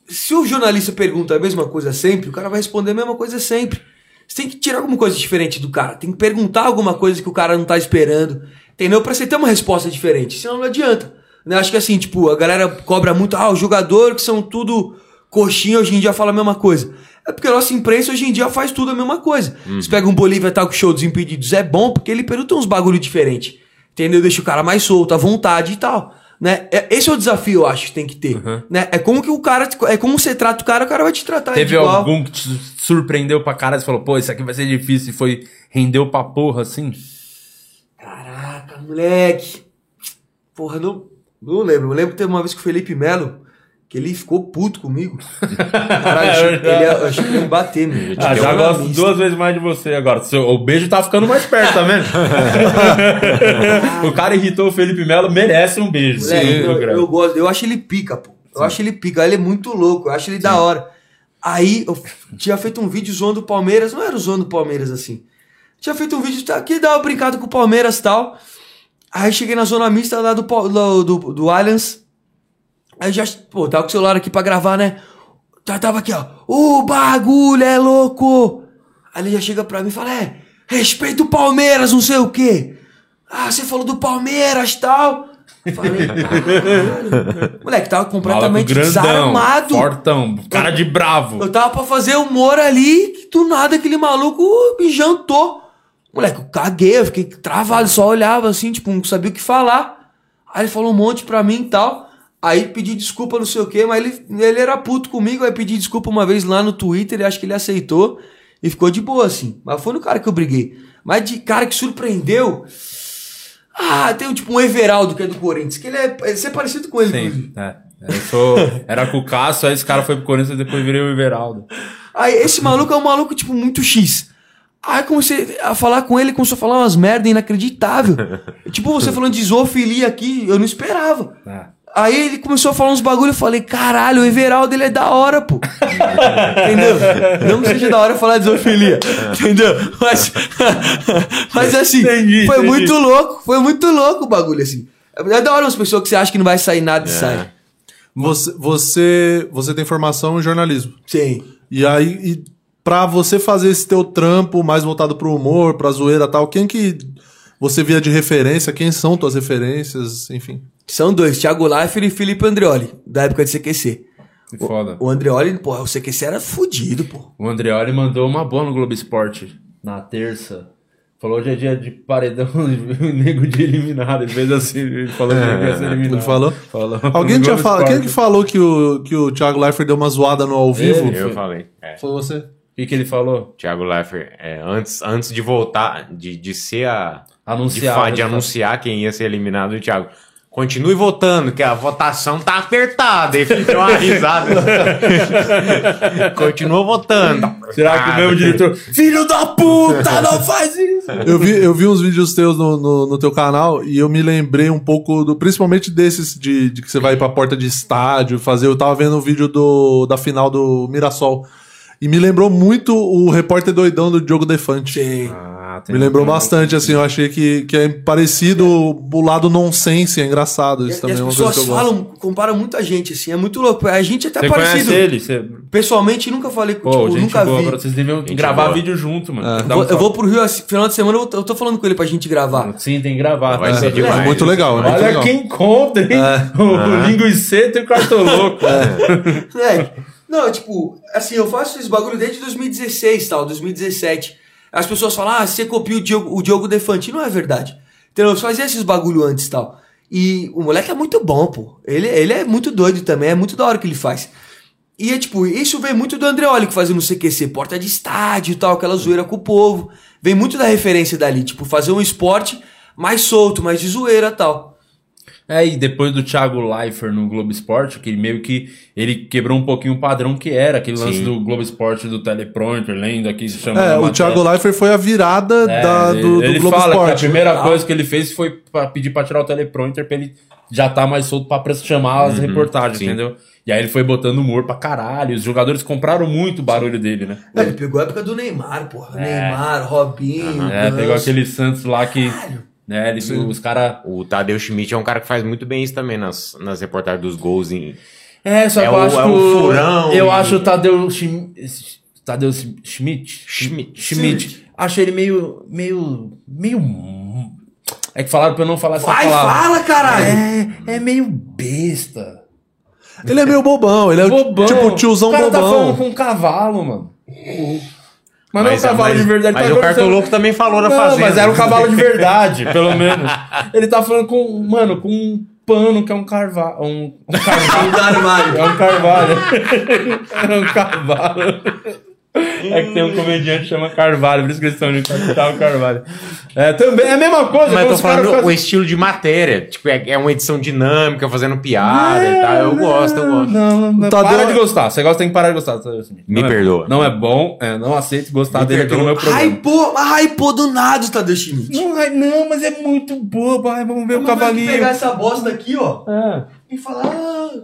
Speaker 4: Se o jornalista pergunta a mesma coisa sempre, o cara vai responder a mesma coisa sempre. Você tem que tirar alguma coisa diferente do cara. Tem que perguntar alguma coisa que o cara não tá esperando. Entendeu? Pra você ter uma resposta diferente. Senão não adianta. Né? Acho que assim, tipo, a galera cobra muito. Ah, o jogador que são tudo coxinha hoje em dia fala a mesma coisa. É porque a nossa imprensa hoje em dia faz tudo a mesma coisa.
Speaker 1: Uhum.
Speaker 4: Você pega um Bolívia Talk Show dos Impedidos, é bom porque ele pergunta uns bagulho diferente. Entendeu? Deixa o cara mais solto, à vontade e tal. Né? É- Esse é o desafio, eu acho, que tem que ter.
Speaker 1: Uhum.
Speaker 4: Né? É como que o cara. te- É como você trata o cara, o cara vai te tratar
Speaker 2: É
Speaker 1: Teve
Speaker 4: igual.
Speaker 1: algum que te surpreendeu pra caralho? Você falou, pô, isso aqui vai ser difícil e foi. Rendeu pra porra, assim?
Speaker 4: Caraca, moleque. Porra, não, não lembro. Eu lembro que teve uma vez que o Felipe Melo, que ele ficou puto comigo.
Speaker 1: É
Speaker 4: Caralho, eu achei, que ele ia- eu achei que ele ia me bater, meu.
Speaker 1: Ah, já gosto duas vezes mais de você agora. Seu- o beijo tá ficando mais perto, tá vendo? o cara irritou o Felipe Melo, merece um beijo.
Speaker 4: Moleque,
Speaker 1: Sim,
Speaker 4: eu,
Speaker 1: do Grêmio.
Speaker 4: eu gosto, eu acho ele pica, pô. Eu acho ele pica, ele é muito louco, eu acho ele da hora. Aí eu f- tinha feito um vídeo zoando o Palmeiras, não era o zoando do Palmeiras assim. Tinha feito um vídeo tá, que dava brincado com o Palmeiras e tal. Aí eu cheguei na zona mista lá do, Pau- do, do, do Allianz. Aí já, pô, tava com o celular aqui pra gravar, né? Já tava aqui, ó. O bagulho é louco! Aí ele já chega pra mim e fala: é, respeita o Palmeiras, não sei o quê. Ah, você falou do Palmeiras e tal. Eu Falei, "Caralho." Moleque, tava
Speaker 1: Maluco
Speaker 4: completamente
Speaker 1: grandão,
Speaker 4: desarmado.
Speaker 1: fortão, cara de bravo.
Speaker 4: Eu tava pra fazer humor ali, que do nada aquele maluco me jantou. Moleque, eu caguei, eu fiquei travado, só olhava assim, tipo, não sabia o que falar. Aí ele falou um monte pra mim e tal. Aí pedi desculpa, não sei o quê, mas ele, ele era puto comigo, aí pedi desculpa uma vez lá no Twitter, e acho que ele aceitou e ficou de boa, assim. Mas foi no cara que eu briguei. Mas de cara que surpreendeu. Ah, tem um, tipo um Everaldo que é do Corinthians, que ele é. Você é parecido com ele, inclusive.
Speaker 1: Sim, é. Eu sou, era com o Cássio, aí esse cara foi pro Corinthians e depois virei o Everaldo.
Speaker 4: Aí esse maluco é um maluco, tipo, muito X. Aí comecei a falar com ele, começou a falar umas merda inacreditável. tipo, você falando de zoofilia aqui, eu não esperava.
Speaker 1: É.
Speaker 4: Aí ele começou a falar uns bagulho, eu falei, caralho, o Everaldo ele é da hora, pô. Entendeu? Não que seja da hora falar de zoofilia. Entendeu? Mas, mas assim,
Speaker 1: Entendi,
Speaker 4: foi
Speaker 1: entendi.
Speaker 4: muito louco, foi muito louco o bagulho, assim. É da hora umas pessoas que você acha que não vai sair nada e
Speaker 1: É.
Speaker 4: sai.
Speaker 2: Você, você, você tem formação em jornalismo.
Speaker 4: Sim.
Speaker 2: E aí, e pra você fazer esse teu trampo mais voltado pro humor, pra zoeira e tal, quem que você via de referência? Quem são tuas referências? Enfim.
Speaker 4: São dois, Thiago Leifert e Felipe Andreoli, da época de CQC.
Speaker 1: Que foda.
Speaker 4: O Andreoli, pô, o CQC era fudido, pô.
Speaker 1: O Andreoli mandou uma boa no Globo Esporte na terça. Falou hoje é dia de paredão, o nego de eliminado. Ele fez assim, ele falou que ele ia ser eliminado.
Speaker 2: Ele falou?
Speaker 1: Falou.
Speaker 2: Alguém
Speaker 1: No
Speaker 2: tinha
Speaker 1: Globo
Speaker 2: falado. Quem é
Speaker 1: Esporte.
Speaker 2: que falou que o, que o Thiago Leifert deu uma zoada no ao vivo?
Speaker 1: Ele.
Speaker 3: Eu falei. É.
Speaker 2: Foi você?
Speaker 1: O que, que ele falou?
Speaker 3: Thiago Leifert, é, antes, antes de voltar, de, de ser a. De,
Speaker 1: Anunciar.
Speaker 3: fa- de anunciar quem ia ser eliminado, o Thiago. Continue votando, que a votação tá apertada. E fica uma risada. Continua votando. tá
Speaker 1: Será que o mesmo
Speaker 3: apertado.
Speaker 1: diretor. Filho da puta, não faz isso! É
Speaker 2: Eu vi, eu vi uns vídeos teus no, no, no teu canal e eu me lembrei um pouco do. Principalmente desses de, de que você vai pra porta de estádio fazer. Eu tava vendo um vídeo do, da final do Mirassol. E me lembrou muito o repórter doidão do Diogo Defante.
Speaker 4: Sim.
Speaker 1: Ah,
Speaker 2: Me lembrou bastante, assim, eu achei que, que é parecido o lado nonsense, é engraçado.
Speaker 4: E,
Speaker 2: Isso
Speaker 4: e
Speaker 2: também
Speaker 4: as
Speaker 2: é uma coisa que
Speaker 4: pessoas
Speaker 2: eu gosto.
Speaker 4: falam, comparam muito a gente, assim, é muito louco. A gente é até
Speaker 1: Você
Speaker 4: parecido.
Speaker 1: conhece ele? Você...
Speaker 4: Pessoalmente, nunca falei
Speaker 1: Pô,
Speaker 4: com tipo,
Speaker 1: gente
Speaker 4: nunca
Speaker 1: boa,
Speaker 4: vi.
Speaker 1: agora vocês deviam
Speaker 3: Gente
Speaker 1: gravar
Speaker 3: boa.
Speaker 1: vídeo junto, mano. Dá um
Speaker 4: Vou- eu
Speaker 1: toque.
Speaker 4: vou pro Rio assim, final de semana, eu tô, eu tô falando com ele pra gente gravar.
Speaker 1: Sim, tem que gravar. É.
Speaker 3: Vai
Speaker 1: É.
Speaker 3: ser demais. Então,
Speaker 2: É muito legal, né?
Speaker 1: Olha
Speaker 2: legal.
Speaker 1: quem conta, hein?
Speaker 3: é.
Speaker 1: O linguiceto e o cartoloco.
Speaker 4: Moleque, É, não, tipo, assim, eu faço esse bagulho desde 2016, tal, 2017. As pessoas falam, ah, você copia o Diogo, o Diogo Defante. Não é verdade. Entendeu? Eu fazia esses bagulho antes, tal. E o moleque é muito bom, pô. Ele, ele é muito doido também, é muito da hora o que ele faz. E é tipo, isso vem muito do Andreoli que fazia no CQC, porta de estádio e tal, aquela zoeira com o povo. Vem muito da referência dali, tipo, fazer um esporte mais solto, mais de zoeira e tal.
Speaker 1: É, e depois do Thiago Leifert no Globo Esporte, que meio que ele quebrou um pouquinho o padrão que era, aquele lance
Speaker 3: Sim.
Speaker 1: do Globo Esporte do teleprompter, lendo aqui se chamando.
Speaker 2: É,
Speaker 1: a
Speaker 2: o Thiago
Speaker 1: matéria.
Speaker 2: Leifert foi a virada
Speaker 1: É,
Speaker 2: da-
Speaker 1: ele-
Speaker 2: do, do
Speaker 1: ele
Speaker 2: Globo
Speaker 1: fala que é a
Speaker 2: Esporte.
Speaker 1: primeira coisa que ele fez foi pra pedir pra tirar o teleprompter pra ele já tá mais solto pra pres- chamar as reportagens,
Speaker 3: sim.
Speaker 1: entendeu? E aí ele foi botando humor pra caralho. Os jogadores compraram muito o barulho dele, né?
Speaker 4: É, Ele pegou a época do Neymar, porra. Neymar, Robinho.
Speaker 1: É,
Speaker 4: Ganso.
Speaker 1: pegou aquele Santos lá que. Né, ele- os caras.
Speaker 3: O Tadeu Schmidt é um cara que faz muito bem isso também nas, nas reportagens dos gols em.
Speaker 1: É, só
Speaker 3: É
Speaker 1: que eu
Speaker 3: o-
Speaker 1: acho
Speaker 3: é
Speaker 1: que
Speaker 3: o
Speaker 1: o-
Speaker 3: furão
Speaker 1: Eu
Speaker 3: e-
Speaker 1: acho o Tadeu Schmi- Tadeu Schmi- Schmidt.
Speaker 3: Schmidt.
Speaker 1: Schmidt. Acho ele meio. meio. meio. É que falaram pra eu não falar essa
Speaker 4: Vai,
Speaker 1: palavra.
Speaker 4: fala, caralho.
Speaker 1: É, é meio besta.
Speaker 2: Ele é meio bobão, ele é
Speaker 1: Bobão.
Speaker 2: tipo o tiozão
Speaker 1: o cara tá
Speaker 2: bobão.
Speaker 1: falando com um cavalo, mano. Mas, não é um
Speaker 3: Mas-
Speaker 1: cavalo
Speaker 3: mas-
Speaker 1: de verdade.
Speaker 3: mas
Speaker 1: tá
Speaker 3: o
Speaker 1: conversando-
Speaker 3: Cartoloco também falou na
Speaker 1: não,
Speaker 3: fazenda.
Speaker 1: mas era um cavalo de verdade, pelo menos. Ele tá falando com, mano, com um pano que é um carvalho. Um, um carvalho.
Speaker 4: Do armário.
Speaker 1: É um Carvalho. É um Carvalho. É que tem um comediante que chama Carvalho, por isso que eles estão de Capital Carvalho. É, também, é a mesma coisa,
Speaker 3: Mas eu
Speaker 1: como
Speaker 3: tô
Speaker 1: os caras
Speaker 3: falando o
Speaker 1: fazem-
Speaker 3: estilo de matéria. Tipo, é, é uma edição dinâmica, fazendo piada e tal. tá, Eu gosto, eu gosto.
Speaker 1: Não, não, não.
Speaker 4: Tá,
Speaker 2: Tadeu-
Speaker 1: Para de gostar. Você gosta, tem que parar de gostar. Tadeu Smith.
Speaker 3: Me
Speaker 1: Não é-
Speaker 3: perdoa.
Speaker 1: não é bom, é, não aceito gostar
Speaker 3: Me
Speaker 1: dele aqui no
Speaker 3: perdoa.
Speaker 1: meu programa.
Speaker 4: Hypou, mas hypou do nada o Tadeu Schmidt.
Speaker 1: Não, ai, não, mas é muito bobo. Ai, vamos ver o
Speaker 4: Vamos pegar
Speaker 1: cavalinho.
Speaker 4: essa bosta aqui, ó,
Speaker 1: É.
Speaker 4: e falar... ah,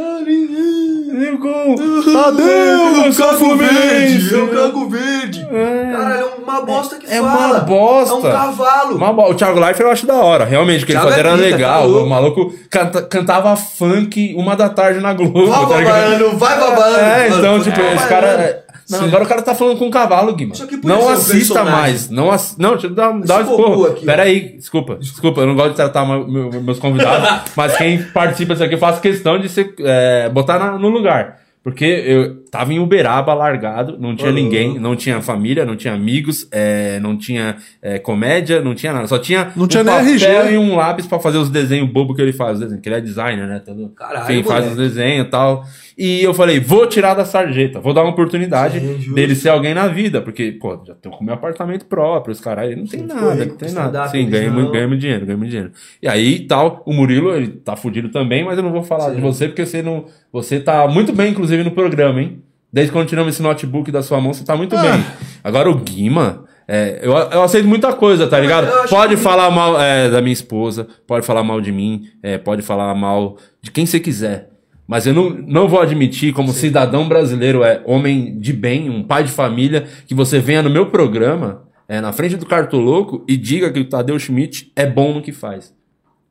Speaker 1: Caralho, gol.
Speaker 4: Tá
Speaker 2: Tadeu,
Speaker 1: Eu sou Fluminense.
Speaker 4: Eu cago verde.
Speaker 1: É.
Speaker 4: Caralho, é uma bosta que
Speaker 1: É
Speaker 4: fala.
Speaker 1: uma bosta.
Speaker 4: É um cavalo.
Speaker 1: Uma bola. O Thiago Leifert eu acho da hora, realmente, que ele
Speaker 4: Thiago
Speaker 1: fazia
Speaker 4: é
Speaker 1: era
Speaker 4: pica, tá
Speaker 1: legal.
Speaker 4: louco.
Speaker 1: o maluco canta- cantava funk uma da tarde na Globo.
Speaker 4: Vai
Speaker 1: tá ligado?
Speaker 4: babando, vai babando.
Speaker 1: É, então,
Speaker 4: Mano,
Speaker 1: tipo,
Speaker 4: vai
Speaker 1: esse
Speaker 4: babando.
Speaker 1: cara. Não,
Speaker 2: Sim.
Speaker 1: agora o cara tá falando com um cavalo, Guima.
Speaker 4: Isso aqui podia ser
Speaker 1: Não
Speaker 4: um
Speaker 1: assista
Speaker 4: personagem.
Speaker 1: mais. Não, ass... não deixa eu dar, dar um
Speaker 4: Esse cocô
Speaker 1: esporro.
Speaker 4: aqui, ó.
Speaker 1: Pera aí, desculpa. Desculpa, eu não gosto de tratar meu- meu- meus convidados, mas quem participa disso aqui, eu faço questão de ser, é, botar na- no lugar. Porque eu tava em Uberaba largado, não tinha ninguém, não tinha família, não tinha amigos, é, não tinha é, comédia, não tinha nada. Só tinha
Speaker 2: Não tinha
Speaker 1: um
Speaker 2: nem RG.
Speaker 1: papel e um lápis pra fazer os desenhos bobo que ele faz, os desenhos, que ele é designer, né? Todo,
Speaker 4: Caralho,
Speaker 1: quem faz
Speaker 4: moleque.
Speaker 1: os desenhos e tal. E eu falei, vou tirar da sarjeta, vou dar uma oportunidade
Speaker 4: Sim, justo.
Speaker 1: dele ser alguém na vida, porque, pô, já tô com meu apartamento próprio, os caras, não tem
Speaker 4: Sim, ficou
Speaker 1: nada,
Speaker 4: rico
Speaker 1: não tem
Speaker 4: com
Speaker 1: nada.
Speaker 4: stand-up,
Speaker 1: Sim, ganhei
Speaker 4: não.
Speaker 1: muito, ganhei muito dinheiro, ganhei muito dinheiro. E aí, tal, o Murilo, ele tá fudido também, mas eu não vou falar
Speaker 4: Sim.
Speaker 1: de você, porque você não, você tá muito bem, inclusive, no programa, hein? Desde quando tiramos esse notebook da sua mão, você tá muito
Speaker 4: Ah.
Speaker 1: bem. Agora o Guima, é, eu, eu aceito muita coisa, tá ligado?
Speaker 4: eu acho
Speaker 1: Pode
Speaker 4: que-
Speaker 1: falar mal é, da minha esposa, pode falar mal de mim, é, pode falar mal de quem você quiser. Mas eu não, não vou admitir, como cidadão brasileiro, é homem de bem, um pai de família, que você venha no meu programa, é, na frente do Cartoloco, e diga que o Tadeu Schmidt é bom no que faz.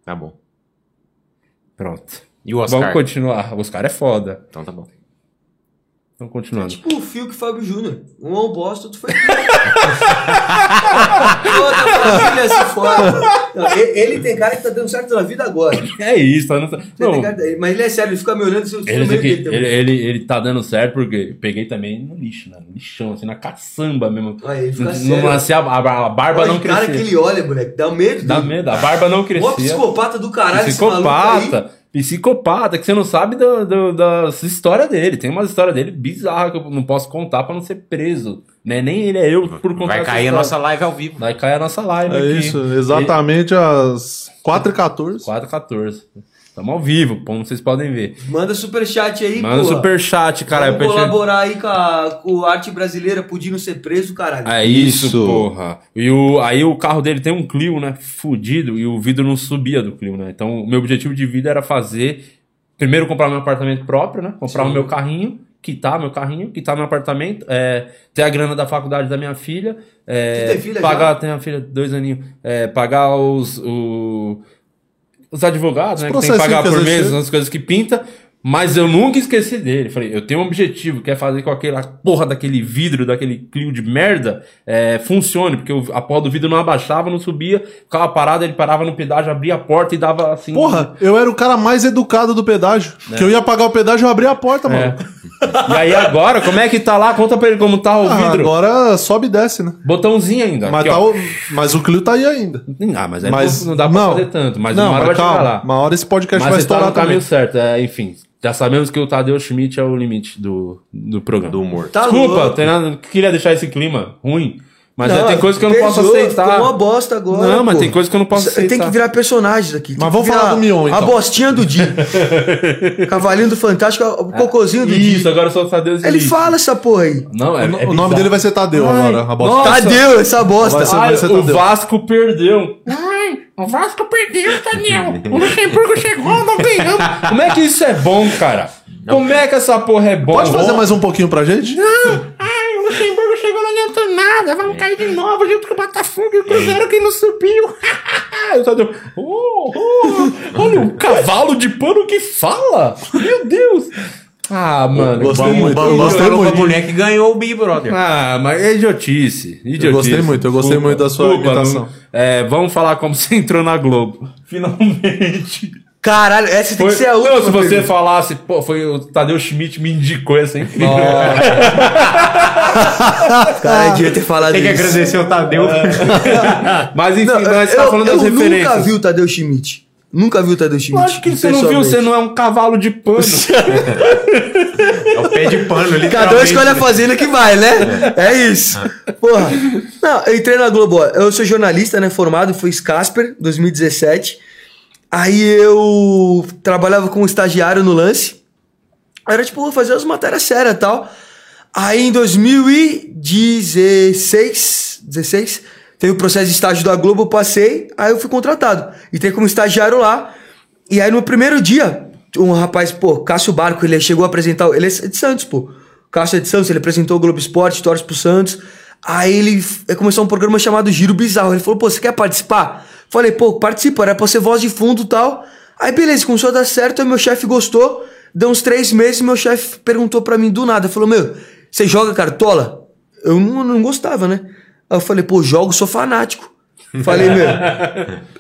Speaker 3: Tá bom.
Speaker 1: Pronto.
Speaker 3: E o
Speaker 1: Vamos
Speaker 3: Oscar?
Speaker 1: continuar. O Oscar é foda.
Speaker 3: Então tá bom.
Speaker 1: Vamos continuando.
Speaker 4: Tipo o Fio que Fábio Júnior. Um é um bosta, outro foi. Toda família se foda. Não, e- ele tem cara que tá dando certo na vida agora. Ele
Speaker 1: É isso. tá no-
Speaker 4: tem
Speaker 1: Não,
Speaker 4: cara- mas ele é sério, ele fica me olhando e eu fico
Speaker 1: Ele,
Speaker 4: no meio
Speaker 1: aqui,
Speaker 4: dele também.
Speaker 1: ele, ele, ele tá dando certo porque eu peguei também no lixo, né? No lixão, assim, na caçamba mesmo.
Speaker 4: Aí ele fica
Speaker 1: Não-
Speaker 4: sério.
Speaker 1: não nascia, a, a- a barba
Speaker 4: Olha,
Speaker 1: não
Speaker 4: o cara
Speaker 1: crescia.
Speaker 4: que ele olha, moleque, dá medo.
Speaker 1: Dá
Speaker 4: dele.
Speaker 1: medo, a barba não
Speaker 4: Mó
Speaker 1: crescia.
Speaker 4: psicopata do caralho, esse maluco tá aí.
Speaker 1: Psicopata. Psicopata, que você não sabe do, do- das histórias dele. Tem umas histórias dele bizarras que eu não posso contar pra não ser preso. Né? Nem ele é eu por contar
Speaker 3: Vai
Speaker 1: essa
Speaker 3: cair a
Speaker 1: história.
Speaker 3: nossa live ao vivo.
Speaker 1: Vai cair a nossa live
Speaker 2: É
Speaker 1: aqui.
Speaker 2: isso, exatamente às 4h14.
Speaker 1: 4h14. Estamos ao vivo, como vocês podem ver.
Speaker 4: Manda superchat aí,
Speaker 1: Manda um
Speaker 4: porra.
Speaker 1: superchat, cara.
Speaker 4: Vamos colaborar aí com a, com a arte brasileira, podia não ser preso, caralho.
Speaker 1: É isso,
Speaker 5: Isso.
Speaker 1: porra. E o, aí o carro dele tem um Clio, né? Fudido, e o vidro não subia do Clio, né? Então, o meu objetivo de vida era fazer. Primeiro, comprar meu apartamento próprio, né? Comprar o meu carrinho, quitar meu carrinho, quitar meu apartamento, é, ter a grana da faculdade da minha filha. É,
Speaker 4: Tu tem filha
Speaker 1: pagar, tem a filha, dois aninhos. É, pagar os. o- os advogados, né? Que tem que
Speaker 2: processinhos
Speaker 1: pagar
Speaker 2: que às
Speaker 1: por
Speaker 2: vezes
Speaker 1: mês,
Speaker 2: chega.
Speaker 1: as coisas que pinta. Mas eu nunca esqueci dele. Falei, eu tenho um objetivo, que é fazer com aquela porra daquele vidro, daquele clio de merda, é, funcione, porque o- a porra do vidro não abaixava, não subia, ficava parado, ele parava no pedágio, abria a porta e dava assim.
Speaker 2: Porra, eu era o cara mais educado do pedágio. Que eu ia pagar o pedágio e eu abria a porta,
Speaker 1: É.
Speaker 2: mano.
Speaker 1: e aí agora, como é que tá lá? Conta pra ele como tá o
Speaker 2: Ah,
Speaker 1: vidro.
Speaker 2: agora sobe e desce, né?
Speaker 1: Botãozinho ainda.
Speaker 2: Mas,
Speaker 1: aqui,
Speaker 2: tá
Speaker 1: ó.
Speaker 2: o... mas o Clio tá aí ainda.
Speaker 1: Ah, mas, aí
Speaker 2: Mas
Speaker 1: não dá pra fazer tanto, mas
Speaker 2: não,
Speaker 1: uma hora vai chegar lá.
Speaker 2: Uma hora esse podcast
Speaker 1: Mas
Speaker 2: vai
Speaker 1: você tá
Speaker 2: estourar
Speaker 1: no
Speaker 2: também.
Speaker 1: caminho certo, é, enfim. Já sabemos que o Tadeu Schmidt é o limite do, do programa.
Speaker 3: Do humor.
Speaker 4: Tá
Speaker 1: Desculpa,
Speaker 4: louco.
Speaker 1: tem nada- queria deixar esse clima ruim, Mas é, tem coisa que eu não posso
Speaker 4: pesou,
Speaker 1: aceitar.
Speaker 4: Ficou uma bosta agora.
Speaker 1: Não, mas
Speaker 4: pô.
Speaker 1: tem coisa que eu não posso
Speaker 4: Cê Tem
Speaker 1: aceitar.
Speaker 4: que virar personagem daqui.
Speaker 2: Mas vamos falar do Mion,
Speaker 4: A
Speaker 2: então.
Speaker 4: bostinha do Di. Cavalinho do Fantástico, o cocôzinho do Di.
Speaker 1: Isso, agora só tá Deus e
Speaker 4: Ele
Speaker 1: livre.
Speaker 4: fala essa porra aí.
Speaker 1: Não, é,
Speaker 2: O, no-
Speaker 1: é
Speaker 2: o nome
Speaker 1: bizarro.
Speaker 2: dele vai ser Tadeu
Speaker 1: Ai,
Speaker 2: agora. A bosta.
Speaker 1: nossa.
Speaker 4: Tadeu, essa bosta.
Speaker 2: Vai ser-
Speaker 4: Ah,
Speaker 1: Ai,
Speaker 2: vai ser
Speaker 1: o
Speaker 2: Tadeu.
Speaker 1: Vasco perdeu.
Speaker 6: Ai, o Vasco perdeu, Daniel. O Luxemburgo chegou, não ganhamos.
Speaker 1: Como é que isso é bom, cara? Como é que essa porra é bom?
Speaker 2: Pode fazer
Speaker 1: Bom?
Speaker 2: mais um pouquinho pra gente?
Speaker 6: Ai, o Luxemburgo chegou, não adiantou nada. Vamos cair de novo junto com o Botafogo e o Cruzeiro que não subiu.
Speaker 1: Ah, eu só deu. Oh, oh, olha o cavalo de pano que fala! Meu Deus! Ah, mano.
Speaker 2: Gostei
Speaker 1: que-
Speaker 2: muito, eu gostei
Speaker 1: eu-
Speaker 2: muito.
Speaker 3: A mulher que ganhou o Big Brother.
Speaker 1: Ah, mas é idiotice. idiotice.
Speaker 2: gostei muito, eu gostei muito da sua imitação.
Speaker 1: não- é, vamos falar como você entrou na Globo. Finalmente.
Speaker 4: Caralho, essa tem
Speaker 1: Foi-
Speaker 4: que ser a última.
Speaker 1: não, se você
Speaker 4: pergunta.
Speaker 1: falasse, pô, foi o Tadeu Schmidt me indicou essa, hein?
Speaker 4: Cara, eu devia ter falado
Speaker 3: Tem que
Speaker 4: isso.
Speaker 3: agradecer o Tadeu.
Speaker 1: Mas enfim,
Speaker 4: Não,
Speaker 1: nós
Speaker 4: eu
Speaker 1: tá falando das
Speaker 4: eu
Speaker 1: referências.
Speaker 4: nunca vi um o Tadeu Schmidt. Nunca vi o Tadeu Schmidt.
Speaker 1: Lógico que você não viu,
Speaker 4: pessoalmente.
Speaker 1: você não é um cavalo de pano.
Speaker 3: É o pé de pano, literalmente.
Speaker 4: Cada um escolhe a fazenda que vai, né? É isso. Porra. Não, eu entrei na Globo. ó. Eu sou jornalista, né? Formado, fui Casper, 2017. Aí eu trabalhava como estagiário no lance. Era tipo, vou fazer as matérias sérias e tal. Aí em 2016, 16, teve o processo de estágio da Globo, eu passei, aí eu fui contratado. Entrei como estagiário lá. E aí no primeiro dia, um rapaz, pô, Cássio Barco, ele chegou a apresentar. Ele é de Santos, pô. Cássio é de Santos, ele apresentou o Globo Esporte, torce pro Santos. Aí ele f- começou um programa chamado Giro Bizarro. Ele falou, pô, você quer participar? Falei, pô, participa, era pra ser voz de fundo e tal. Aí beleza, começou a dar certo, aí meu chefe gostou. Deu uns três meses, meu chefe perguntou pra mim do nada, falou, meu, você joga cartola? Eu não, não gostava, né? Aí eu falei, pô, jogo, sou fanático. Falei, meu,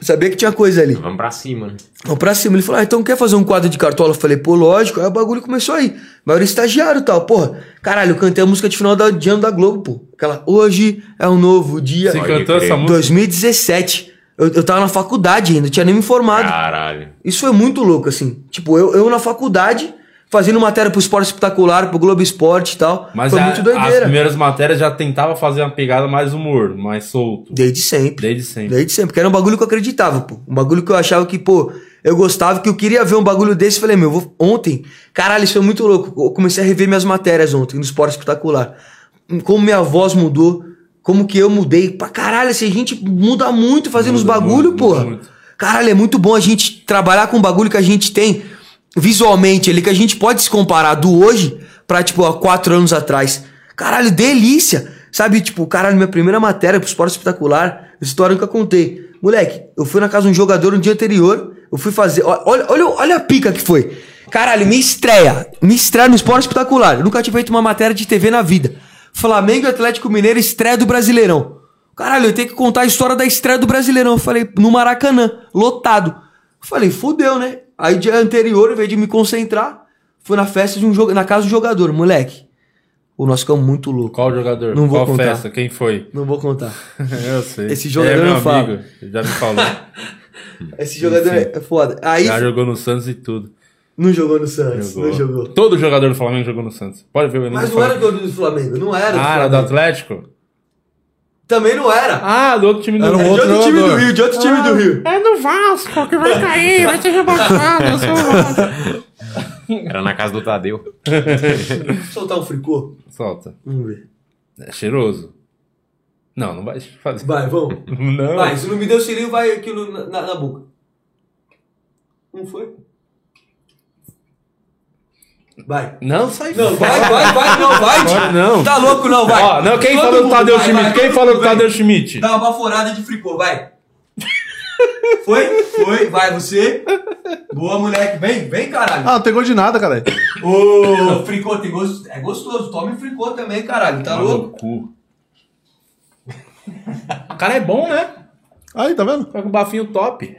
Speaker 4: sabia que tinha coisa ali.
Speaker 3: Vamos pra cima, né?
Speaker 4: Vamos pra cima. Ele falou, ah, então quer fazer um quadro de cartola? Eu falei, pô, lógico. Aí o bagulho começou aí. Mas eu era estagiário e tal. Porra, caralho, eu cantei a música de final da, de ano da Globo, pô. Aquela, hoje é um novo dia.
Speaker 1: Você
Speaker 3: Pode
Speaker 1: cantou
Speaker 3: crer.
Speaker 1: essa música?
Speaker 4: 2017. Eu, eu tava na faculdade ainda, não tinha nem me formado.
Speaker 1: Ah.
Speaker 3: Caralho.
Speaker 4: Isso foi muito louco, assim. Tipo, eu, eu na faculdade, fazendo matéria pro Esporte Espetacular, pro Globo Esporte e tal.
Speaker 1: Mas
Speaker 4: foi
Speaker 1: a-
Speaker 4: muito
Speaker 1: as
Speaker 4: doideira.
Speaker 1: primeiras matérias já tentava fazer uma pegada mais humor, mais solto.
Speaker 4: Desde sempre.
Speaker 1: Desde sempre.
Speaker 4: Desde sempre, porque era um bagulho que eu acreditava, pô. Um bagulho que eu achava que, pô, eu gostava, que eu queria ver um bagulho desse. Falei, meu, vou... ontem, caralho, isso foi muito louco. Eu comecei a rever minhas matérias ontem, no Esporte Espetacular. Como minha voz mudou, como que eu mudei. Pra caralho, assim, a gente muda muito fazendo os bagulho,
Speaker 1: muito,
Speaker 4: porra.
Speaker 1: muito.
Speaker 4: Caralho, é muito bom a gente trabalhar com o bagulho que a gente tem visualmente ali, que a gente pode se comparar do hoje pra, tipo, há quatro anos atrás. Caralho, delícia! Sabe, tipo, caralho, minha primeira matéria pro esporte espetacular, essa história eu nunca contei. Moleque, eu fui na casa de um jogador no dia anterior, eu fui fazer. ó- Olha, olha, olha a pica que foi. Caralho, minha estreia. Minha estreia no esporte espetacular. Eu nunca tinha feito uma matéria de TV na vida. Flamengo e Atlético Mineiro, estreia do Brasileirão. Caralho, eu tenho que contar a história da estreia do Brasileirão. Eu falei, no Maracanã, lotado. Eu falei, fudeu, né? Aí dia anterior, em vez de me concentrar, fui na festa de um jogo, na casa do jogador, moleque. O nosso ficamos muito louco.
Speaker 1: Qual jogador?
Speaker 4: Não vou
Speaker 1: Qual
Speaker 4: contar.
Speaker 1: festa? Quem foi?
Speaker 4: Não vou contar.
Speaker 1: Eu sei.
Speaker 4: Esse jogador
Speaker 1: é
Speaker 4: eu
Speaker 1: meu
Speaker 4: não falo.
Speaker 1: amigo. ele Já me falou.
Speaker 4: Esse jogador é é foda. Aí
Speaker 1: Já jogou no Santos e tudo.
Speaker 4: não jogou no Santos, não jogou.
Speaker 1: Todo jogador do Flamengo jogou no Santos. Pode ver o
Speaker 4: Mas
Speaker 1: Elenco
Speaker 4: não era
Speaker 1: falando.
Speaker 4: do Flamengo, não era. do
Speaker 1: Ah, era do
Speaker 4: Flamengo.
Speaker 1: Atlético?
Speaker 4: Também não era. É
Speaker 1: Ah, do outro time do
Speaker 2: Era um
Speaker 1: Rio.
Speaker 2: outro
Speaker 4: de outro time do
Speaker 2: jogador.
Speaker 4: Rio, de outro time do Rio.
Speaker 6: É no Vasco que vai cair, vai ser rebaixado. Eu sou o Vasco.
Speaker 3: Era na casa do Tadeu.
Speaker 4: Vou soltar um fricô.
Speaker 1: Solta.
Speaker 4: Vamos ver.
Speaker 1: É cheiroso. Não, não vai fazer.
Speaker 4: Vai, vamos.
Speaker 1: Não.
Speaker 4: Vai, se não me deu cirinho, vai aquilo na, na- na boca. Não foi? Vai.
Speaker 1: Não, sai
Speaker 4: Não, vai, vai, vai, não, vai. tio.
Speaker 1: não.
Speaker 4: Tá louco, não, vai.
Speaker 1: Ó, não, quem
Speaker 4: Todo
Speaker 1: falou do
Speaker 4: mundo,
Speaker 1: Tadeu
Speaker 4: vai,
Speaker 1: Schmidt?
Speaker 4: vai,
Speaker 1: Quem
Speaker 4: todo
Speaker 1: falou tá do
Speaker 4: mundo, Tá vai.
Speaker 1: Tadeu Schmidt?
Speaker 4: Dá uma baforada de fricô, vai. Foi, foi, vai você. Boa, moleque. Vem, vem, caralho.
Speaker 2: Ah, não tem gol de nada, cara.
Speaker 4: Ô, fricô tem gosto. É gostoso. Tome fricô também, caralho. Tá louco?
Speaker 1: cu. O cara é bom, né?
Speaker 2: Aí, tá vendo?
Speaker 1: Tá com o bafinho top.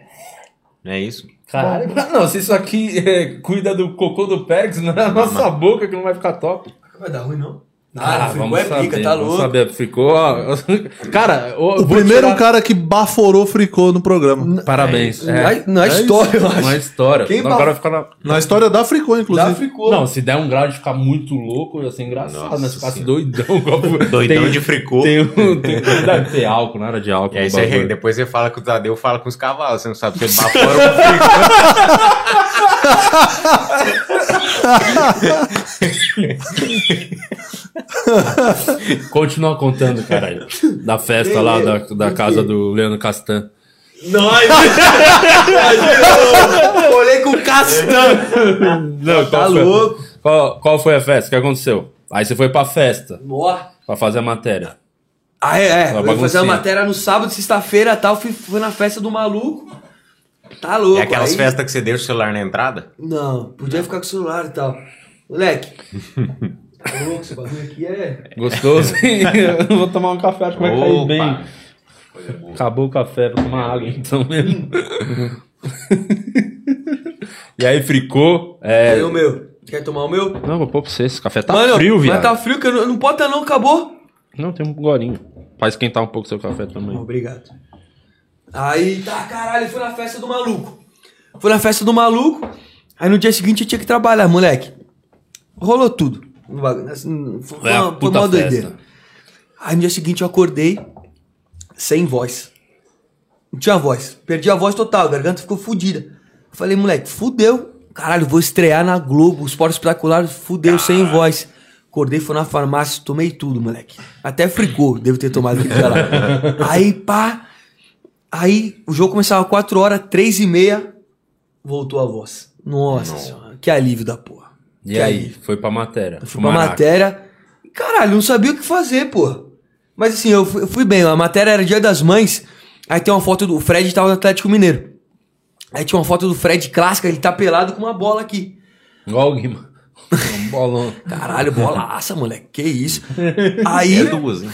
Speaker 3: Não é isso?
Speaker 1: Caralho. Não, se isso aqui é, cuida do cocô do Pérez, não é a nossa né? boca que não vai ficar top.
Speaker 4: Vai dar ruim, não? Ah, Fricô é pica, tá
Speaker 1: vamos
Speaker 4: louco.
Speaker 1: saber. Ficou. ó, Cara, o,
Speaker 2: O primeiro cara que baforou fricô no programa.
Speaker 1: Parabéns.
Speaker 4: É
Speaker 1: É
Speaker 4: Na, na história, eu acho.
Speaker 1: Na história.
Speaker 4: Quem
Speaker 1: Não,
Speaker 4: ba-
Speaker 1: agora fica na-
Speaker 2: Na história da fricô,
Speaker 4: Dá
Speaker 2: inclusive.
Speaker 4: fricô.
Speaker 1: Não, se der um grau de ficar muito louco, ia ser engraçado,
Speaker 3: Nossa
Speaker 1: né? Se ficasse
Speaker 3: Senhora.
Speaker 1: doidão. Como...
Speaker 3: Doidão
Speaker 1: tem,
Speaker 3: de fricô.
Speaker 1: Tem, um, tem, deve ter álcool, não era de álcool.
Speaker 3: E aí
Speaker 1: o
Speaker 3: você,
Speaker 1: bagulho.
Speaker 3: depois você fala que o Tadeu fala com os cavalos, você não sabe se ele bafora ou fricô.
Speaker 1: Continua contando, caralho. Da festa lá, da, da casa do Leandro Castan.
Speaker 4: Nós! Eu Olhei com castão.
Speaker 1: Não,
Speaker 4: Tá
Speaker 1: foi,
Speaker 4: louco.
Speaker 1: Qual, qual foi a festa? O que aconteceu? Aí você foi pra festa,
Speaker 4: Ó.
Speaker 1: pra fazer a matéria.
Speaker 4: Ah, é, é. Eu ia fazer
Speaker 1: baguncinha.
Speaker 4: uma matéria no sábado, sexta-feira tal. Fui, fui na festa do maluco. Tá louco.
Speaker 3: É aquelas
Speaker 4: aí-
Speaker 3: festas que você deixa o celular na entrada?
Speaker 4: Não, podia ficar com o celular e tal. Moleque. tá louco, esse bagulho aqui é.
Speaker 1: Gostoso? Eu vou tomar um café, acho que vai cair
Speaker 3: Opa.
Speaker 1: bem. Acabou o café, vou tomar água então mesmo. e aí fricou. É...
Speaker 4: Tem o meu. Quer tomar o meu?
Speaker 1: Não, vou pôr pra você, esse café tá
Speaker 4: Mano,
Speaker 1: frio, viado.
Speaker 4: Mas tá frio, que eu não, não pode tá não, acabou.
Speaker 1: Não, tem um gorinho. Pra esquentar um pouco seu café também.
Speaker 4: Obrigado. Aí, tá, caralho, fui na festa do maluco. Fui na festa do maluco. Aí no dia seguinte eu tinha que trabalhar, moleque. Rolou tudo. no bagulho, assim, Foi
Speaker 1: É a
Speaker 4: uma, foi
Speaker 1: puta
Speaker 4: uma
Speaker 1: festa.
Speaker 4: doideira. Aí no dia seguinte eu acordei sem voz. Não tinha voz. Perdi a voz total, a garganta ficou fodida. Eu Falei, moleque, fudeu. Caralho, vou estrear na Globo, esporte espetacular, fudeu, sem voz. Acordei, fui na farmácia, tomei tudo, moleque. Até fricô, devo ter tomado aquela lá. Aí, pá. Aí, o jogo começava 4 horas, 3 e meia, voltou a voz. Nossa senhora, que alívio da porra.
Speaker 1: E
Speaker 4: que
Speaker 1: aí, foi pra matéria.
Speaker 4: eu fui pra matéria. Caralho, não sabia o que fazer, pô. Mas assim, eu fui, eu fui bem. A matéria era Dia das Mães. Aí tem uma foto do o Fred tava no Atlético Mineiro. Aí tinha uma foto do Fred clássica, ele tá pelado com uma bola aqui.
Speaker 1: Igual o Guima. Um bolão.
Speaker 4: Caralho, bolaça, moleque. Que isso. Aí.
Speaker 3: É duas, hein?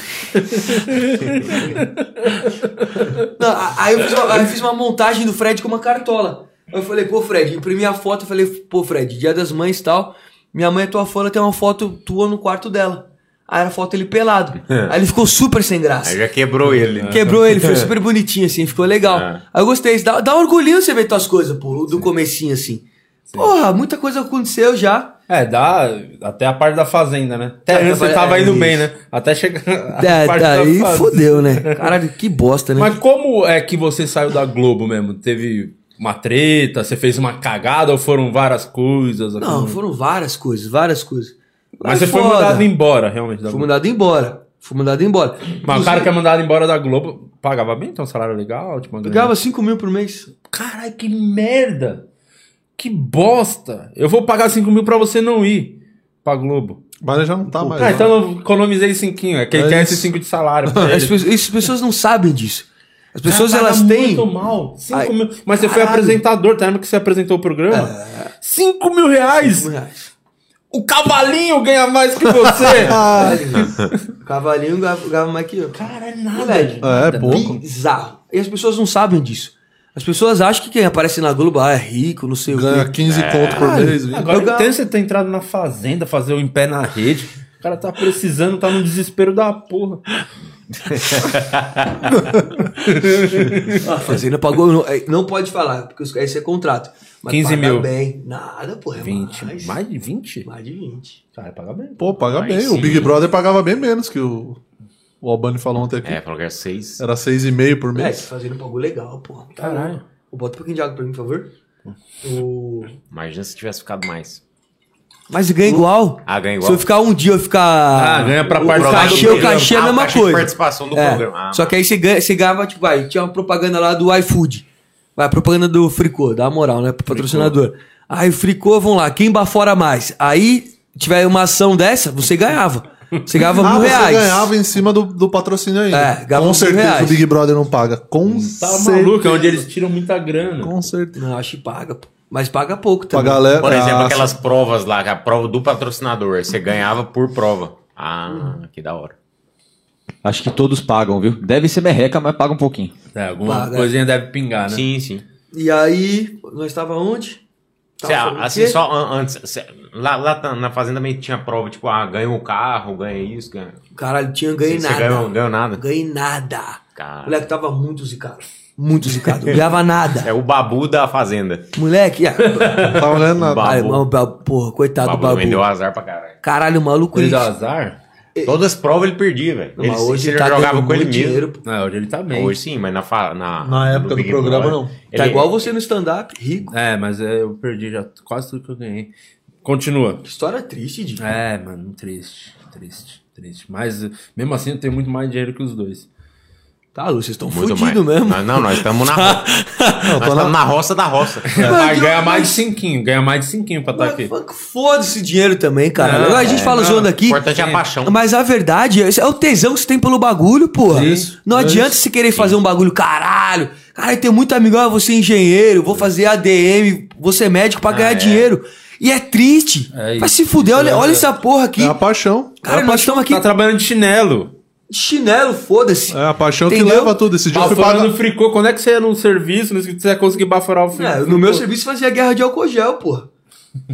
Speaker 4: Não, a- aí, eu fiz uma, aí eu fiz uma montagem do Fred com uma cartola. Aí eu falei, pô, Fred, imprimi a foto, eu falei, pô, Fred, dia das mães e tal. Minha mãe é tua fã, ela tem uma foto tua no quarto dela. Aí era a foto ele pelado. Aí ele ficou super sem graça.
Speaker 3: Aí já quebrou ele. né?
Speaker 4: É. Quebrou ele,
Speaker 1: É.
Speaker 4: foi super bonitinho, assim, ficou legal.
Speaker 3: É.
Speaker 4: Aí eu gostei, dá, dá um orgulhinho você ver tuas coisas, pô, do comecinho, assim. Porra, muita coisa aconteceu já.
Speaker 1: É, dá até a parte da fazenda, né? Até antes você
Speaker 4: é,
Speaker 1: tava indo
Speaker 4: isso.
Speaker 1: bem, né? Até chegar. a
Speaker 4: Da,
Speaker 1: parte
Speaker 4: daí
Speaker 1: fazenda.
Speaker 4: fodeu, né? Caralho, que bosta, né?
Speaker 1: Mas como é que você saiu da Globo mesmo? Teve uma treta? Você fez uma cagada ou foram várias coisas?
Speaker 4: Não,
Speaker 1: Aquilo?
Speaker 4: foram várias coisas, várias coisas.
Speaker 1: Mas você foi
Speaker 4: foda.
Speaker 1: mandado embora, realmente, da
Speaker 4: Fui
Speaker 1: Globo.
Speaker 4: mandado embora. Fui mandado embora.
Speaker 1: Mas o cara que é mandado embora da Globo pagava bem, então salário legal, tipo, uma grana.
Speaker 4: Pegava 5 mil por mês.
Speaker 1: Caralho, que merda! Que bosta! Eu vou pagar 5 mil pra você não ir pra Globo.
Speaker 2: Mas já não tá mais.
Speaker 1: ah,
Speaker 4: é.
Speaker 2: não.
Speaker 1: então eu economizei 5. É que ele
Speaker 2: É
Speaker 1: quer
Speaker 2: isso.
Speaker 1: esse 5 de salário. pra ele.
Speaker 4: As, pe- as pessoas não sabem disso. As pessoas,
Speaker 1: É. Cara,
Speaker 4: elas
Speaker 1: paga
Speaker 4: têm...
Speaker 1: Muito mal. 5
Speaker 4: Ai,
Speaker 1: mil. Mas você foi
Speaker 4: caralho. É.
Speaker 1: apresentador, tá? Lembra que você apresentou o programa? 5 mil reais! O cavalinho ganha mais que você!
Speaker 4: Ah, O Cavalinho ganhava ganhava mais que eu.
Speaker 1: Caralho,
Speaker 4: Moleque,
Speaker 2: É, é pouco.
Speaker 4: bizarro. E as pessoas não sabem disso. As pessoas acham que quem aparece na Globo ah, é rico, não sei o
Speaker 2: Ganha
Speaker 4: quê.
Speaker 2: 15 conto por mês. vinte.
Speaker 1: Agora
Speaker 4: Eu
Speaker 1: eu
Speaker 4: ga-
Speaker 1: entendo você ter entrado na fazenda, fazer o em pé na rede. O cara tá precisando, tá no desespero da porra.
Speaker 4: A fazenda pagou. Não, é, não pode falar, porque os- esse é contrato. Mas
Speaker 1: 15
Speaker 4: paga
Speaker 1: mil.
Speaker 4: bem. Nada, porra.
Speaker 1: 20.
Speaker 4: É Mais, mais
Speaker 1: Mais de 20?
Speaker 4: de 20.
Speaker 1: Cara, paga bem.
Speaker 2: Pô, paga
Speaker 3: Aí
Speaker 2: bem.
Speaker 3: sim.
Speaker 2: O Big Brother pagava bem menos que o, o Albani falou ontem aqui.
Speaker 3: É, falou que era seis.
Speaker 2: Era 6,5 por
Speaker 4: É,
Speaker 2: mês.
Speaker 4: esse fazenda pagou legal, porra.
Speaker 1: Caralho.
Speaker 4: Ô, Bota um pouquinho de água pra mim, por favor. O...
Speaker 3: Imagina se tivesse ficado mais.
Speaker 4: Mas ganha igual.
Speaker 3: Ah, ganha
Speaker 4: Se
Speaker 3: igual.
Speaker 4: eu ficar um dia, eu ficar.
Speaker 1: Ah, ganha pra
Speaker 4: o
Speaker 1: parte do
Speaker 4: cachê, o
Speaker 1: programa.
Speaker 4: cachê é a
Speaker 3: Ah, o
Speaker 4: mesma
Speaker 3: cachê de
Speaker 4: coisa.
Speaker 3: participação do
Speaker 4: É.
Speaker 3: programa. Ah,
Speaker 4: Só que aí você ganha, você ganhava, tipo, vai, tinha uma propaganda lá do iFood. Vai, propaganda do Fricô, dá uma moral, né? Pro patrocinador. Aí o Fricô, vão lá, quem bafora mais? Aí tiver uma ação dessa, você ganhava. Você ganhava
Speaker 2: Ah,
Speaker 4: mil
Speaker 2: você
Speaker 4: reais.
Speaker 2: ganhava em cima do, do patrocínio ainda.
Speaker 4: É, ganhava
Speaker 2: Com
Speaker 4: mil
Speaker 2: certeza
Speaker 4: reais. Hum,
Speaker 2: o Big Brother não paga. Com
Speaker 1: Tá
Speaker 2: certeza.
Speaker 1: maluco, é onde eles tiram muita grana.
Speaker 2: Com certeza.
Speaker 4: Não, acho que paga, pô. Mas paga pouco
Speaker 2: Pra
Speaker 4: também.
Speaker 2: galera.
Speaker 3: Por exemplo,
Speaker 2: Ah,
Speaker 3: aquelas provas lá, é a prova do patrocinador. Você ganhava por prova. Ah, que da hora.
Speaker 5: Acho que todos pagam, viu? Deve ser merreca, mas paga um pouquinho.
Speaker 1: É, alguma
Speaker 4: Paga.
Speaker 1: coisinha deve pingar, né?
Speaker 3: Sim, sim.
Speaker 4: E aí, nós estava onde?
Speaker 3: Cê,
Speaker 4: Tava Tá falando o
Speaker 3: assim,
Speaker 4: quê?
Speaker 3: só an- antes. cê- lá, lá ta- na fazenda também tinha prova, tipo, ah, ganha o carro, ganha isso, ganha.
Speaker 4: Caralho, tinha ganhei
Speaker 3: Cê-
Speaker 4: nada.
Speaker 3: cê ganhou- ganhou nada?
Speaker 4: Ganhei nada.
Speaker 3: Cara.
Speaker 4: Moleque tava muito zicado. Muito zicado. Não ganhava nada.
Speaker 3: É o babu da fazenda.
Speaker 4: Moleque. ah,
Speaker 2: Não tava ganhando tá nada.
Speaker 3: Babu.
Speaker 4: ai, mano, ba- porra, coitado
Speaker 3: babu
Speaker 4: Tá do
Speaker 3: também deu
Speaker 4: babu.
Speaker 3: azar pra caralho.
Speaker 4: Caralho, o maluco.
Speaker 1: Ele
Speaker 4: ele-
Speaker 1: dá azar?
Speaker 3: Todas as provas ele perdia, velho.
Speaker 4: Não,
Speaker 3: Ele,
Speaker 4: mas hoje
Speaker 3: se ele
Speaker 4: tá
Speaker 3: jogava
Speaker 4: dando
Speaker 3: com ele
Speaker 4: muito
Speaker 3: mesmo.
Speaker 4: dinheiro, né? pô.
Speaker 1: Não, hoje ele tá bem.
Speaker 3: Hoje sim, mas na. fa- Na,
Speaker 2: Na época
Speaker 3: no
Speaker 2: do
Speaker 3: Big
Speaker 2: programa,
Speaker 3: Brother,
Speaker 2: não.
Speaker 3: ele- é
Speaker 4: Tá igual você no stand-up, rico.
Speaker 1: É, mas é, eu perdi já quase tudo que eu ganhei. Continua.
Speaker 4: Que história triste, de
Speaker 1: É, mano, triste, triste, triste. Mas eh, mesmo assim eu tenho muito mais dinheiro que os dois.
Speaker 4: Tá, Lu, vocês estão
Speaker 3: Muito
Speaker 4: fodidos
Speaker 3: mais.
Speaker 4: mesmo.
Speaker 3: Nós- não, nós estamos na roça. nós
Speaker 2: tô na-
Speaker 3: estamos na... roça da roça.
Speaker 1: Mas ganha mais de cinquinho, ganha mais de cinquinho pra estar aqui.
Speaker 4: Mas fuck, Foda-se o dinheiro também, cara.
Speaker 1: Não,
Speaker 4: Agora a gente
Speaker 1: é,
Speaker 4: fala
Speaker 1: não,
Speaker 4: zoando
Speaker 3: O
Speaker 4: aqui.
Speaker 3: importante é a paixão.
Speaker 4: Mas a verdade é, é o tesão que você tem pelo bagulho, porra.
Speaker 2: É
Speaker 1: Isso,
Speaker 4: não adianta você querer fazer um bagulho, caralho. Cara, tem muito amigo, ah, você é engenheiro, vou fazer ADM, você é médico
Speaker 3: Ah,
Speaker 4: pra ganhar dinheiro. E é triste.
Speaker 1: É isso.
Speaker 4: Mas se fuder, olha, olha essa porra aqui.
Speaker 2: É a paixão.
Speaker 4: Cara, nós estamos aqui
Speaker 1: Tá trabalhando de chinelo.
Speaker 4: de chinelo, foda-se.
Speaker 2: É a paixão que
Speaker 4: Entendeu?
Speaker 2: leva tudo. Esse dia eu fui
Speaker 1: Baforando
Speaker 2: pagar.
Speaker 1: o fricô. Quando é que você ia num serviço, não você ia conseguir baforar o fricô?
Speaker 4: É, no meu serviço fazia guerra de álcool gel, porra.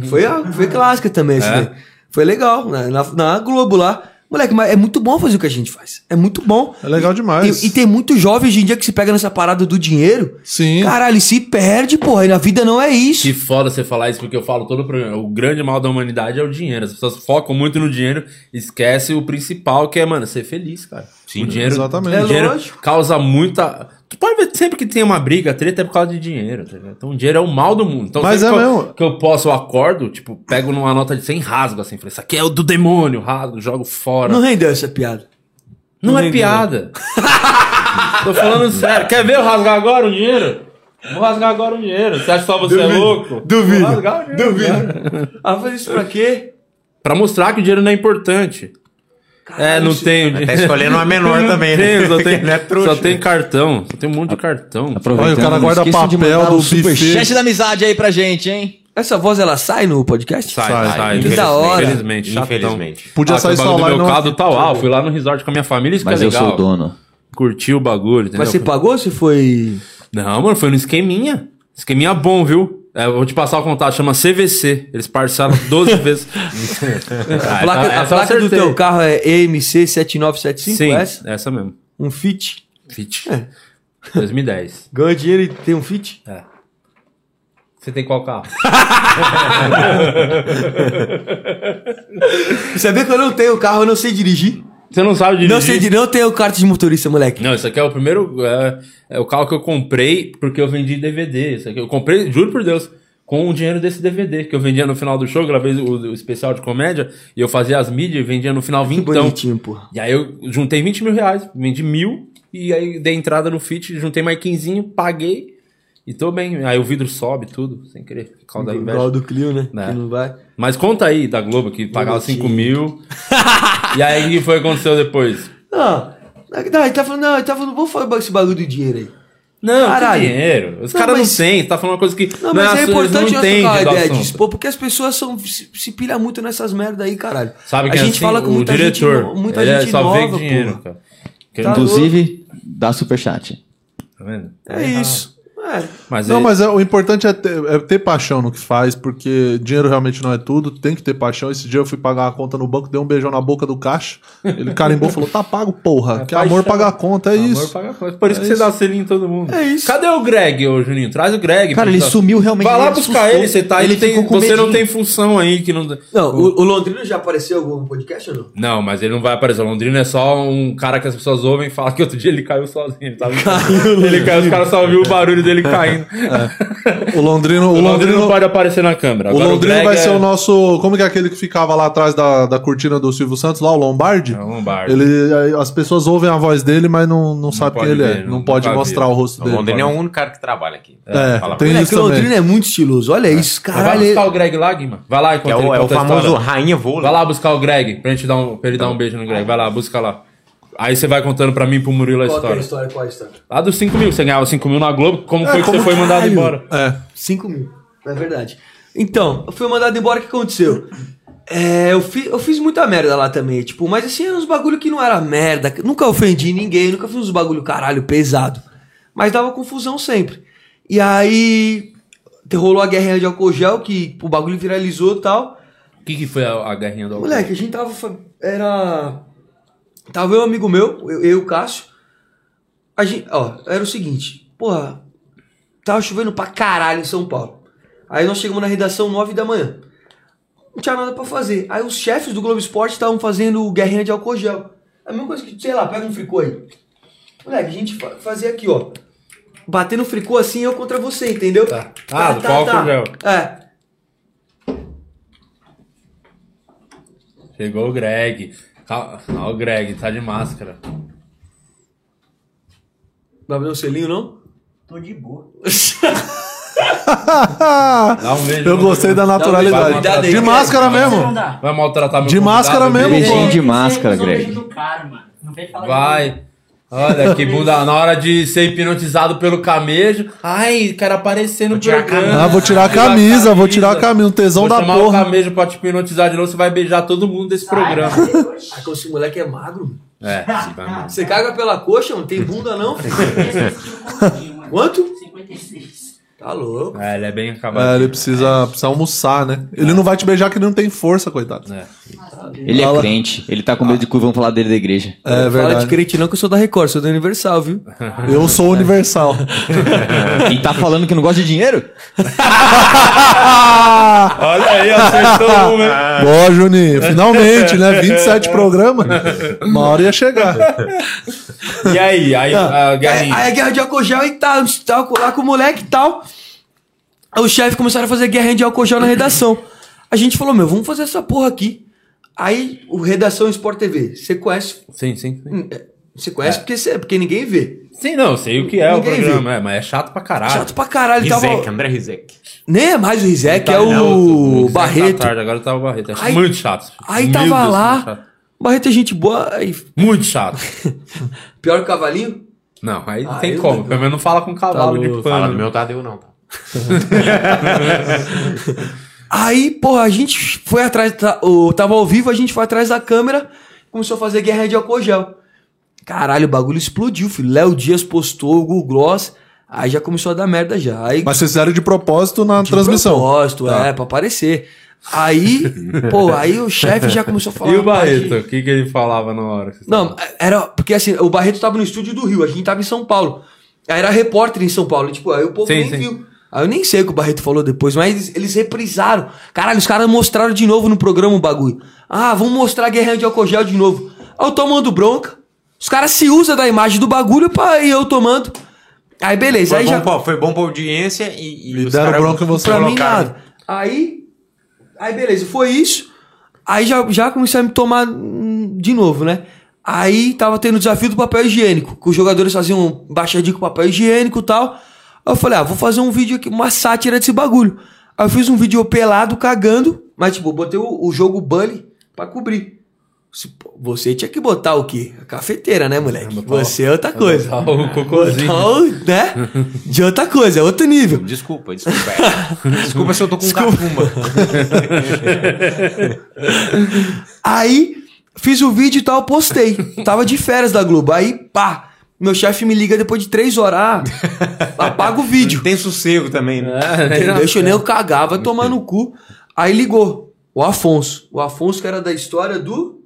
Speaker 4: Foi, a- foi clássica também, assim,
Speaker 1: É?
Speaker 4: né? Foi legal, na, na- na Globo lá. Moleque, mas é muito bom fazer o que a gente faz. É muito bom.
Speaker 2: É legal demais.
Speaker 4: E, e tem muito jovem hoje em dia que se pega nessa parada do dinheiro.
Speaker 2: Sim.
Speaker 4: Caralho, e se perde, porra. E na vida não é isso.
Speaker 1: Que foda você falar isso, porque eu falo todo o programa. O grande mal da humanidade é o dinheiro. As pessoas focam muito no dinheiro, esquece o principal, que é, mano, ser feliz, cara.
Speaker 3: Sim,
Speaker 1: o dinheiro,
Speaker 2: exatamente.
Speaker 1: O dinheiro
Speaker 4: É lógico.
Speaker 1: causa muita. Tu pode ver sempre que tem uma briga, treta é por causa de dinheiro, tá ligado? Então o dinheiro é o mal do mundo. Então,
Speaker 2: Mas
Speaker 1: sempre
Speaker 2: é
Speaker 1: que,
Speaker 2: mesmo.
Speaker 1: Eu, que eu posso, eu acordo, tipo, pego numa nota de 100 e rasgo assim, falei, isso aqui é o do demônio, rasgo, jogo fora.
Speaker 4: Não
Speaker 1: Não,
Speaker 4: rendeu essa piada.
Speaker 1: é piada. Tô falando sério. Quer ver eu rasgar agora o dinheiro? Vou rasgar agora o dinheiro. Você acha que só você é louco? Vou rasgar o dinheiro.
Speaker 4: Ah, faz isso pra quê?
Speaker 1: Pra mostrar que o dinheiro não é importante. é, não tem o dinheiro.
Speaker 3: Tá escolhendo uma menor também, né?
Speaker 1: Tem, só tem,
Speaker 3: Ele é trouxa.
Speaker 1: só tem cartão. Só tem um monte de cartão.
Speaker 2: Olha, o cara
Speaker 5: não
Speaker 2: guarda
Speaker 5: esqueçam de
Speaker 2: papel
Speaker 5: mandar
Speaker 2: do
Speaker 5: o superchat
Speaker 2: buffet.
Speaker 5: da amizade aí pra gente, hein?
Speaker 4: Essa voz, ela sai no podcast?
Speaker 1: Sai,
Speaker 2: Sai,
Speaker 1: sai.
Speaker 2: sai,
Speaker 1: infelizmente.
Speaker 4: da hora.
Speaker 1: Infelizmente. chatão.
Speaker 3: Infelizmente.
Speaker 2: Podia
Speaker 1: Ah,
Speaker 2: sair
Speaker 1: que o
Speaker 2: só
Speaker 1: bagulho
Speaker 2: lá e
Speaker 1: do meu
Speaker 2: não.
Speaker 1: caso tal. Ah, eu fui lá no resort com a minha família, isso
Speaker 5: Mas
Speaker 1: que é
Speaker 5: eu
Speaker 1: legal.
Speaker 5: sou o dono.
Speaker 1: Curti o bagulho, entendeu?
Speaker 4: Mas você pagou ou você foi.
Speaker 1: Não, mano, foi no esqueminha. Esqueminha bom, viu? É, eu vou te passar o contato, chama CVC. Eles parcelaram 12 vezes. Ah, tá,
Speaker 4: A placa, a placa do teu carro é EMC7975?
Speaker 1: então Sim,
Speaker 4: é Essa?
Speaker 1: essa mesmo.
Speaker 4: Um fit.
Speaker 1: Fit.
Speaker 4: É.
Speaker 1: 2010.
Speaker 4: Ganha dinheiro e tem um fit?
Speaker 1: Você tem qual carro?
Speaker 4: Sabia que eu não tenho carro, eu não sei dirigir.
Speaker 1: Você não sabe dirigir?
Speaker 4: Não sei dirigir, não tenho carta de motorista, moleque.
Speaker 1: Não, isso aqui é o primeiro. É, é o carro que eu comprei porque eu vendi DVD. Isso aqui eu comprei, juro por Deus, com o dinheiro desse DVD que eu vendia no final do show. Gravei o, o especial de comédia e eu fazia as mídias e vendia no final
Speaker 4: Que
Speaker 1: vintão.
Speaker 4: bonitinho, porra.
Speaker 1: E aí eu juntei 20 mil reais, vendi mil e aí dei entrada no fit, juntei mais 15, paguei e tô bem. Aí o vidro sobe tudo, sem querer. por causa da inveja.
Speaker 4: Igual do Clio, né?
Speaker 1: Né.
Speaker 4: Que não vai.
Speaker 1: Mas conta aí da Globo que pagava
Speaker 4: Bonitinho.
Speaker 1: 5 mil. e aí o que foi que aconteceu depois?
Speaker 4: Não, não, ele tá falando, não, ele tá falando, vamos falar esse bagulho do dinheiro aí.
Speaker 1: Não,
Speaker 4: Caralho.
Speaker 1: que dinheiro. Os
Speaker 4: Não,
Speaker 1: caras
Speaker 4: mas-
Speaker 1: não têm, você tá falando uma coisa que.
Speaker 4: Não,
Speaker 1: é
Speaker 4: mas é
Speaker 1: assu- eles
Speaker 4: importante
Speaker 1: não
Speaker 4: nós
Speaker 1: entendem
Speaker 4: trocar uma
Speaker 1: do
Speaker 4: ideia
Speaker 1: assunto.
Speaker 4: disso, pô, porque as pessoas são, se, se pilham muito nessas merda aí, caralho.
Speaker 1: Sabe que
Speaker 4: a
Speaker 1: é
Speaker 4: gente
Speaker 1: assim?
Speaker 4: fala com
Speaker 1: o
Speaker 4: muita
Speaker 1: diretor,
Speaker 4: gente, no- muita
Speaker 1: ele é
Speaker 4: gente
Speaker 1: só vê
Speaker 4: nova,
Speaker 1: dinheiro,
Speaker 4: pô.
Speaker 1: cara. Que
Speaker 4: Tá
Speaker 1: ele-
Speaker 4: louco.
Speaker 5: Inclusive, dá superchat.
Speaker 1: Tá vendo?
Speaker 4: É isso. É.
Speaker 1: Mas
Speaker 2: Não,
Speaker 1: é-
Speaker 2: mas é- o importante é ter, é ter paixão no que faz, porque dinheiro realmente não é tudo, tem que ter paixão. Esse dia eu fui pagar a conta no banco, dei um beijão na boca do caixa, ele carimbou e falou: tá pago, porra, que amor
Speaker 1: É paixão.
Speaker 2: paga a conta, é
Speaker 1: amor
Speaker 2: isso.
Speaker 1: paga a conta. Por isso que você dá selinho em todo mundo. É isso. Cadê o Greg, ô Juninho? Traz o Greg.
Speaker 5: Cara,
Speaker 1: pra
Speaker 5: ele
Speaker 1: gente-
Speaker 5: sumiu realmente.
Speaker 1: Vai lá
Speaker 5: ele
Speaker 1: buscar
Speaker 5: assustou.
Speaker 1: ele, você tá aí.
Speaker 5: Ele
Speaker 1: tem-
Speaker 5: ficou com
Speaker 1: você não tem
Speaker 5: medinho.
Speaker 1: função aí que não.
Speaker 4: Não, o, o Londrino já apareceu em algum podcast ou não?
Speaker 1: Não, mas ele não vai aparecer. O Londrino é só um cara que as pessoas ouvem e falam que outro dia ele caiu sozinho. Ele, tava... ele caiu, os caras só viu o barulho dele caindo. O
Speaker 2: O Londrino, o
Speaker 1: Londrino
Speaker 2: Londrino,
Speaker 1: não pode aparecer na câmera.
Speaker 2: o
Speaker 1: Agora
Speaker 2: Londrino
Speaker 1: Greg
Speaker 2: vai ser
Speaker 1: é-
Speaker 2: o nosso. Como que é aquele que ficava lá atrás da, da cortina do Silvio Santos, lá, o Lombardi?
Speaker 1: É o Lombardi.
Speaker 2: Ele, aí as pessoas ouvem a voz dele, mas não, não, sabe quem
Speaker 1: pode
Speaker 2: ele é.
Speaker 1: ver,
Speaker 2: Não,
Speaker 1: não
Speaker 2: pode
Speaker 1: pode
Speaker 2: mostrar
Speaker 1: ver.
Speaker 2: o rosto
Speaker 3: O
Speaker 2: dele.
Speaker 3: Londrina é o único cara que trabalha aqui.
Speaker 2: É,
Speaker 3: fala
Speaker 2: tem
Speaker 3: pra-
Speaker 4: Moleque,
Speaker 2: isso
Speaker 4: o
Speaker 2: também.
Speaker 4: Londrino é muito estiloso, olha isso,
Speaker 1: Vai
Speaker 4: caralho.
Speaker 1: buscar o Greg lá, Guima. Vai lá
Speaker 3: Que
Speaker 1: enquanto
Speaker 3: é
Speaker 1: ele
Speaker 3: o, é o
Speaker 1: conta a
Speaker 3: famoso
Speaker 1: história.
Speaker 3: rainha vola.
Speaker 1: Vai lá buscar o Greg, pra gente dar um, pra ele dar um beijo no Greg. Vai lá, busca lá. Aí você vai contando pra mim e pro Murilo a
Speaker 4: Qual que é a
Speaker 1: história.
Speaker 4: história? Qual é a história?
Speaker 1: Lá dos 5 mil, você ganhava 5 mil na Globo, como foi que
Speaker 4: como
Speaker 1: você foi mandado
Speaker 4: caralho?
Speaker 1: embora?
Speaker 2: É.
Speaker 4: 5 mil, é verdade. Então, eu fui mandado embora, o que aconteceu? É, eu, fi- eu fiz muita merda lá também, tipo, mas assim, uns bagulho que não era merda, que- nunca ofendi ninguém, nunca fiz uns bagulho caralho pesado. Mas dava confusão sempre. E aí, rolou a guerrinha de álcool gel, que o bagulho viralizou e tal.
Speaker 1: O que, que foi a, a guerrinha do álcool?
Speaker 4: Moleque, a gente tava. fa- Era. Tava eu, um amigo meu, eu, eu e o Cássio. A gente. Ó, era o seguinte. Porra. Tava chovendo pra caralho em São Paulo. Aí nós chegamos na redação 9 da manhã. Não tinha nada pra fazer. Aí os chefes do Globo Esporte estavam fazendo guerrinha de álcool gel. É a mesma coisa que, sei lá, pega um fricô aí. Moleque, a gente fa- fazia aqui, ó. Batendo fricô assim, eu contra você, entendeu? Tá.
Speaker 1: Ah, do álcool gel.
Speaker 4: É.
Speaker 1: Chegou o Greg. Cal- Ah, o Greg, tá de máscara.
Speaker 4: Vai abrir um selinho, não?
Speaker 6: Tô de boa.
Speaker 1: Dá um beijo.
Speaker 2: Ah, Eu
Speaker 1: no-
Speaker 2: gostei da
Speaker 4: Dá um beijo,
Speaker 2: naturalidade.
Speaker 4: cuidado aí,
Speaker 2: De
Speaker 4: cara.
Speaker 2: máscara
Speaker 6: Você não
Speaker 2: mesmo.
Speaker 6: dá.
Speaker 1: Vai maltratar meu
Speaker 2: De
Speaker 1: convidado,
Speaker 2: máscara
Speaker 1: beijo.
Speaker 2: mesmo,
Speaker 5: Beijinho
Speaker 2: pô.
Speaker 5: de máscara,
Speaker 6: Você
Speaker 5: Greg.
Speaker 6: é do cara, mano. Não vem falar de mim.
Speaker 1: Vai. Olha que bunda. Na hora de ser hipnotizado pelo camejo. Ai, quero aparecer no
Speaker 3: tirar a
Speaker 1: programa.
Speaker 2: Ah, vou tirar a camisa, vou tirar a camisa, um tesão
Speaker 1: Vou
Speaker 2: da
Speaker 1: chamar o
Speaker 2: porra.
Speaker 1: camejo pra te hipnotizar de novo. Você vai beijar todo mundo desse programa.
Speaker 4: Ah, que esse moleque é magro. mano.
Speaker 1: É, se vai mal.
Speaker 4: Você caga pela coxa, não tem bunda não. filho.
Speaker 6: um
Speaker 4: Quanto?
Speaker 6: Quanto? 56.
Speaker 4: Tá louco.
Speaker 1: É, ele é bem acabado.
Speaker 2: É, ele precisa, precisa almoçar, né? Ele não vai te beijar que ele não tem força, coitado.
Speaker 5: Ele é
Speaker 2: Fala.
Speaker 5: crente. Ele tá com medo de que vão falar dele da igreja.
Speaker 2: É
Speaker 4: Fala de
Speaker 2: verdade.
Speaker 4: crente não que eu sou da Record, sou da Universal, viu?
Speaker 2: Eu sou universal.
Speaker 5: E tá falando que não gosta de dinheiro?
Speaker 1: Olha aí, acertou o número.
Speaker 2: Boa, Juninho. Finalmente, né? 27 programas. Uma hora ia chegar.
Speaker 1: E aí, aí,
Speaker 2: Ah.
Speaker 1: a
Speaker 4: Aí,
Speaker 1: Guerrinha.
Speaker 4: É, aí a guerra de álcool gel e tal, tal, lá com o moleque e tal. Aí os chefes começaram a fazer guerra de álcool gel na redação. A gente falou, meu, vamos fazer essa porra aqui. Aí o Redação Sport TV, você conhece, é,
Speaker 1: Sim, sim, sim.
Speaker 4: você
Speaker 1: É.
Speaker 4: conhece porque, você- porque ninguém vê.
Speaker 1: Sim, não, eu sei o que é
Speaker 4: Ninguém
Speaker 1: o programa, é, mas é chato pra caralho.
Speaker 4: Chato pra caralho, tava.
Speaker 3: Rizek, André Rizek.
Speaker 4: Nem é mais o Rizek, é
Speaker 1: né? Tá Não, eu tô-
Speaker 4: o
Speaker 1: eu tô-
Speaker 4: Barreto.
Speaker 1: tá Tarde, agora tava o Barreto. É
Speaker 4: Aí-
Speaker 1: muito chato.
Speaker 4: Aí
Speaker 1: Meu
Speaker 4: tava
Speaker 1: Deus,
Speaker 4: lá,
Speaker 1: muito chato.
Speaker 4: Barreto é gente boa, aí
Speaker 1: Muito chato.
Speaker 4: Pior que o cavalinho?
Speaker 1: Não, aí
Speaker 4: Ah,
Speaker 1: tem
Speaker 4: eu
Speaker 1: como.
Speaker 4: não- Tá
Speaker 1: Pelo menos não fala com cavalo de
Speaker 4: louco.
Speaker 1: pano.
Speaker 3: Fala do meu Tadeu, não, tá?
Speaker 4: Aí, porra, a gente foi atrás, tá- o- tava ao vivo, a gente foi atrás da câmera, começou a fazer guerra de álcool gel. Caralho, o bagulho explodiu, filho. Léo Dias postou o Google Gloss, aí já começou a dar merda já. Aí,
Speaker 2: Mas vocês fizeram de propósito na
Speaker 4: de
Speaker 2: transmissão.
Speaker 4: propósito,
Speaker 2: Tá.
Speaker 4: é, pra aparecer. Aí, pô, aí o chefe já começou a falar.
Speaker 1: E o
Speaker 4: "Rapaz,
Speaker 1: Barreto? O que, que ele falava na hora? que vocês
Speaker 4: Não,
Speaker 1: estavam?
Speaker 4: era. Porque assim, o Barreto tava no estúdio do Rio, a gente tava em São Paulo. Aí era repórter em São Paulo. e, tipo, aí o povo
Speaker 1: Sim,
Speaker 4: nem
Speaker 1: sim.
Speaker 4: viu. Aí eu nem sei o que o Barreto falou depois, mas eles, eles reprisaram. Caralho, os caras mostraram de novo no programa o bagulho. Ah, vamos mostrar a guerra de álcool gel de novo. Aí eu tomando bronca. Os caras se usam da imagem do bagulho pra e eu tomando. Aí beleza,
Speaker 3: Foi,
Speaker 4: aí
Speaker 3: bom,
Speaker 4: já.
Speaker 3: pra, foi bom pra audiência e. e
Speaker 2: Me
Speaker 3: os
Speaker 2: deram
Speaker 3: cara
Speaker 2: bronca em você.
Speaker 4: Pra mim,
Speaker 3: colocaram-
Speaker 4: é nada. Aí, aí beleza, foi isso. Aí já, já comecei a me tomar hum, de novo, né? Aí tava tendo o desafio do papel higiênico, que os jogadores faziam baixadinho com papel higiênico e tal. Aí eu falei, ah, vou fazer um vídeo aqui, uma sátira desse bagulho. Aí eu fiz um vídeo eu pelado, cagando, mas tipo, botei o, o jogo Bully pra cobrir. Se- pô, Você tinha que botar o quê? A cafeteira, né, moleque? Você é outra coisa.
Speaker 1: Só o cocôzinho.
Speaker 4: Então, né? De outra coisa, é outro nível.
Speaker 3: Desculpa, desculpa. é. desculpa se eu tô com cafuma.
Speaker 4: Aí fiz o vídeo e tal, postei. Tava de férias da Globo. Aí, pá, meu chefe me liga depois de três horas. Ah, apaga o vídeo.
Speaker 3: Tem sossego também, né?
Speaker 1: É, né?
Speaker 4: Deixa eu nem eu cagar, vai tomar no cu. Aí ligou. O Afonso. O Afonso que era da história do.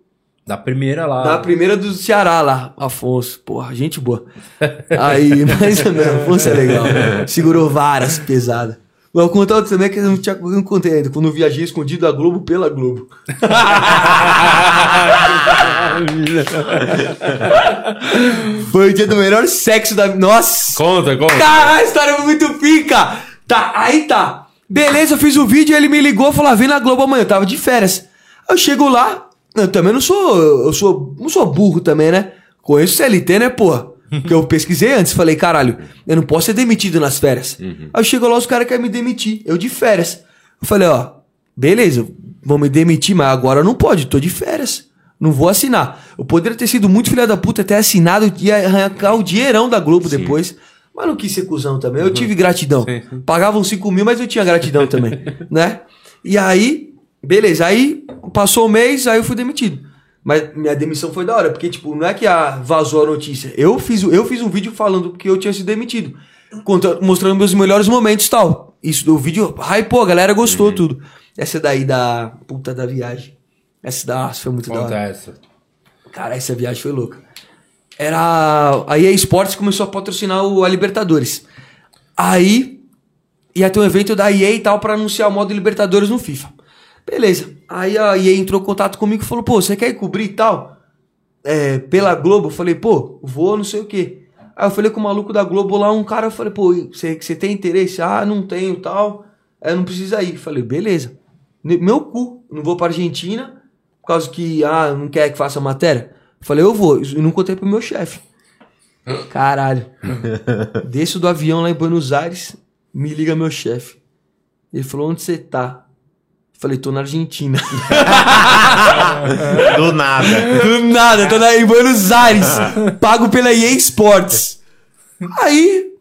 Speaker 1: Da primeira lá.
Speaker 4: Da primeira do Ceará lá. Afonso. Porra, gente boa. Aí, mas não, Afonso é legal. Segurou varas pesadas. Vou contar outro também que eu não, tinha, eu não contei ainda. Quando eu viajei escondido da Globo pela Globo. Foi o dia do melhor sexo da. Nossa!
Speaker 1: Conta, conta.
Speaker 4: Caralho, Tá, a história foi muito pica! Tá, aí tá. Beleza, eu fiz o vídeo, ele me ligou, falou, "Ah, vem na Globo amanhã, eu tava de férias. Eu chego lá, eu também não sou, eu sou, não sou burro também, né? Conheço CLT, né, porra? Porque eu pesquisei antes, falei, caralho, eu não posso ser demitido nas férias. Aí eu chego lá, os caras querem me demitir, eu de férias. Eu falei, ó, beleza, vão me demitir, mas agora não pode, tô de férias. Não vou assinar. Eu poderia ter sido muito filha da puta, ter assinado e arrancar o dinheirão da Globo depois. Mas não quis ser cuzão também. Eu tive gratidão. Pagavam 5 mil, mas eu tinha gratidão também, né? E aí, beleza. Aí passou o mês, aí eu fui demitido. Mas minha demissão foi da hora, porque, tipo, não é que a, vazou a notícia. Eu fiz, o- eu fiz um vídeo falando que eu tinha sido demitido, contando- mostrando meus melhores momentos e tal. Isso, o vídeo hypou, a galera gostou tudo. Essa daí da puta da viagem. Essa da, nossa, foi muito da hora.
Speaker 1: essa.
Speaker 4: Cara, essa viagem foi louca. Era. A EA Sports começou a patrocinar o, a Libertadores. Aí ia ter um evento da EA e tal pra anunciar o modo Libertadores no FIFA. Beleza. Aí a EA entrou em contato comigo e falou: pô, você quer ir cobrir e tal? É, pela Globo? Eu falei: pô, vou, não sei o quê. Aí eu falei com o maluco da Globo lá, um cara, eu falei: pô, você, você tem interesse? Ah, não tenho tal. É, não precisa ir. Eu falei: beleza. Ne- Meu cu, não vou pra Argentina por causa que, ah, não quer que faça matéria? Eu Falei, eu vou. E não contei pro meu chefe. Caralho. Desço do avião lá em Buenos Aires, me liga meu chefe. Ele falou, onde você tá? Eu Falei, tô na Argentina.
Speaker 3: Do nada.
Speaker 4: Do nada, tô na, em Buenos Aires. Pago pela EA Sports. Aí.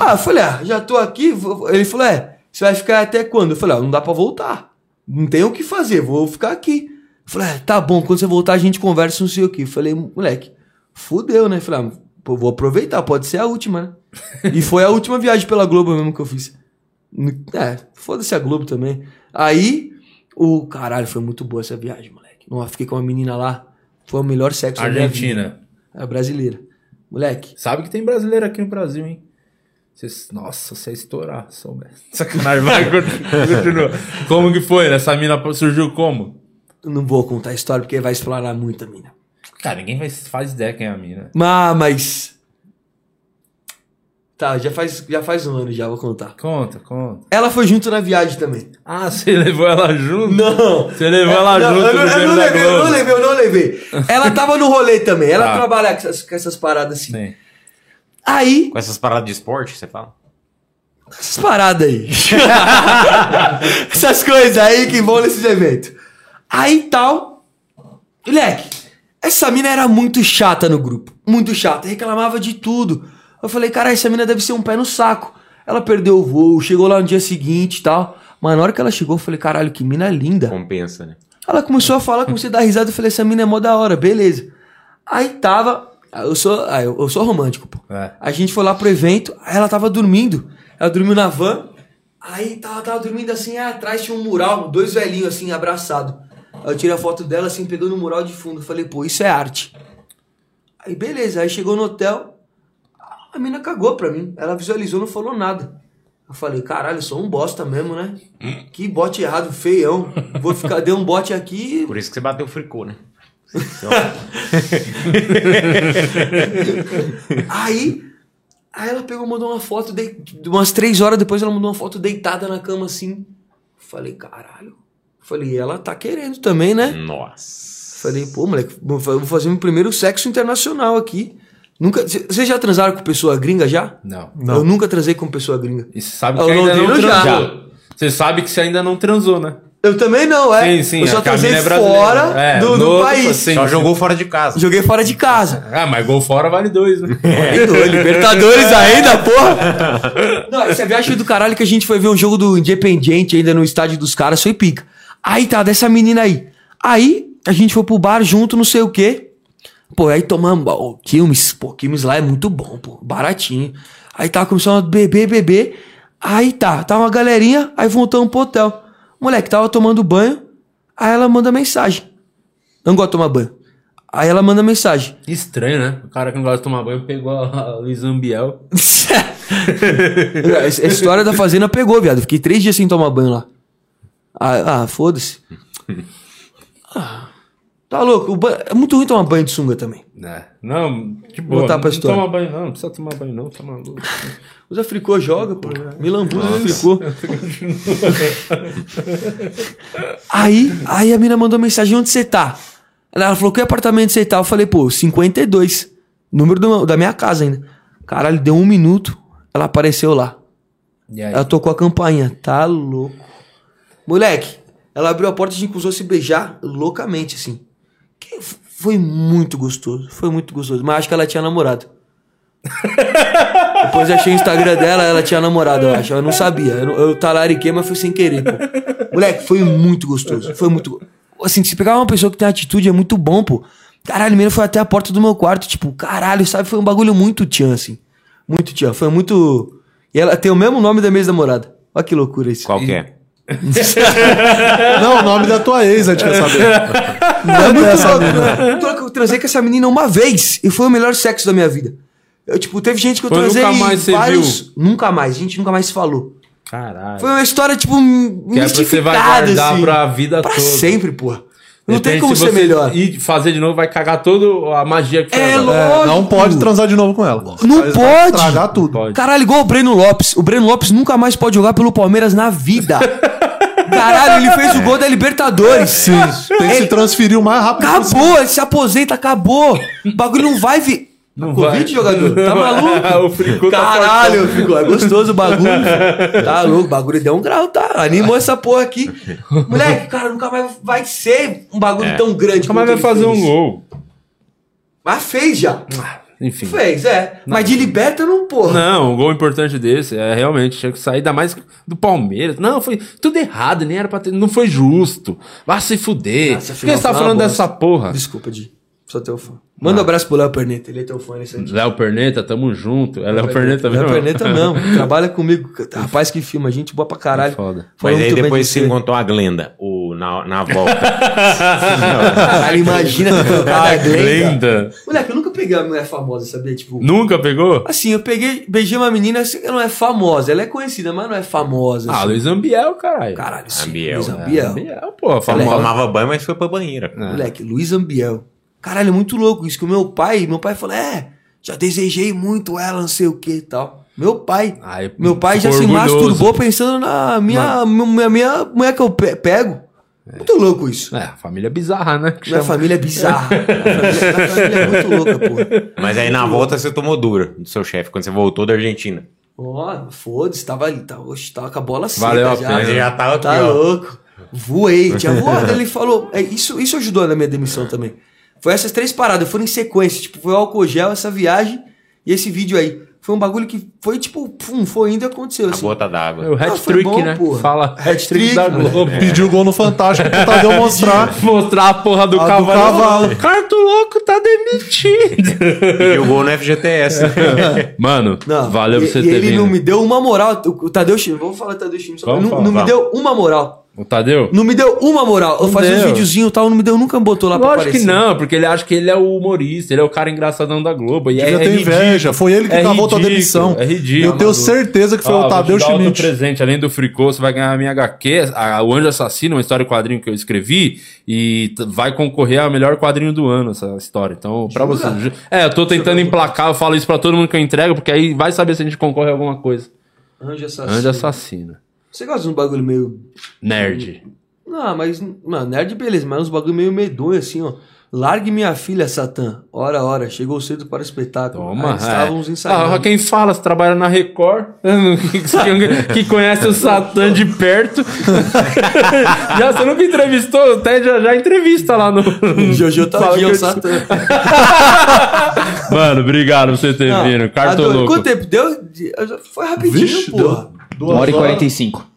Speaker 4: Ah, eu falei, ah, já tô aqui. vou- Ele falou, é, você vai ficar até quando? Eu falei, ah, não dá pra voltar. Não tem o que fazer, vou ficar aqui. Eu falei, ah, tá bom, quando você voltar a gente conversa, não sei o que. Eu falei, moleque, fudeu, né? Eu falei, ah, pô, vou aproveitar, pode ser a última, né? E foi a última viagem pela Globo mesmo que eu fiz. É, foda-se a Globo também. Aí, o caralho, foi muito boa essa viagem, moleque. Nossa, fiquei com uma menina lá. Foi o melhor sexo da minha vida.
Speaker 1: Argentina.
Speaker 4: É brasileira. Moleque.
Speaker 1: Sabe que tem brasileiro aqui no Brasil, hein? Vocês- Nossa, você ia estourar, soubesse. Sacanagem, vai, continua. Como que foi? né? Essa mina surgiu como?
Speaker 4: eu Não vou contar a história porque vai explorar muito a mina.
Speaker 1: Cara, ninguém vai- faz ideia quem é a mina.
Speaker 4: Mas, mas. Tá, já faz, já faz um ano já, vou contar.
Speaker 1: Conta, conta.
Speaker 4: Ela foi junto na viagem também.
Speaker 1: Ah, você levou ela junto?
Speaker 4: Não.
Speaker 1: Você levou ela
Speaker 4: não,
Speaker 1: junto
Speaker 4: eu não,
Speaker 1: no
Speaker 4: eu
Speaker 1: Gêmeo
Speaker 4: não
Speaker 1: da
Speaker 4: levei, eu não
Speaker 1: Globo.
Speaker 4: levei, eu não levei. Ela tava no rolê também. Ela
Speaker 1: Tá.
Speaker 4: trabalha com essas, com essas paradas assim.
Speaker 1: Sim.
Speaker 4: Aí,
Speaker 3: Com essas paradas de esporte, que você fala?
Speaker 4: essas paradas aí. essas coisas aí que vão nesses eventos. Aí tal. Moleque, essa mina era muito chata no grupo. Muito chata. Reclamava de tudo. Eu falei, cara, essa mina deve ser um pé no saco. Ela perdeu o voo, chegou lá no dia seguinte e tal. Mas na hora que ela chegou, eu falei, caralho, que mina linda.
Speaker 3: Compensa, né?
Speaker 4: Ela começou a falar, comecei a dar risada, eu falei, essa mina é mó da hora, beleza. Aí tava, eu sou, ah, eu, eu sou romântico, pô.
Speaker 1: É.
Speaker 4: A gente foi lá pro evento, aí ela tava dormindo, ela dormiu na van, aí tava, tava dormindo assim, aí atrás tinha um mural, dois velhinhos assim, abraçado. Aí Eu tirei a foto dela assim, pegando o mural de fundo, eu falei, pô, isso é arte. Aí beleza, aí chegou no hotel, a mina cagou pra mim, ela visualizou, não falou nada. Eu falei, caralho, eu sou um bosta mesmo, né? Que bote errado, feião. Vou ficar, dei um bote aqui
Speaker 3: Por isso que você bateu o fricô, né?
Speaker 4: Aí, aí ela pegou, mandou uma foto, de, de umas três horas depois ela mandou uma foto deitada na cama assim. Falei, caralho. Falei, ela tá querendo também,
Speaker 1: Hum.
Speaker 4: né?
Speaker 3: Nossa.
Speaker 4: Falei, pô, moleque, vou fa- vou fazer meu primeiro sexo internacional aqui. Nunca. c- Vocês já transaram com pessoa gringa já?
Speaker 1: Não.
Speaker 4: Eu nunca transei com pessoa gringa.
Speaker 1: E você sabe
Speaker 4: Ah,
Speaker 1: que
Speaker 4: o
Speaker 1: ainda não
Speaker 4: Londrino já.
Speaker 1: transou. Você sabe que você ainda não transou, né?
Speaker 4: Eu também não, é.
Speaker 1: Sim, sim,
Speaker 4: Eu só
Speaker 1: a Camila
Speaker 4: transei
Speaker 1: é brasileira.
Speaker 4: fora
Speaker 1: É,
Speaker 4: do, do
Speaker 1: no-
Speaker 4: país.
Speaker 1: sim.
Speaker 3: Só jogou fora de casa.
Speaker 4: Joguei fora de casa.
Speaker 1: Ah, mas gol fora vale dois, né?
Speaker 4: Doido, Libertadores ainda, porra! Não, essa viagem foi do caralho que a gente foi ver um jogo do Independiente ainda no estádio dos caras, foi pica. Aí tá, dessa menina aí. Aí a gente foi pro bar junto, não sei o quê. Pô, aí tomamos ó, Quilmes, pô, Quilmes lá é muito bom, pô, baratinho. Aí tava começando a beber, beber. Aí tá, tava uma galerinha, aí voltamos pro hotel. Moleque, tava tomando banho, aí ela manda mensagem. Não gosto de tomar banho. Aí ela manda mensagem.
Speaker 1: Estranho, né? O cara que não gosta de tomar banho pegou a Luiz Ambiel.
Speaker 4: a his- a história da fazenda pegou, viado. Fiquei três dias sem tomar banho lá. Ah, ah, foda-se. Ah, tá louco. o ba- É muito ruim tomar banho de sunga também.
Speaker 1: Né? Não, de boa.
Speaker 4: Voltar pra
Speaker 1: não
Speaker 4: história.
Speaker 1: toma banho, não. Não precisa tomar banho, não. Tá maluco.
Speaker 4: Usa fricô, joga, pô. Me lambuza no fricô. aí, aí a mina mandou mensagem, onde você tá? Ela falou, que apartamento você tá? Eu falei, pô, 52. Número do- da minha casa ainda. Caralho, deu um minuto, ela apareceu lá.
Speaker 1: E aí?
Speaker 4: Ela tocou a campainha. Tá louco. Moleque, ela abriu a porta e a gente começou a se beijar loucamente, assim. Que f- foi muito gostoso. Foi muito gostoso. Mas acho que ela tinha namorado. Depois eu achei o Instagram dela, ela tinha namorado, eu acho. Eu não sabia. Eu, não- eu talariquei, mas foi sem querer, pô. Moleque, foi muito gostoso. Foi muito. go- Assim, se pegar uma pessoa que tem atitude é muito bom, pô. Caralho, menino foi até a porta do meu quarto. Tipo, caralho, sabe? Foi um bagulho muito tchan, assim. Muito tchan. Foi muito. E ela tem o mesmo nome da minha ex-namorada. Olha que loucura isso.
Speaker 3: Qual que é?
Speaker 2: Não, o nome da tua ex, a gente quer saber.
Speaker 4: Não,
Speaker 2: Não é essa
Speaker 4: Eu transei com essa menina uma vez e foi o melhor sexo da minha vida. Eu, tipo, teve gente que eu
Speaker 1: Foi,
Speaker 4: transei
Speaker 1: nunca
Speaker 4: em
Speaker 1: mais você
Speaker 4: Nunca mais, a gente nunca mais se falou.
Speaker 1: Caralho.
Speaker 4: Foi uma história, tipo,
Speaker 1: que é pra você vai guardar
Speaker 4: assim.
Speaker 1: pra vida
Speaker 4: Pra
Speaker 1: toda.
Speaker 4: sempre, porra. Não
Speaker 1: Depende
Speaker 4: tem como
Speaker 1: se
Speaker 4: ser
Speaker 1: você
Speaker 4: melhor.
Speaker 1: E fazer de novo vai cagar toda a magia que foi
Speaker 4: É,
Speaker 1: agora.
Speaker 4: louco.
Speaker 2: É, não pode transar de novo com ela.
Speaker 4: Não
Speaker 2: Vai
Speaker 4: pode.
Speaker 2: Estragar tudo.
Speaker 1: Pode.
Speaker 4: Caralho, igual o Breno Lopes. O Breno Lopes nunca mais pode jogar pelo Palmeiras na vida. Caralho, ele fez o gol da Libertadores. Sim.
Speaker 2: Tem que se transferir o mais rápido possível.
Speaker 4: Acabou, ele se aposenta, acabou. O bagulho não vai vir.
Speaker 1: Não
Speaker 4: Covid,
Speaker 1: vai.
Speaker 4: jogador? Tá maluco?
Speaker 1: o Fricô tá
Speaker 4: Caralho, ficou. É gostoso o bagulho. filho. Tá louco, o bagulho deu um grau, tá? Animou essa porra aqui. Moleque, cara, nunca mais vai ser um bagulho tão grande.
Speaker 1: Como é que
Speaker 4: quanto
Speaker 1: vai
Speaker 4: ele
Speaker 1: fazer um
Speaker 4: fez.
Speaker 1: gol?
Speaker 4: Mas fez já.
Speaker 1: Enfim.
Speaker 4: Fez, é. Mas de liberta não, porra.
Speaker 1: Não, um gol importante desse, é realmente, tinha que sair ainda mais do Palmeiras. Não, foi tudo errado, nem era pra ter, não foi justo. Vai se fuder.
Speaker 4: Ah, essa
Speaker 1: Por que
Speaker 4: final
Speaker 1: você tá
Speaker 4: foi uma
Speaker 1: falando
Speaker 4: bosta.
Speaker 1: dessa porra?
Speaker 4: Desculpa, Di. Sou teu fã. Manda um abraço pro Léo Perneta. Ele é teu fã nesse aqui.
Speaker 1: Léo Perneta, tamo junto. É Léo Perneta mesmo?
Speaker 4: Léo Perneta mesmo. Trabalha comigo. Rapaz que filma, gente boa pra caralho.
Speaker 1: Foda.
Speaker 3: Mas
Speaker 4: Falou
Speaker 3: aí
Speaker 4: muito bem
Speaker 3: depois
Speaker 4: de
Speaker 3: se
Speaker 4: você.
Speaker 3: encontrou a Glenda, o, na, na volta.
Speaker 4: Caralho, imagina
Speaker 1: Tá
Speaker 4: cada Glenda.
Speaker 1: Glenda.
Speaker 4: Moleque, eu nunca peguei uma mulher famosa, sabia? Tipo,
Speaker 1: Nunca pegou?
Speaker 4: assim, eu peguei, beijei uma menina, assim, ela não é famosa. Ela é conhecida, mas não é famosa.
Speaker 1: Ah,
Speaker 4: assim.
Speaker 1: Luiz Ambiel, caralho.
Speaker 4: Caralho, sim.
Speaker 3: Ambiel.
Speaker 4: Luiz
Speaker 1: É,
Speaker 4: Ambiel.
Speaker 1: Ambiel, pô,
Speaker 3: Ela
Speaker 1: famosa.
Speaker 3: tomava banho, mas foi pra banheira.
Speaker 4: Moleque, Luiz Ambiel. Caralho, é muito louco isso que o meu pai, meu pai falou, é, já desejei muito ela, não sei o que e tal. Meu pai.
Speaker 1: Ai,
Speaker 4: Meu pai já
Speaker 1: ficou
Speaker 4: se
Speaker 1: orgulhoso.
Speaker 4: masturbou pensando na minha, minha, minha mulher que eu pe- pego. Muito louco isso.
Speaker 1: É, família bizarra, né? Que
Speaker 4: Minha
Speaker 1: chama.
Speaker 4: família é bizarra. minha, família, minha família é muito louca, porra.
Speaker 3: Mas aí na volta você tomou dura do seu chefe, quando você voltou da Argentina.
Speaker 4: Ó, foda-se, tava ali, tava, oxe, tava com a bola seca
Speaker 1: Valeu a
Speaker 4: já.
Speaker 1: pena.
Speaker 3: Mas
Speaker 1: É.
Speaker 3: ele já tava aqui,
Speaker 4: Tá
Speaker 3: ó.
Speaker 4: louco. Voei, tinha voado. Ele falou. é, isso, isso ajudou na minha
Speaker 1: É.
Speaker 4: demissão também. Foi essas três paradas, foram em sequência. Tipo, foi o álcool gel, essa viagem e esse vídeo aí. Foi um bagulho que foi tipo, pum, foi indo e aconteceu.
Speaker 3: A
Speaker 4: Assim.
Speaker 3: gota
Speaker 1: É
Speaker 3: d'água.
Speaker 1: o
Speaker 4: Ah, foi
Speaker 1: hat-trick,
Speaker 4: bom,
Speaker 1: né?
Speaker 4: porra.
Speaker 1: Fala hat-trick da
Speaker 4: Hat-trick,
Speaker 1: Globo.
Speaker 2: Pediu o gol no Fantástico pro Tadeu mostrar.
Speaker 1: Mostrar a porra do
Speaker 2: A do
Speaker 1: cavalo.
Speaker 2: cavalo.
Speaker 1: Carto louco tá demitido.
Speaker 3: E jogou no FGTS.
Speaker 1: Mano,
Speaker 4: Não,
Speaker 1: valeu
Speaker 4: e,
Speaker 1: por você
Speaker 4: e
Speaker 1: ter
Speaker 4: ele
Speaker 1: vindo.
Speaker 4: não me deu uma moral. O o Tadeu Chino, vamos falar do Tadeu Chino. só-
Speaker 1: Vamos
Speaker 4: Não,
Speaker 1: falar,
Speaker 4: não me
Speaker 3: vamos.
Speaker 4: deu uma moral.
Speaker 1: O Tadeu?
Speaker 4: Não me deu uma moral. Eu
Speaker 1: Não
Speaker 4: fazia uns
Speaker 1: deu.
Speaker 4: videozinhos e tal, não tá me deu, nunca me botou lá pra
Speaker 1: Lógico que
Speaker 4: aparecer.
Speaker 1: não, porque ele acha que ele é o humorista, ele é o cara engraçadão da Globo. E é,
Speaker 2: Eu
Speaker 1: é
Speaker 2: tenho
Speaker 1: ridículo.
Speaker 2: inveja. Foi ele que
Speaker 1: é
Speaker 2: cavou tua
Speaker 1: ridículo,
Speaker 2: demissão.
Speaker 1: É ridículo.
Speaker 2: Eu tenho certeza que foi
Speaker 1: Ó,
Speaker 2: o Tadeu
Speaker 1: vou te dar outro
Speaker 2: Schmidt.
Speaker 1: presente, além do Fricô, você vai ganhar a minha HQ, a- o Anjo Assassino, uma história em quadrinho que eu escrevi, e t- vai concorrer ao melhor quadrinho do ano, essa história. Então, pra você. ju- É, eu tô tentando emplacar, eu falo isso pra todo mundo que eu entrego, porque aí vai saber se a gente concorre a alguma coisa.
Speaker 4: Anjo assassino.
Speaker 1: Anjo Assassino.
Speaker 4: Você gosta de um bagulho meio
Speaker 1: Nerd.
Speaker 4: Não, Ah, mas, mano, nerd beleza, mas uns bagulho meio medonho assim, ó. Largue minha filha, Satã. Ora, ora, chegou cedo para o espetáculo.
Speaker 1: Toma,
Speaker 4: Aí estávamos
Speaker 1: Então, é.
Speaker 4: ensaiando.
Speaker 1: Ah, quem fala, você trabalha na Record, que, que conhece o Satã de perto. já, você nunca entrevistou, até já, já entrevista lá no.
Speaker 4: Jojo
Speaker 1: Fala que
Speaker 4: Tadinho,
Speaker 1: eu-
Speaker 4: o Satã.
Speaker 1: Mano, obrigado por você ter
Speaker 4: Não,
Speaker 1: vindo.
Speaker 4: adoro.
Speaker 1: Cartoloco.
Speaker 4: Quanto tempo? Deu? de- eu já- Foi rapidinho,
Speaker 2: Vixe,
Speaker 4: porra.
Speaker 5: Uma hora e 45.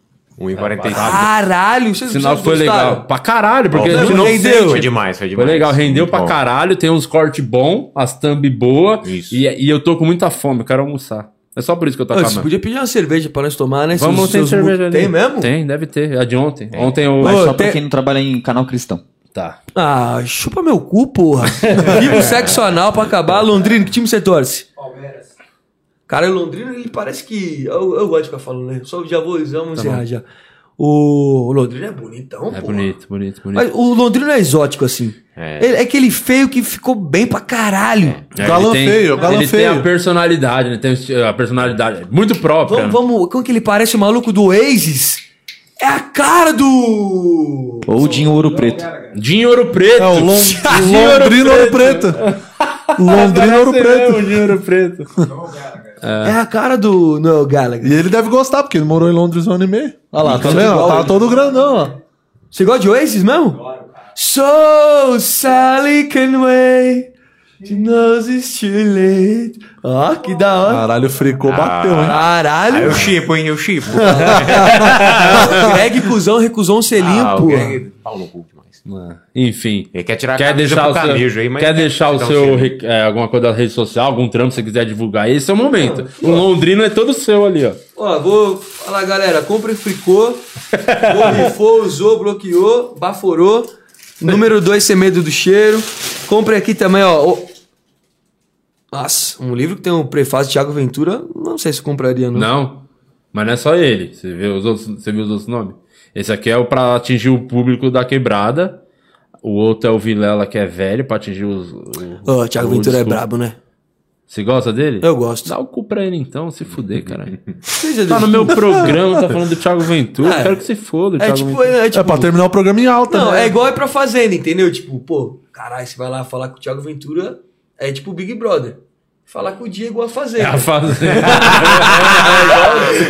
Speaker 3: 1,45.
Speaker 4: Caralho, vocês
Speaker 1: Sinal
Speaker 4: vocês
Speaker 1: foi
Speaker 4: gostaram?
Speaker 1: legal. Pra caralho, Ah, porque
Speaker 3: Bom,
Speaker 1: a gente
Speaker 4: não
Speaker 1: não
Speaker 4: rendeu.
Speaker 1: sente.
Speaker 3: Foi demais, foi
Speaker 1: Foi
Speaker 3: demais.
Speaker 1: legal, rendeu
Speaker 3: Muito
Speaker 1: pra
Speaker 3: bom.
Speaker 1: caralho, tem uns cortes bom, as thumb boa.
Speaker 3: Isso.
Speaker 1: E, e eu tô com muita fome, eu quero almoçar. É só por isso que eu tô
Speaker 4: Ah, Você
Speaker 1: acabando.
Speaker 4: podia pedir uma cerveja para nós tomar, né?
Speaker 1: Vamos,
Speaker 4: Seus-
Speaker 1: tem
Speaker 4: seus
Speaker 1: cerveja
Speaker 4: mu-
Speaker 1: ali.
Speaker 4: Tem mesmo?
Speaker 1: Tem, deve ter. É A de ontem. Ontem eu.
Speaker 5: Mas só
Speaker 4: tem-
Speaker 5: pra quem não trabalha em canal cristão.
Speaker 1: Tá.
Speaker 4: Ah, chupa meu cu, porra. Viva o sexo anal pra acabar. Londrino, que time você torce? Palmeiras. Cara, o Londrino, ele parece que. Eu, eu gosto de ficar falando, né? Só já vou, vamos encerrar já. O, o Londrino é bonitão,
Speaker 1: Tá É
Speaker 4: porra.
Speaker 1: bonito, bonito, bonito.
Speaker 4: Mas o Londrino é exótico, assim. É. Ele, é aquele feio que ficou bem pra caralho.
Speaker 1: É,
Speaker 2: Galã
Speaker 1: ele tem-
Speaker 2: feio, galã
Speaker 1: Ele
Speaker 2: feio.
Speaker 1: tem a personalidade, né? Tem a personalidade muito própria. né?
Speaker 4: Vamos, vamos. Como que ele parece o maluco do Oasis? É a cara do.
Speaker 5: Ou de ouro preto.
Speaker 1: né? Dinho Ouro Preto.
Speaker 2: É o Lon- Londrina Ouro Preto. Londrina Ouro Preto.
Speaker 1: Dinho Ouro Preto.
Speaker 4: É, a cara do Noel Gallagher.
Speaker 2: E ele deve gostar, porque ele morou em Londres um ano e meio.
Speaker 4: Olha lá,
Speaker 2: Tá
Speaker 4: tudo
Speaker 2: vendo?
Speaker 4: igual
Speaker 2: Tava
Speaker 4: ele.
Speaker 2: todo grandão, ó.
Speaker 4: Você gosta de Oasis mesmo? So Sally can wait. She knows it's too late. Ó, que da hora.
Speaker 2: Caralho, fricou, bateu, hein?
Speaker 3: Ah,
Speaker 4: Caralho.
Speaker 3: eu chipo, hein? Eu chipo.
Speaker 4: o Greg Cusão recusou um selinho,
Speaker 3: Ah, o
Speaker 4: pô.
Speaker 3: Greg- Pau no cu demais.
Speaker 1: Enfim.
Speaker 3: Ele quer tirar a
Speaker 1: Quer
Speaker 3: camisa
Speaker 1: deixar,
Speaker 3: pro
Speaker 1: o
Speaker 3: camejo
Speaker 1: seu,
Speaker 3: aí, mas...
Speaker 1: quer deixar o
Speaker 3: Então,
Speaker 1: seu
Speaker 3: sim.
Speaker 1: rec- é, alguma coisa da rede social, algum trampo que você quiser divulgar? Esse é o momento. O Londrino é todo seu ali, ó.
Speaker 4: Ó, vou falar, galera, compra fricô, borrifou, usou, bloqueou, baforou. Número 2, sem medo do cheiro. Compre aqui também, ó. o- Nossa, um livro que tem o prefácio de Thiago Ventura, não sei se eu compraria, não.
Speaker 1: Não, mas não é só ele. Você vê os outros, você viu os outros nomes? Esse aqui é o pra atingir o público da quebrada. O outro é o Vilela, que é velho, pra atingir os. o-
Speaker 4: Ó, Thiago
Speaker 1: o
Speaker 4: Ventura é
Speaker 1: discurso.
Speaker 4: brabo, né?
Speaker 1: Você gosta dele?
Speaker 4: Eu gosto.
Speaker 1: Dá o cu pra ele então, se fuder, cara.
Speaker 3: é
Speaker 4: Seja
Speaker 1: Tá no
Speaker 4: Deus.
Speaker 1: meu programa, tá falando do Thiago Ventura.
Speaker 4: É.
Speaker 1: Quero que você foda, o
Speaker 4: É
Speaker 1: Thiago
Speaker 4: tipo,
Speaker 1: Ventura.
Speaker 4: é,
Speaker 2: É
Speaker 4: tipo
Speaker 2: pra terminar o programa em alta,
Speaker 4: Não,
Speaker 2: né?
Speaker 4: é igual ir pra fazenda, entendeu? Tipo, pô, caralho, você vai lá falar com o Thiago Ventura, é tipo o Big Brother. Falar com o Diego a
Speaker 1: É
Speaker 4: fazenda.
Speaker 1: a fazenda.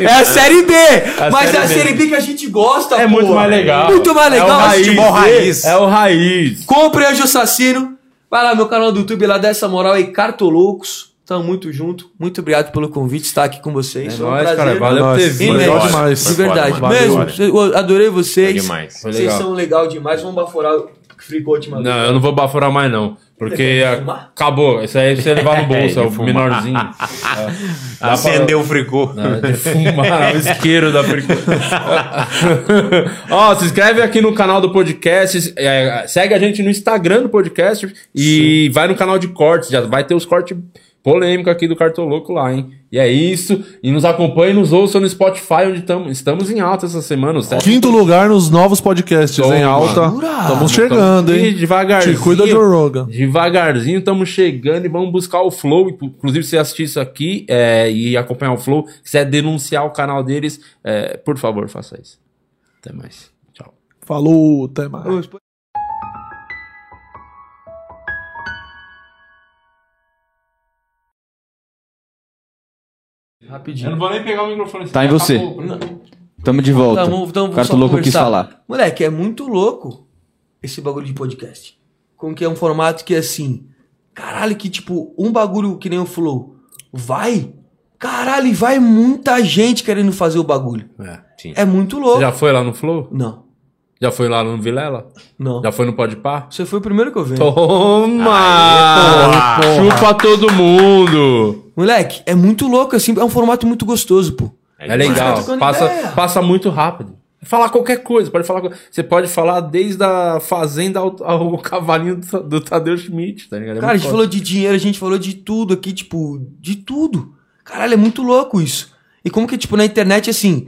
Speaker 4: É a série B! mas
Speaker 1: Série
Speaker 4: é
Speaker 1: B.
Speaker 4: a série B que a gente gosta,
Speaker 1: É
Speaker 4: pô.
Speaker 1: muito mais legal.
Speaker 4: Muito mais
Speaker 1: É o
Speaker 4: legal.
Speaker 1: raiz.
Speaker 4: assiste-
Speaker 3: Futebol raiz.
Speaker 1: É o raiz.
Speaker 4: Compre Anjo Assassino. Vai lá, meu canal do YouTube, lá dá essa moral aí, Cartoloucos. Tamo muito junto. Muito obrigado pelo convite, estar aqui com vocês.
Speaker 1: É
Speaker 4: Foi um
Speaker 1: nóis,
Speaker 4: prazer.
Speaker 1: cara. Valeu por
Speaker 2: Nós,
Speaker 1: ter
Speaker 2: foi
Speaker 1: vindo.
Speaker 2: legal
Speaker 4: Imenso.
Speaker 2: demais.
Speaker 4: De verdade.
Speaker 3: Foi foda, mano.
Speaker 4: Mesmo, eu adorei vocês.
Speaker 3: Foi demais.
Speaker 1: Foi
Speaker 4: Vocês
Speaker 1: legal.
Speaker 4: são legal demais. Vamos baforar o que fricou de
Speaker 1: Não, eu não vou baforar mais, não. Porque
Speaker 4: Vai
Speaker 1: ah,
Speaker 4: fumar?
Speaker 1: acabou. Isso aí você levar no bolso, é
Speaker 3: de
Speaker 1: o
Speaker 3: fumar.
Speaker 1: menorzinho. Dá
Speaker 3: Acendeu o fricô.
Speaker 1: Não, de fumar é o isqueiro da fritura. Ó, se inscreve aqui no canal do podcast, é, segue a gente no Instagram do podcast e vai no canal de cortes, já vai ter os cortes polêmicos aqui do Cartoloco lá, hein? E é isso, e nos acompanhe, nos ouça no Spotify, onde tamo, estamos em alta essa semana. Os sete-
Speaker 2: Quinto lugar nos novos podcasts
Speaker 1: Toma.
Speaker 2: em alta. Estamos chegando,
Speaker 1: Ih,
Speaker 2: hein?
Speaker 1: Devagarzinho.
Speaker 2: Te cuida, Joe Rogan.
Speaker 1: Devagarzinho estamos chegando e vamos buscar o Flow. Inclusive, se você assistir isso aqui é, e acompanhar o Flow, quiser denunciar o canal deles, é, por favor, faça isso. Até mais. Tchau.
Speaker 2: Falou, até mais.
Speaker 4: Rapidinho.
Speaker 1: vou nem pegar o microfone.
Speaker 5: Tá em você. Tamo de volta.
Speaker 4: Então, então, vamos
Speaker 5: Carto
Speaker 4: só
Speaker 5: louco quis
Speaker 4: conversar.
Speaker 5: falar.
Speaker 4: Moleque, é muito louco esse bagulho de podcast. Como que é um formato que assim, caralho, que tipo, um bagulho que nem o Flow vai, caralho, e vai muita gente querendo fazer o bagulho. É muito louco.
Speaker 1: Você já foi lá no Flow?
Speaker 4: Não,
Speaker 1: Já foi lá no Vilela?
Speaker 4: não.
Speaker 1: Já foi no Podpah?
Speaker 4: Você foi o primeiro que eu vi.
Speaker 1: Toma! Chupa todo mundo!
Speaker 4: Moleque, é muito louco assim, é um formato muito gostoso, pô.
Speaker 1: É legal,
Speaker 4: trocando ideia.
Speaker 1: passa, passa muito rápido. Falar qualquer coisa, pode falar. co- Você pode falar desde a fazenda ao, ao cavalinho do, do Tadeu Schmidt, tá ligado? É
Speaker 4: Cara, a
Speaker 1: muito
Speaker 4: gente
Speaker 1: foda.
Speaker 4: falou de dinheiro, a gente falou de tudo aqui, tipo, de tudo. Caralho, é muito louco isso. E como que, tipo, na internet, assim.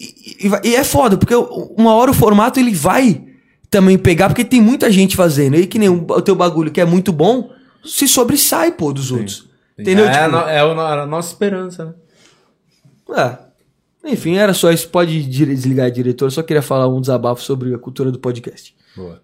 Speaker 4: E, e vai- e é foda, porque o- uma hora o formato ele vai também pegar, porque tem muita gente fazendo. E que nem o, o teu bagulho que é muito bom, se sobressai, pô, dos outros. Entendeu?
Speaker 1: É,
Speaker 4: Tipo,
Speaker 1: a no- é o no- a nossa esperança, né?
Speaker 4: é. Enfim, era só isso. Pode dire- desligar, diretor. Eu só queria falar um desabafo sobre a cultura do podcast.
Speaker 1: Boa.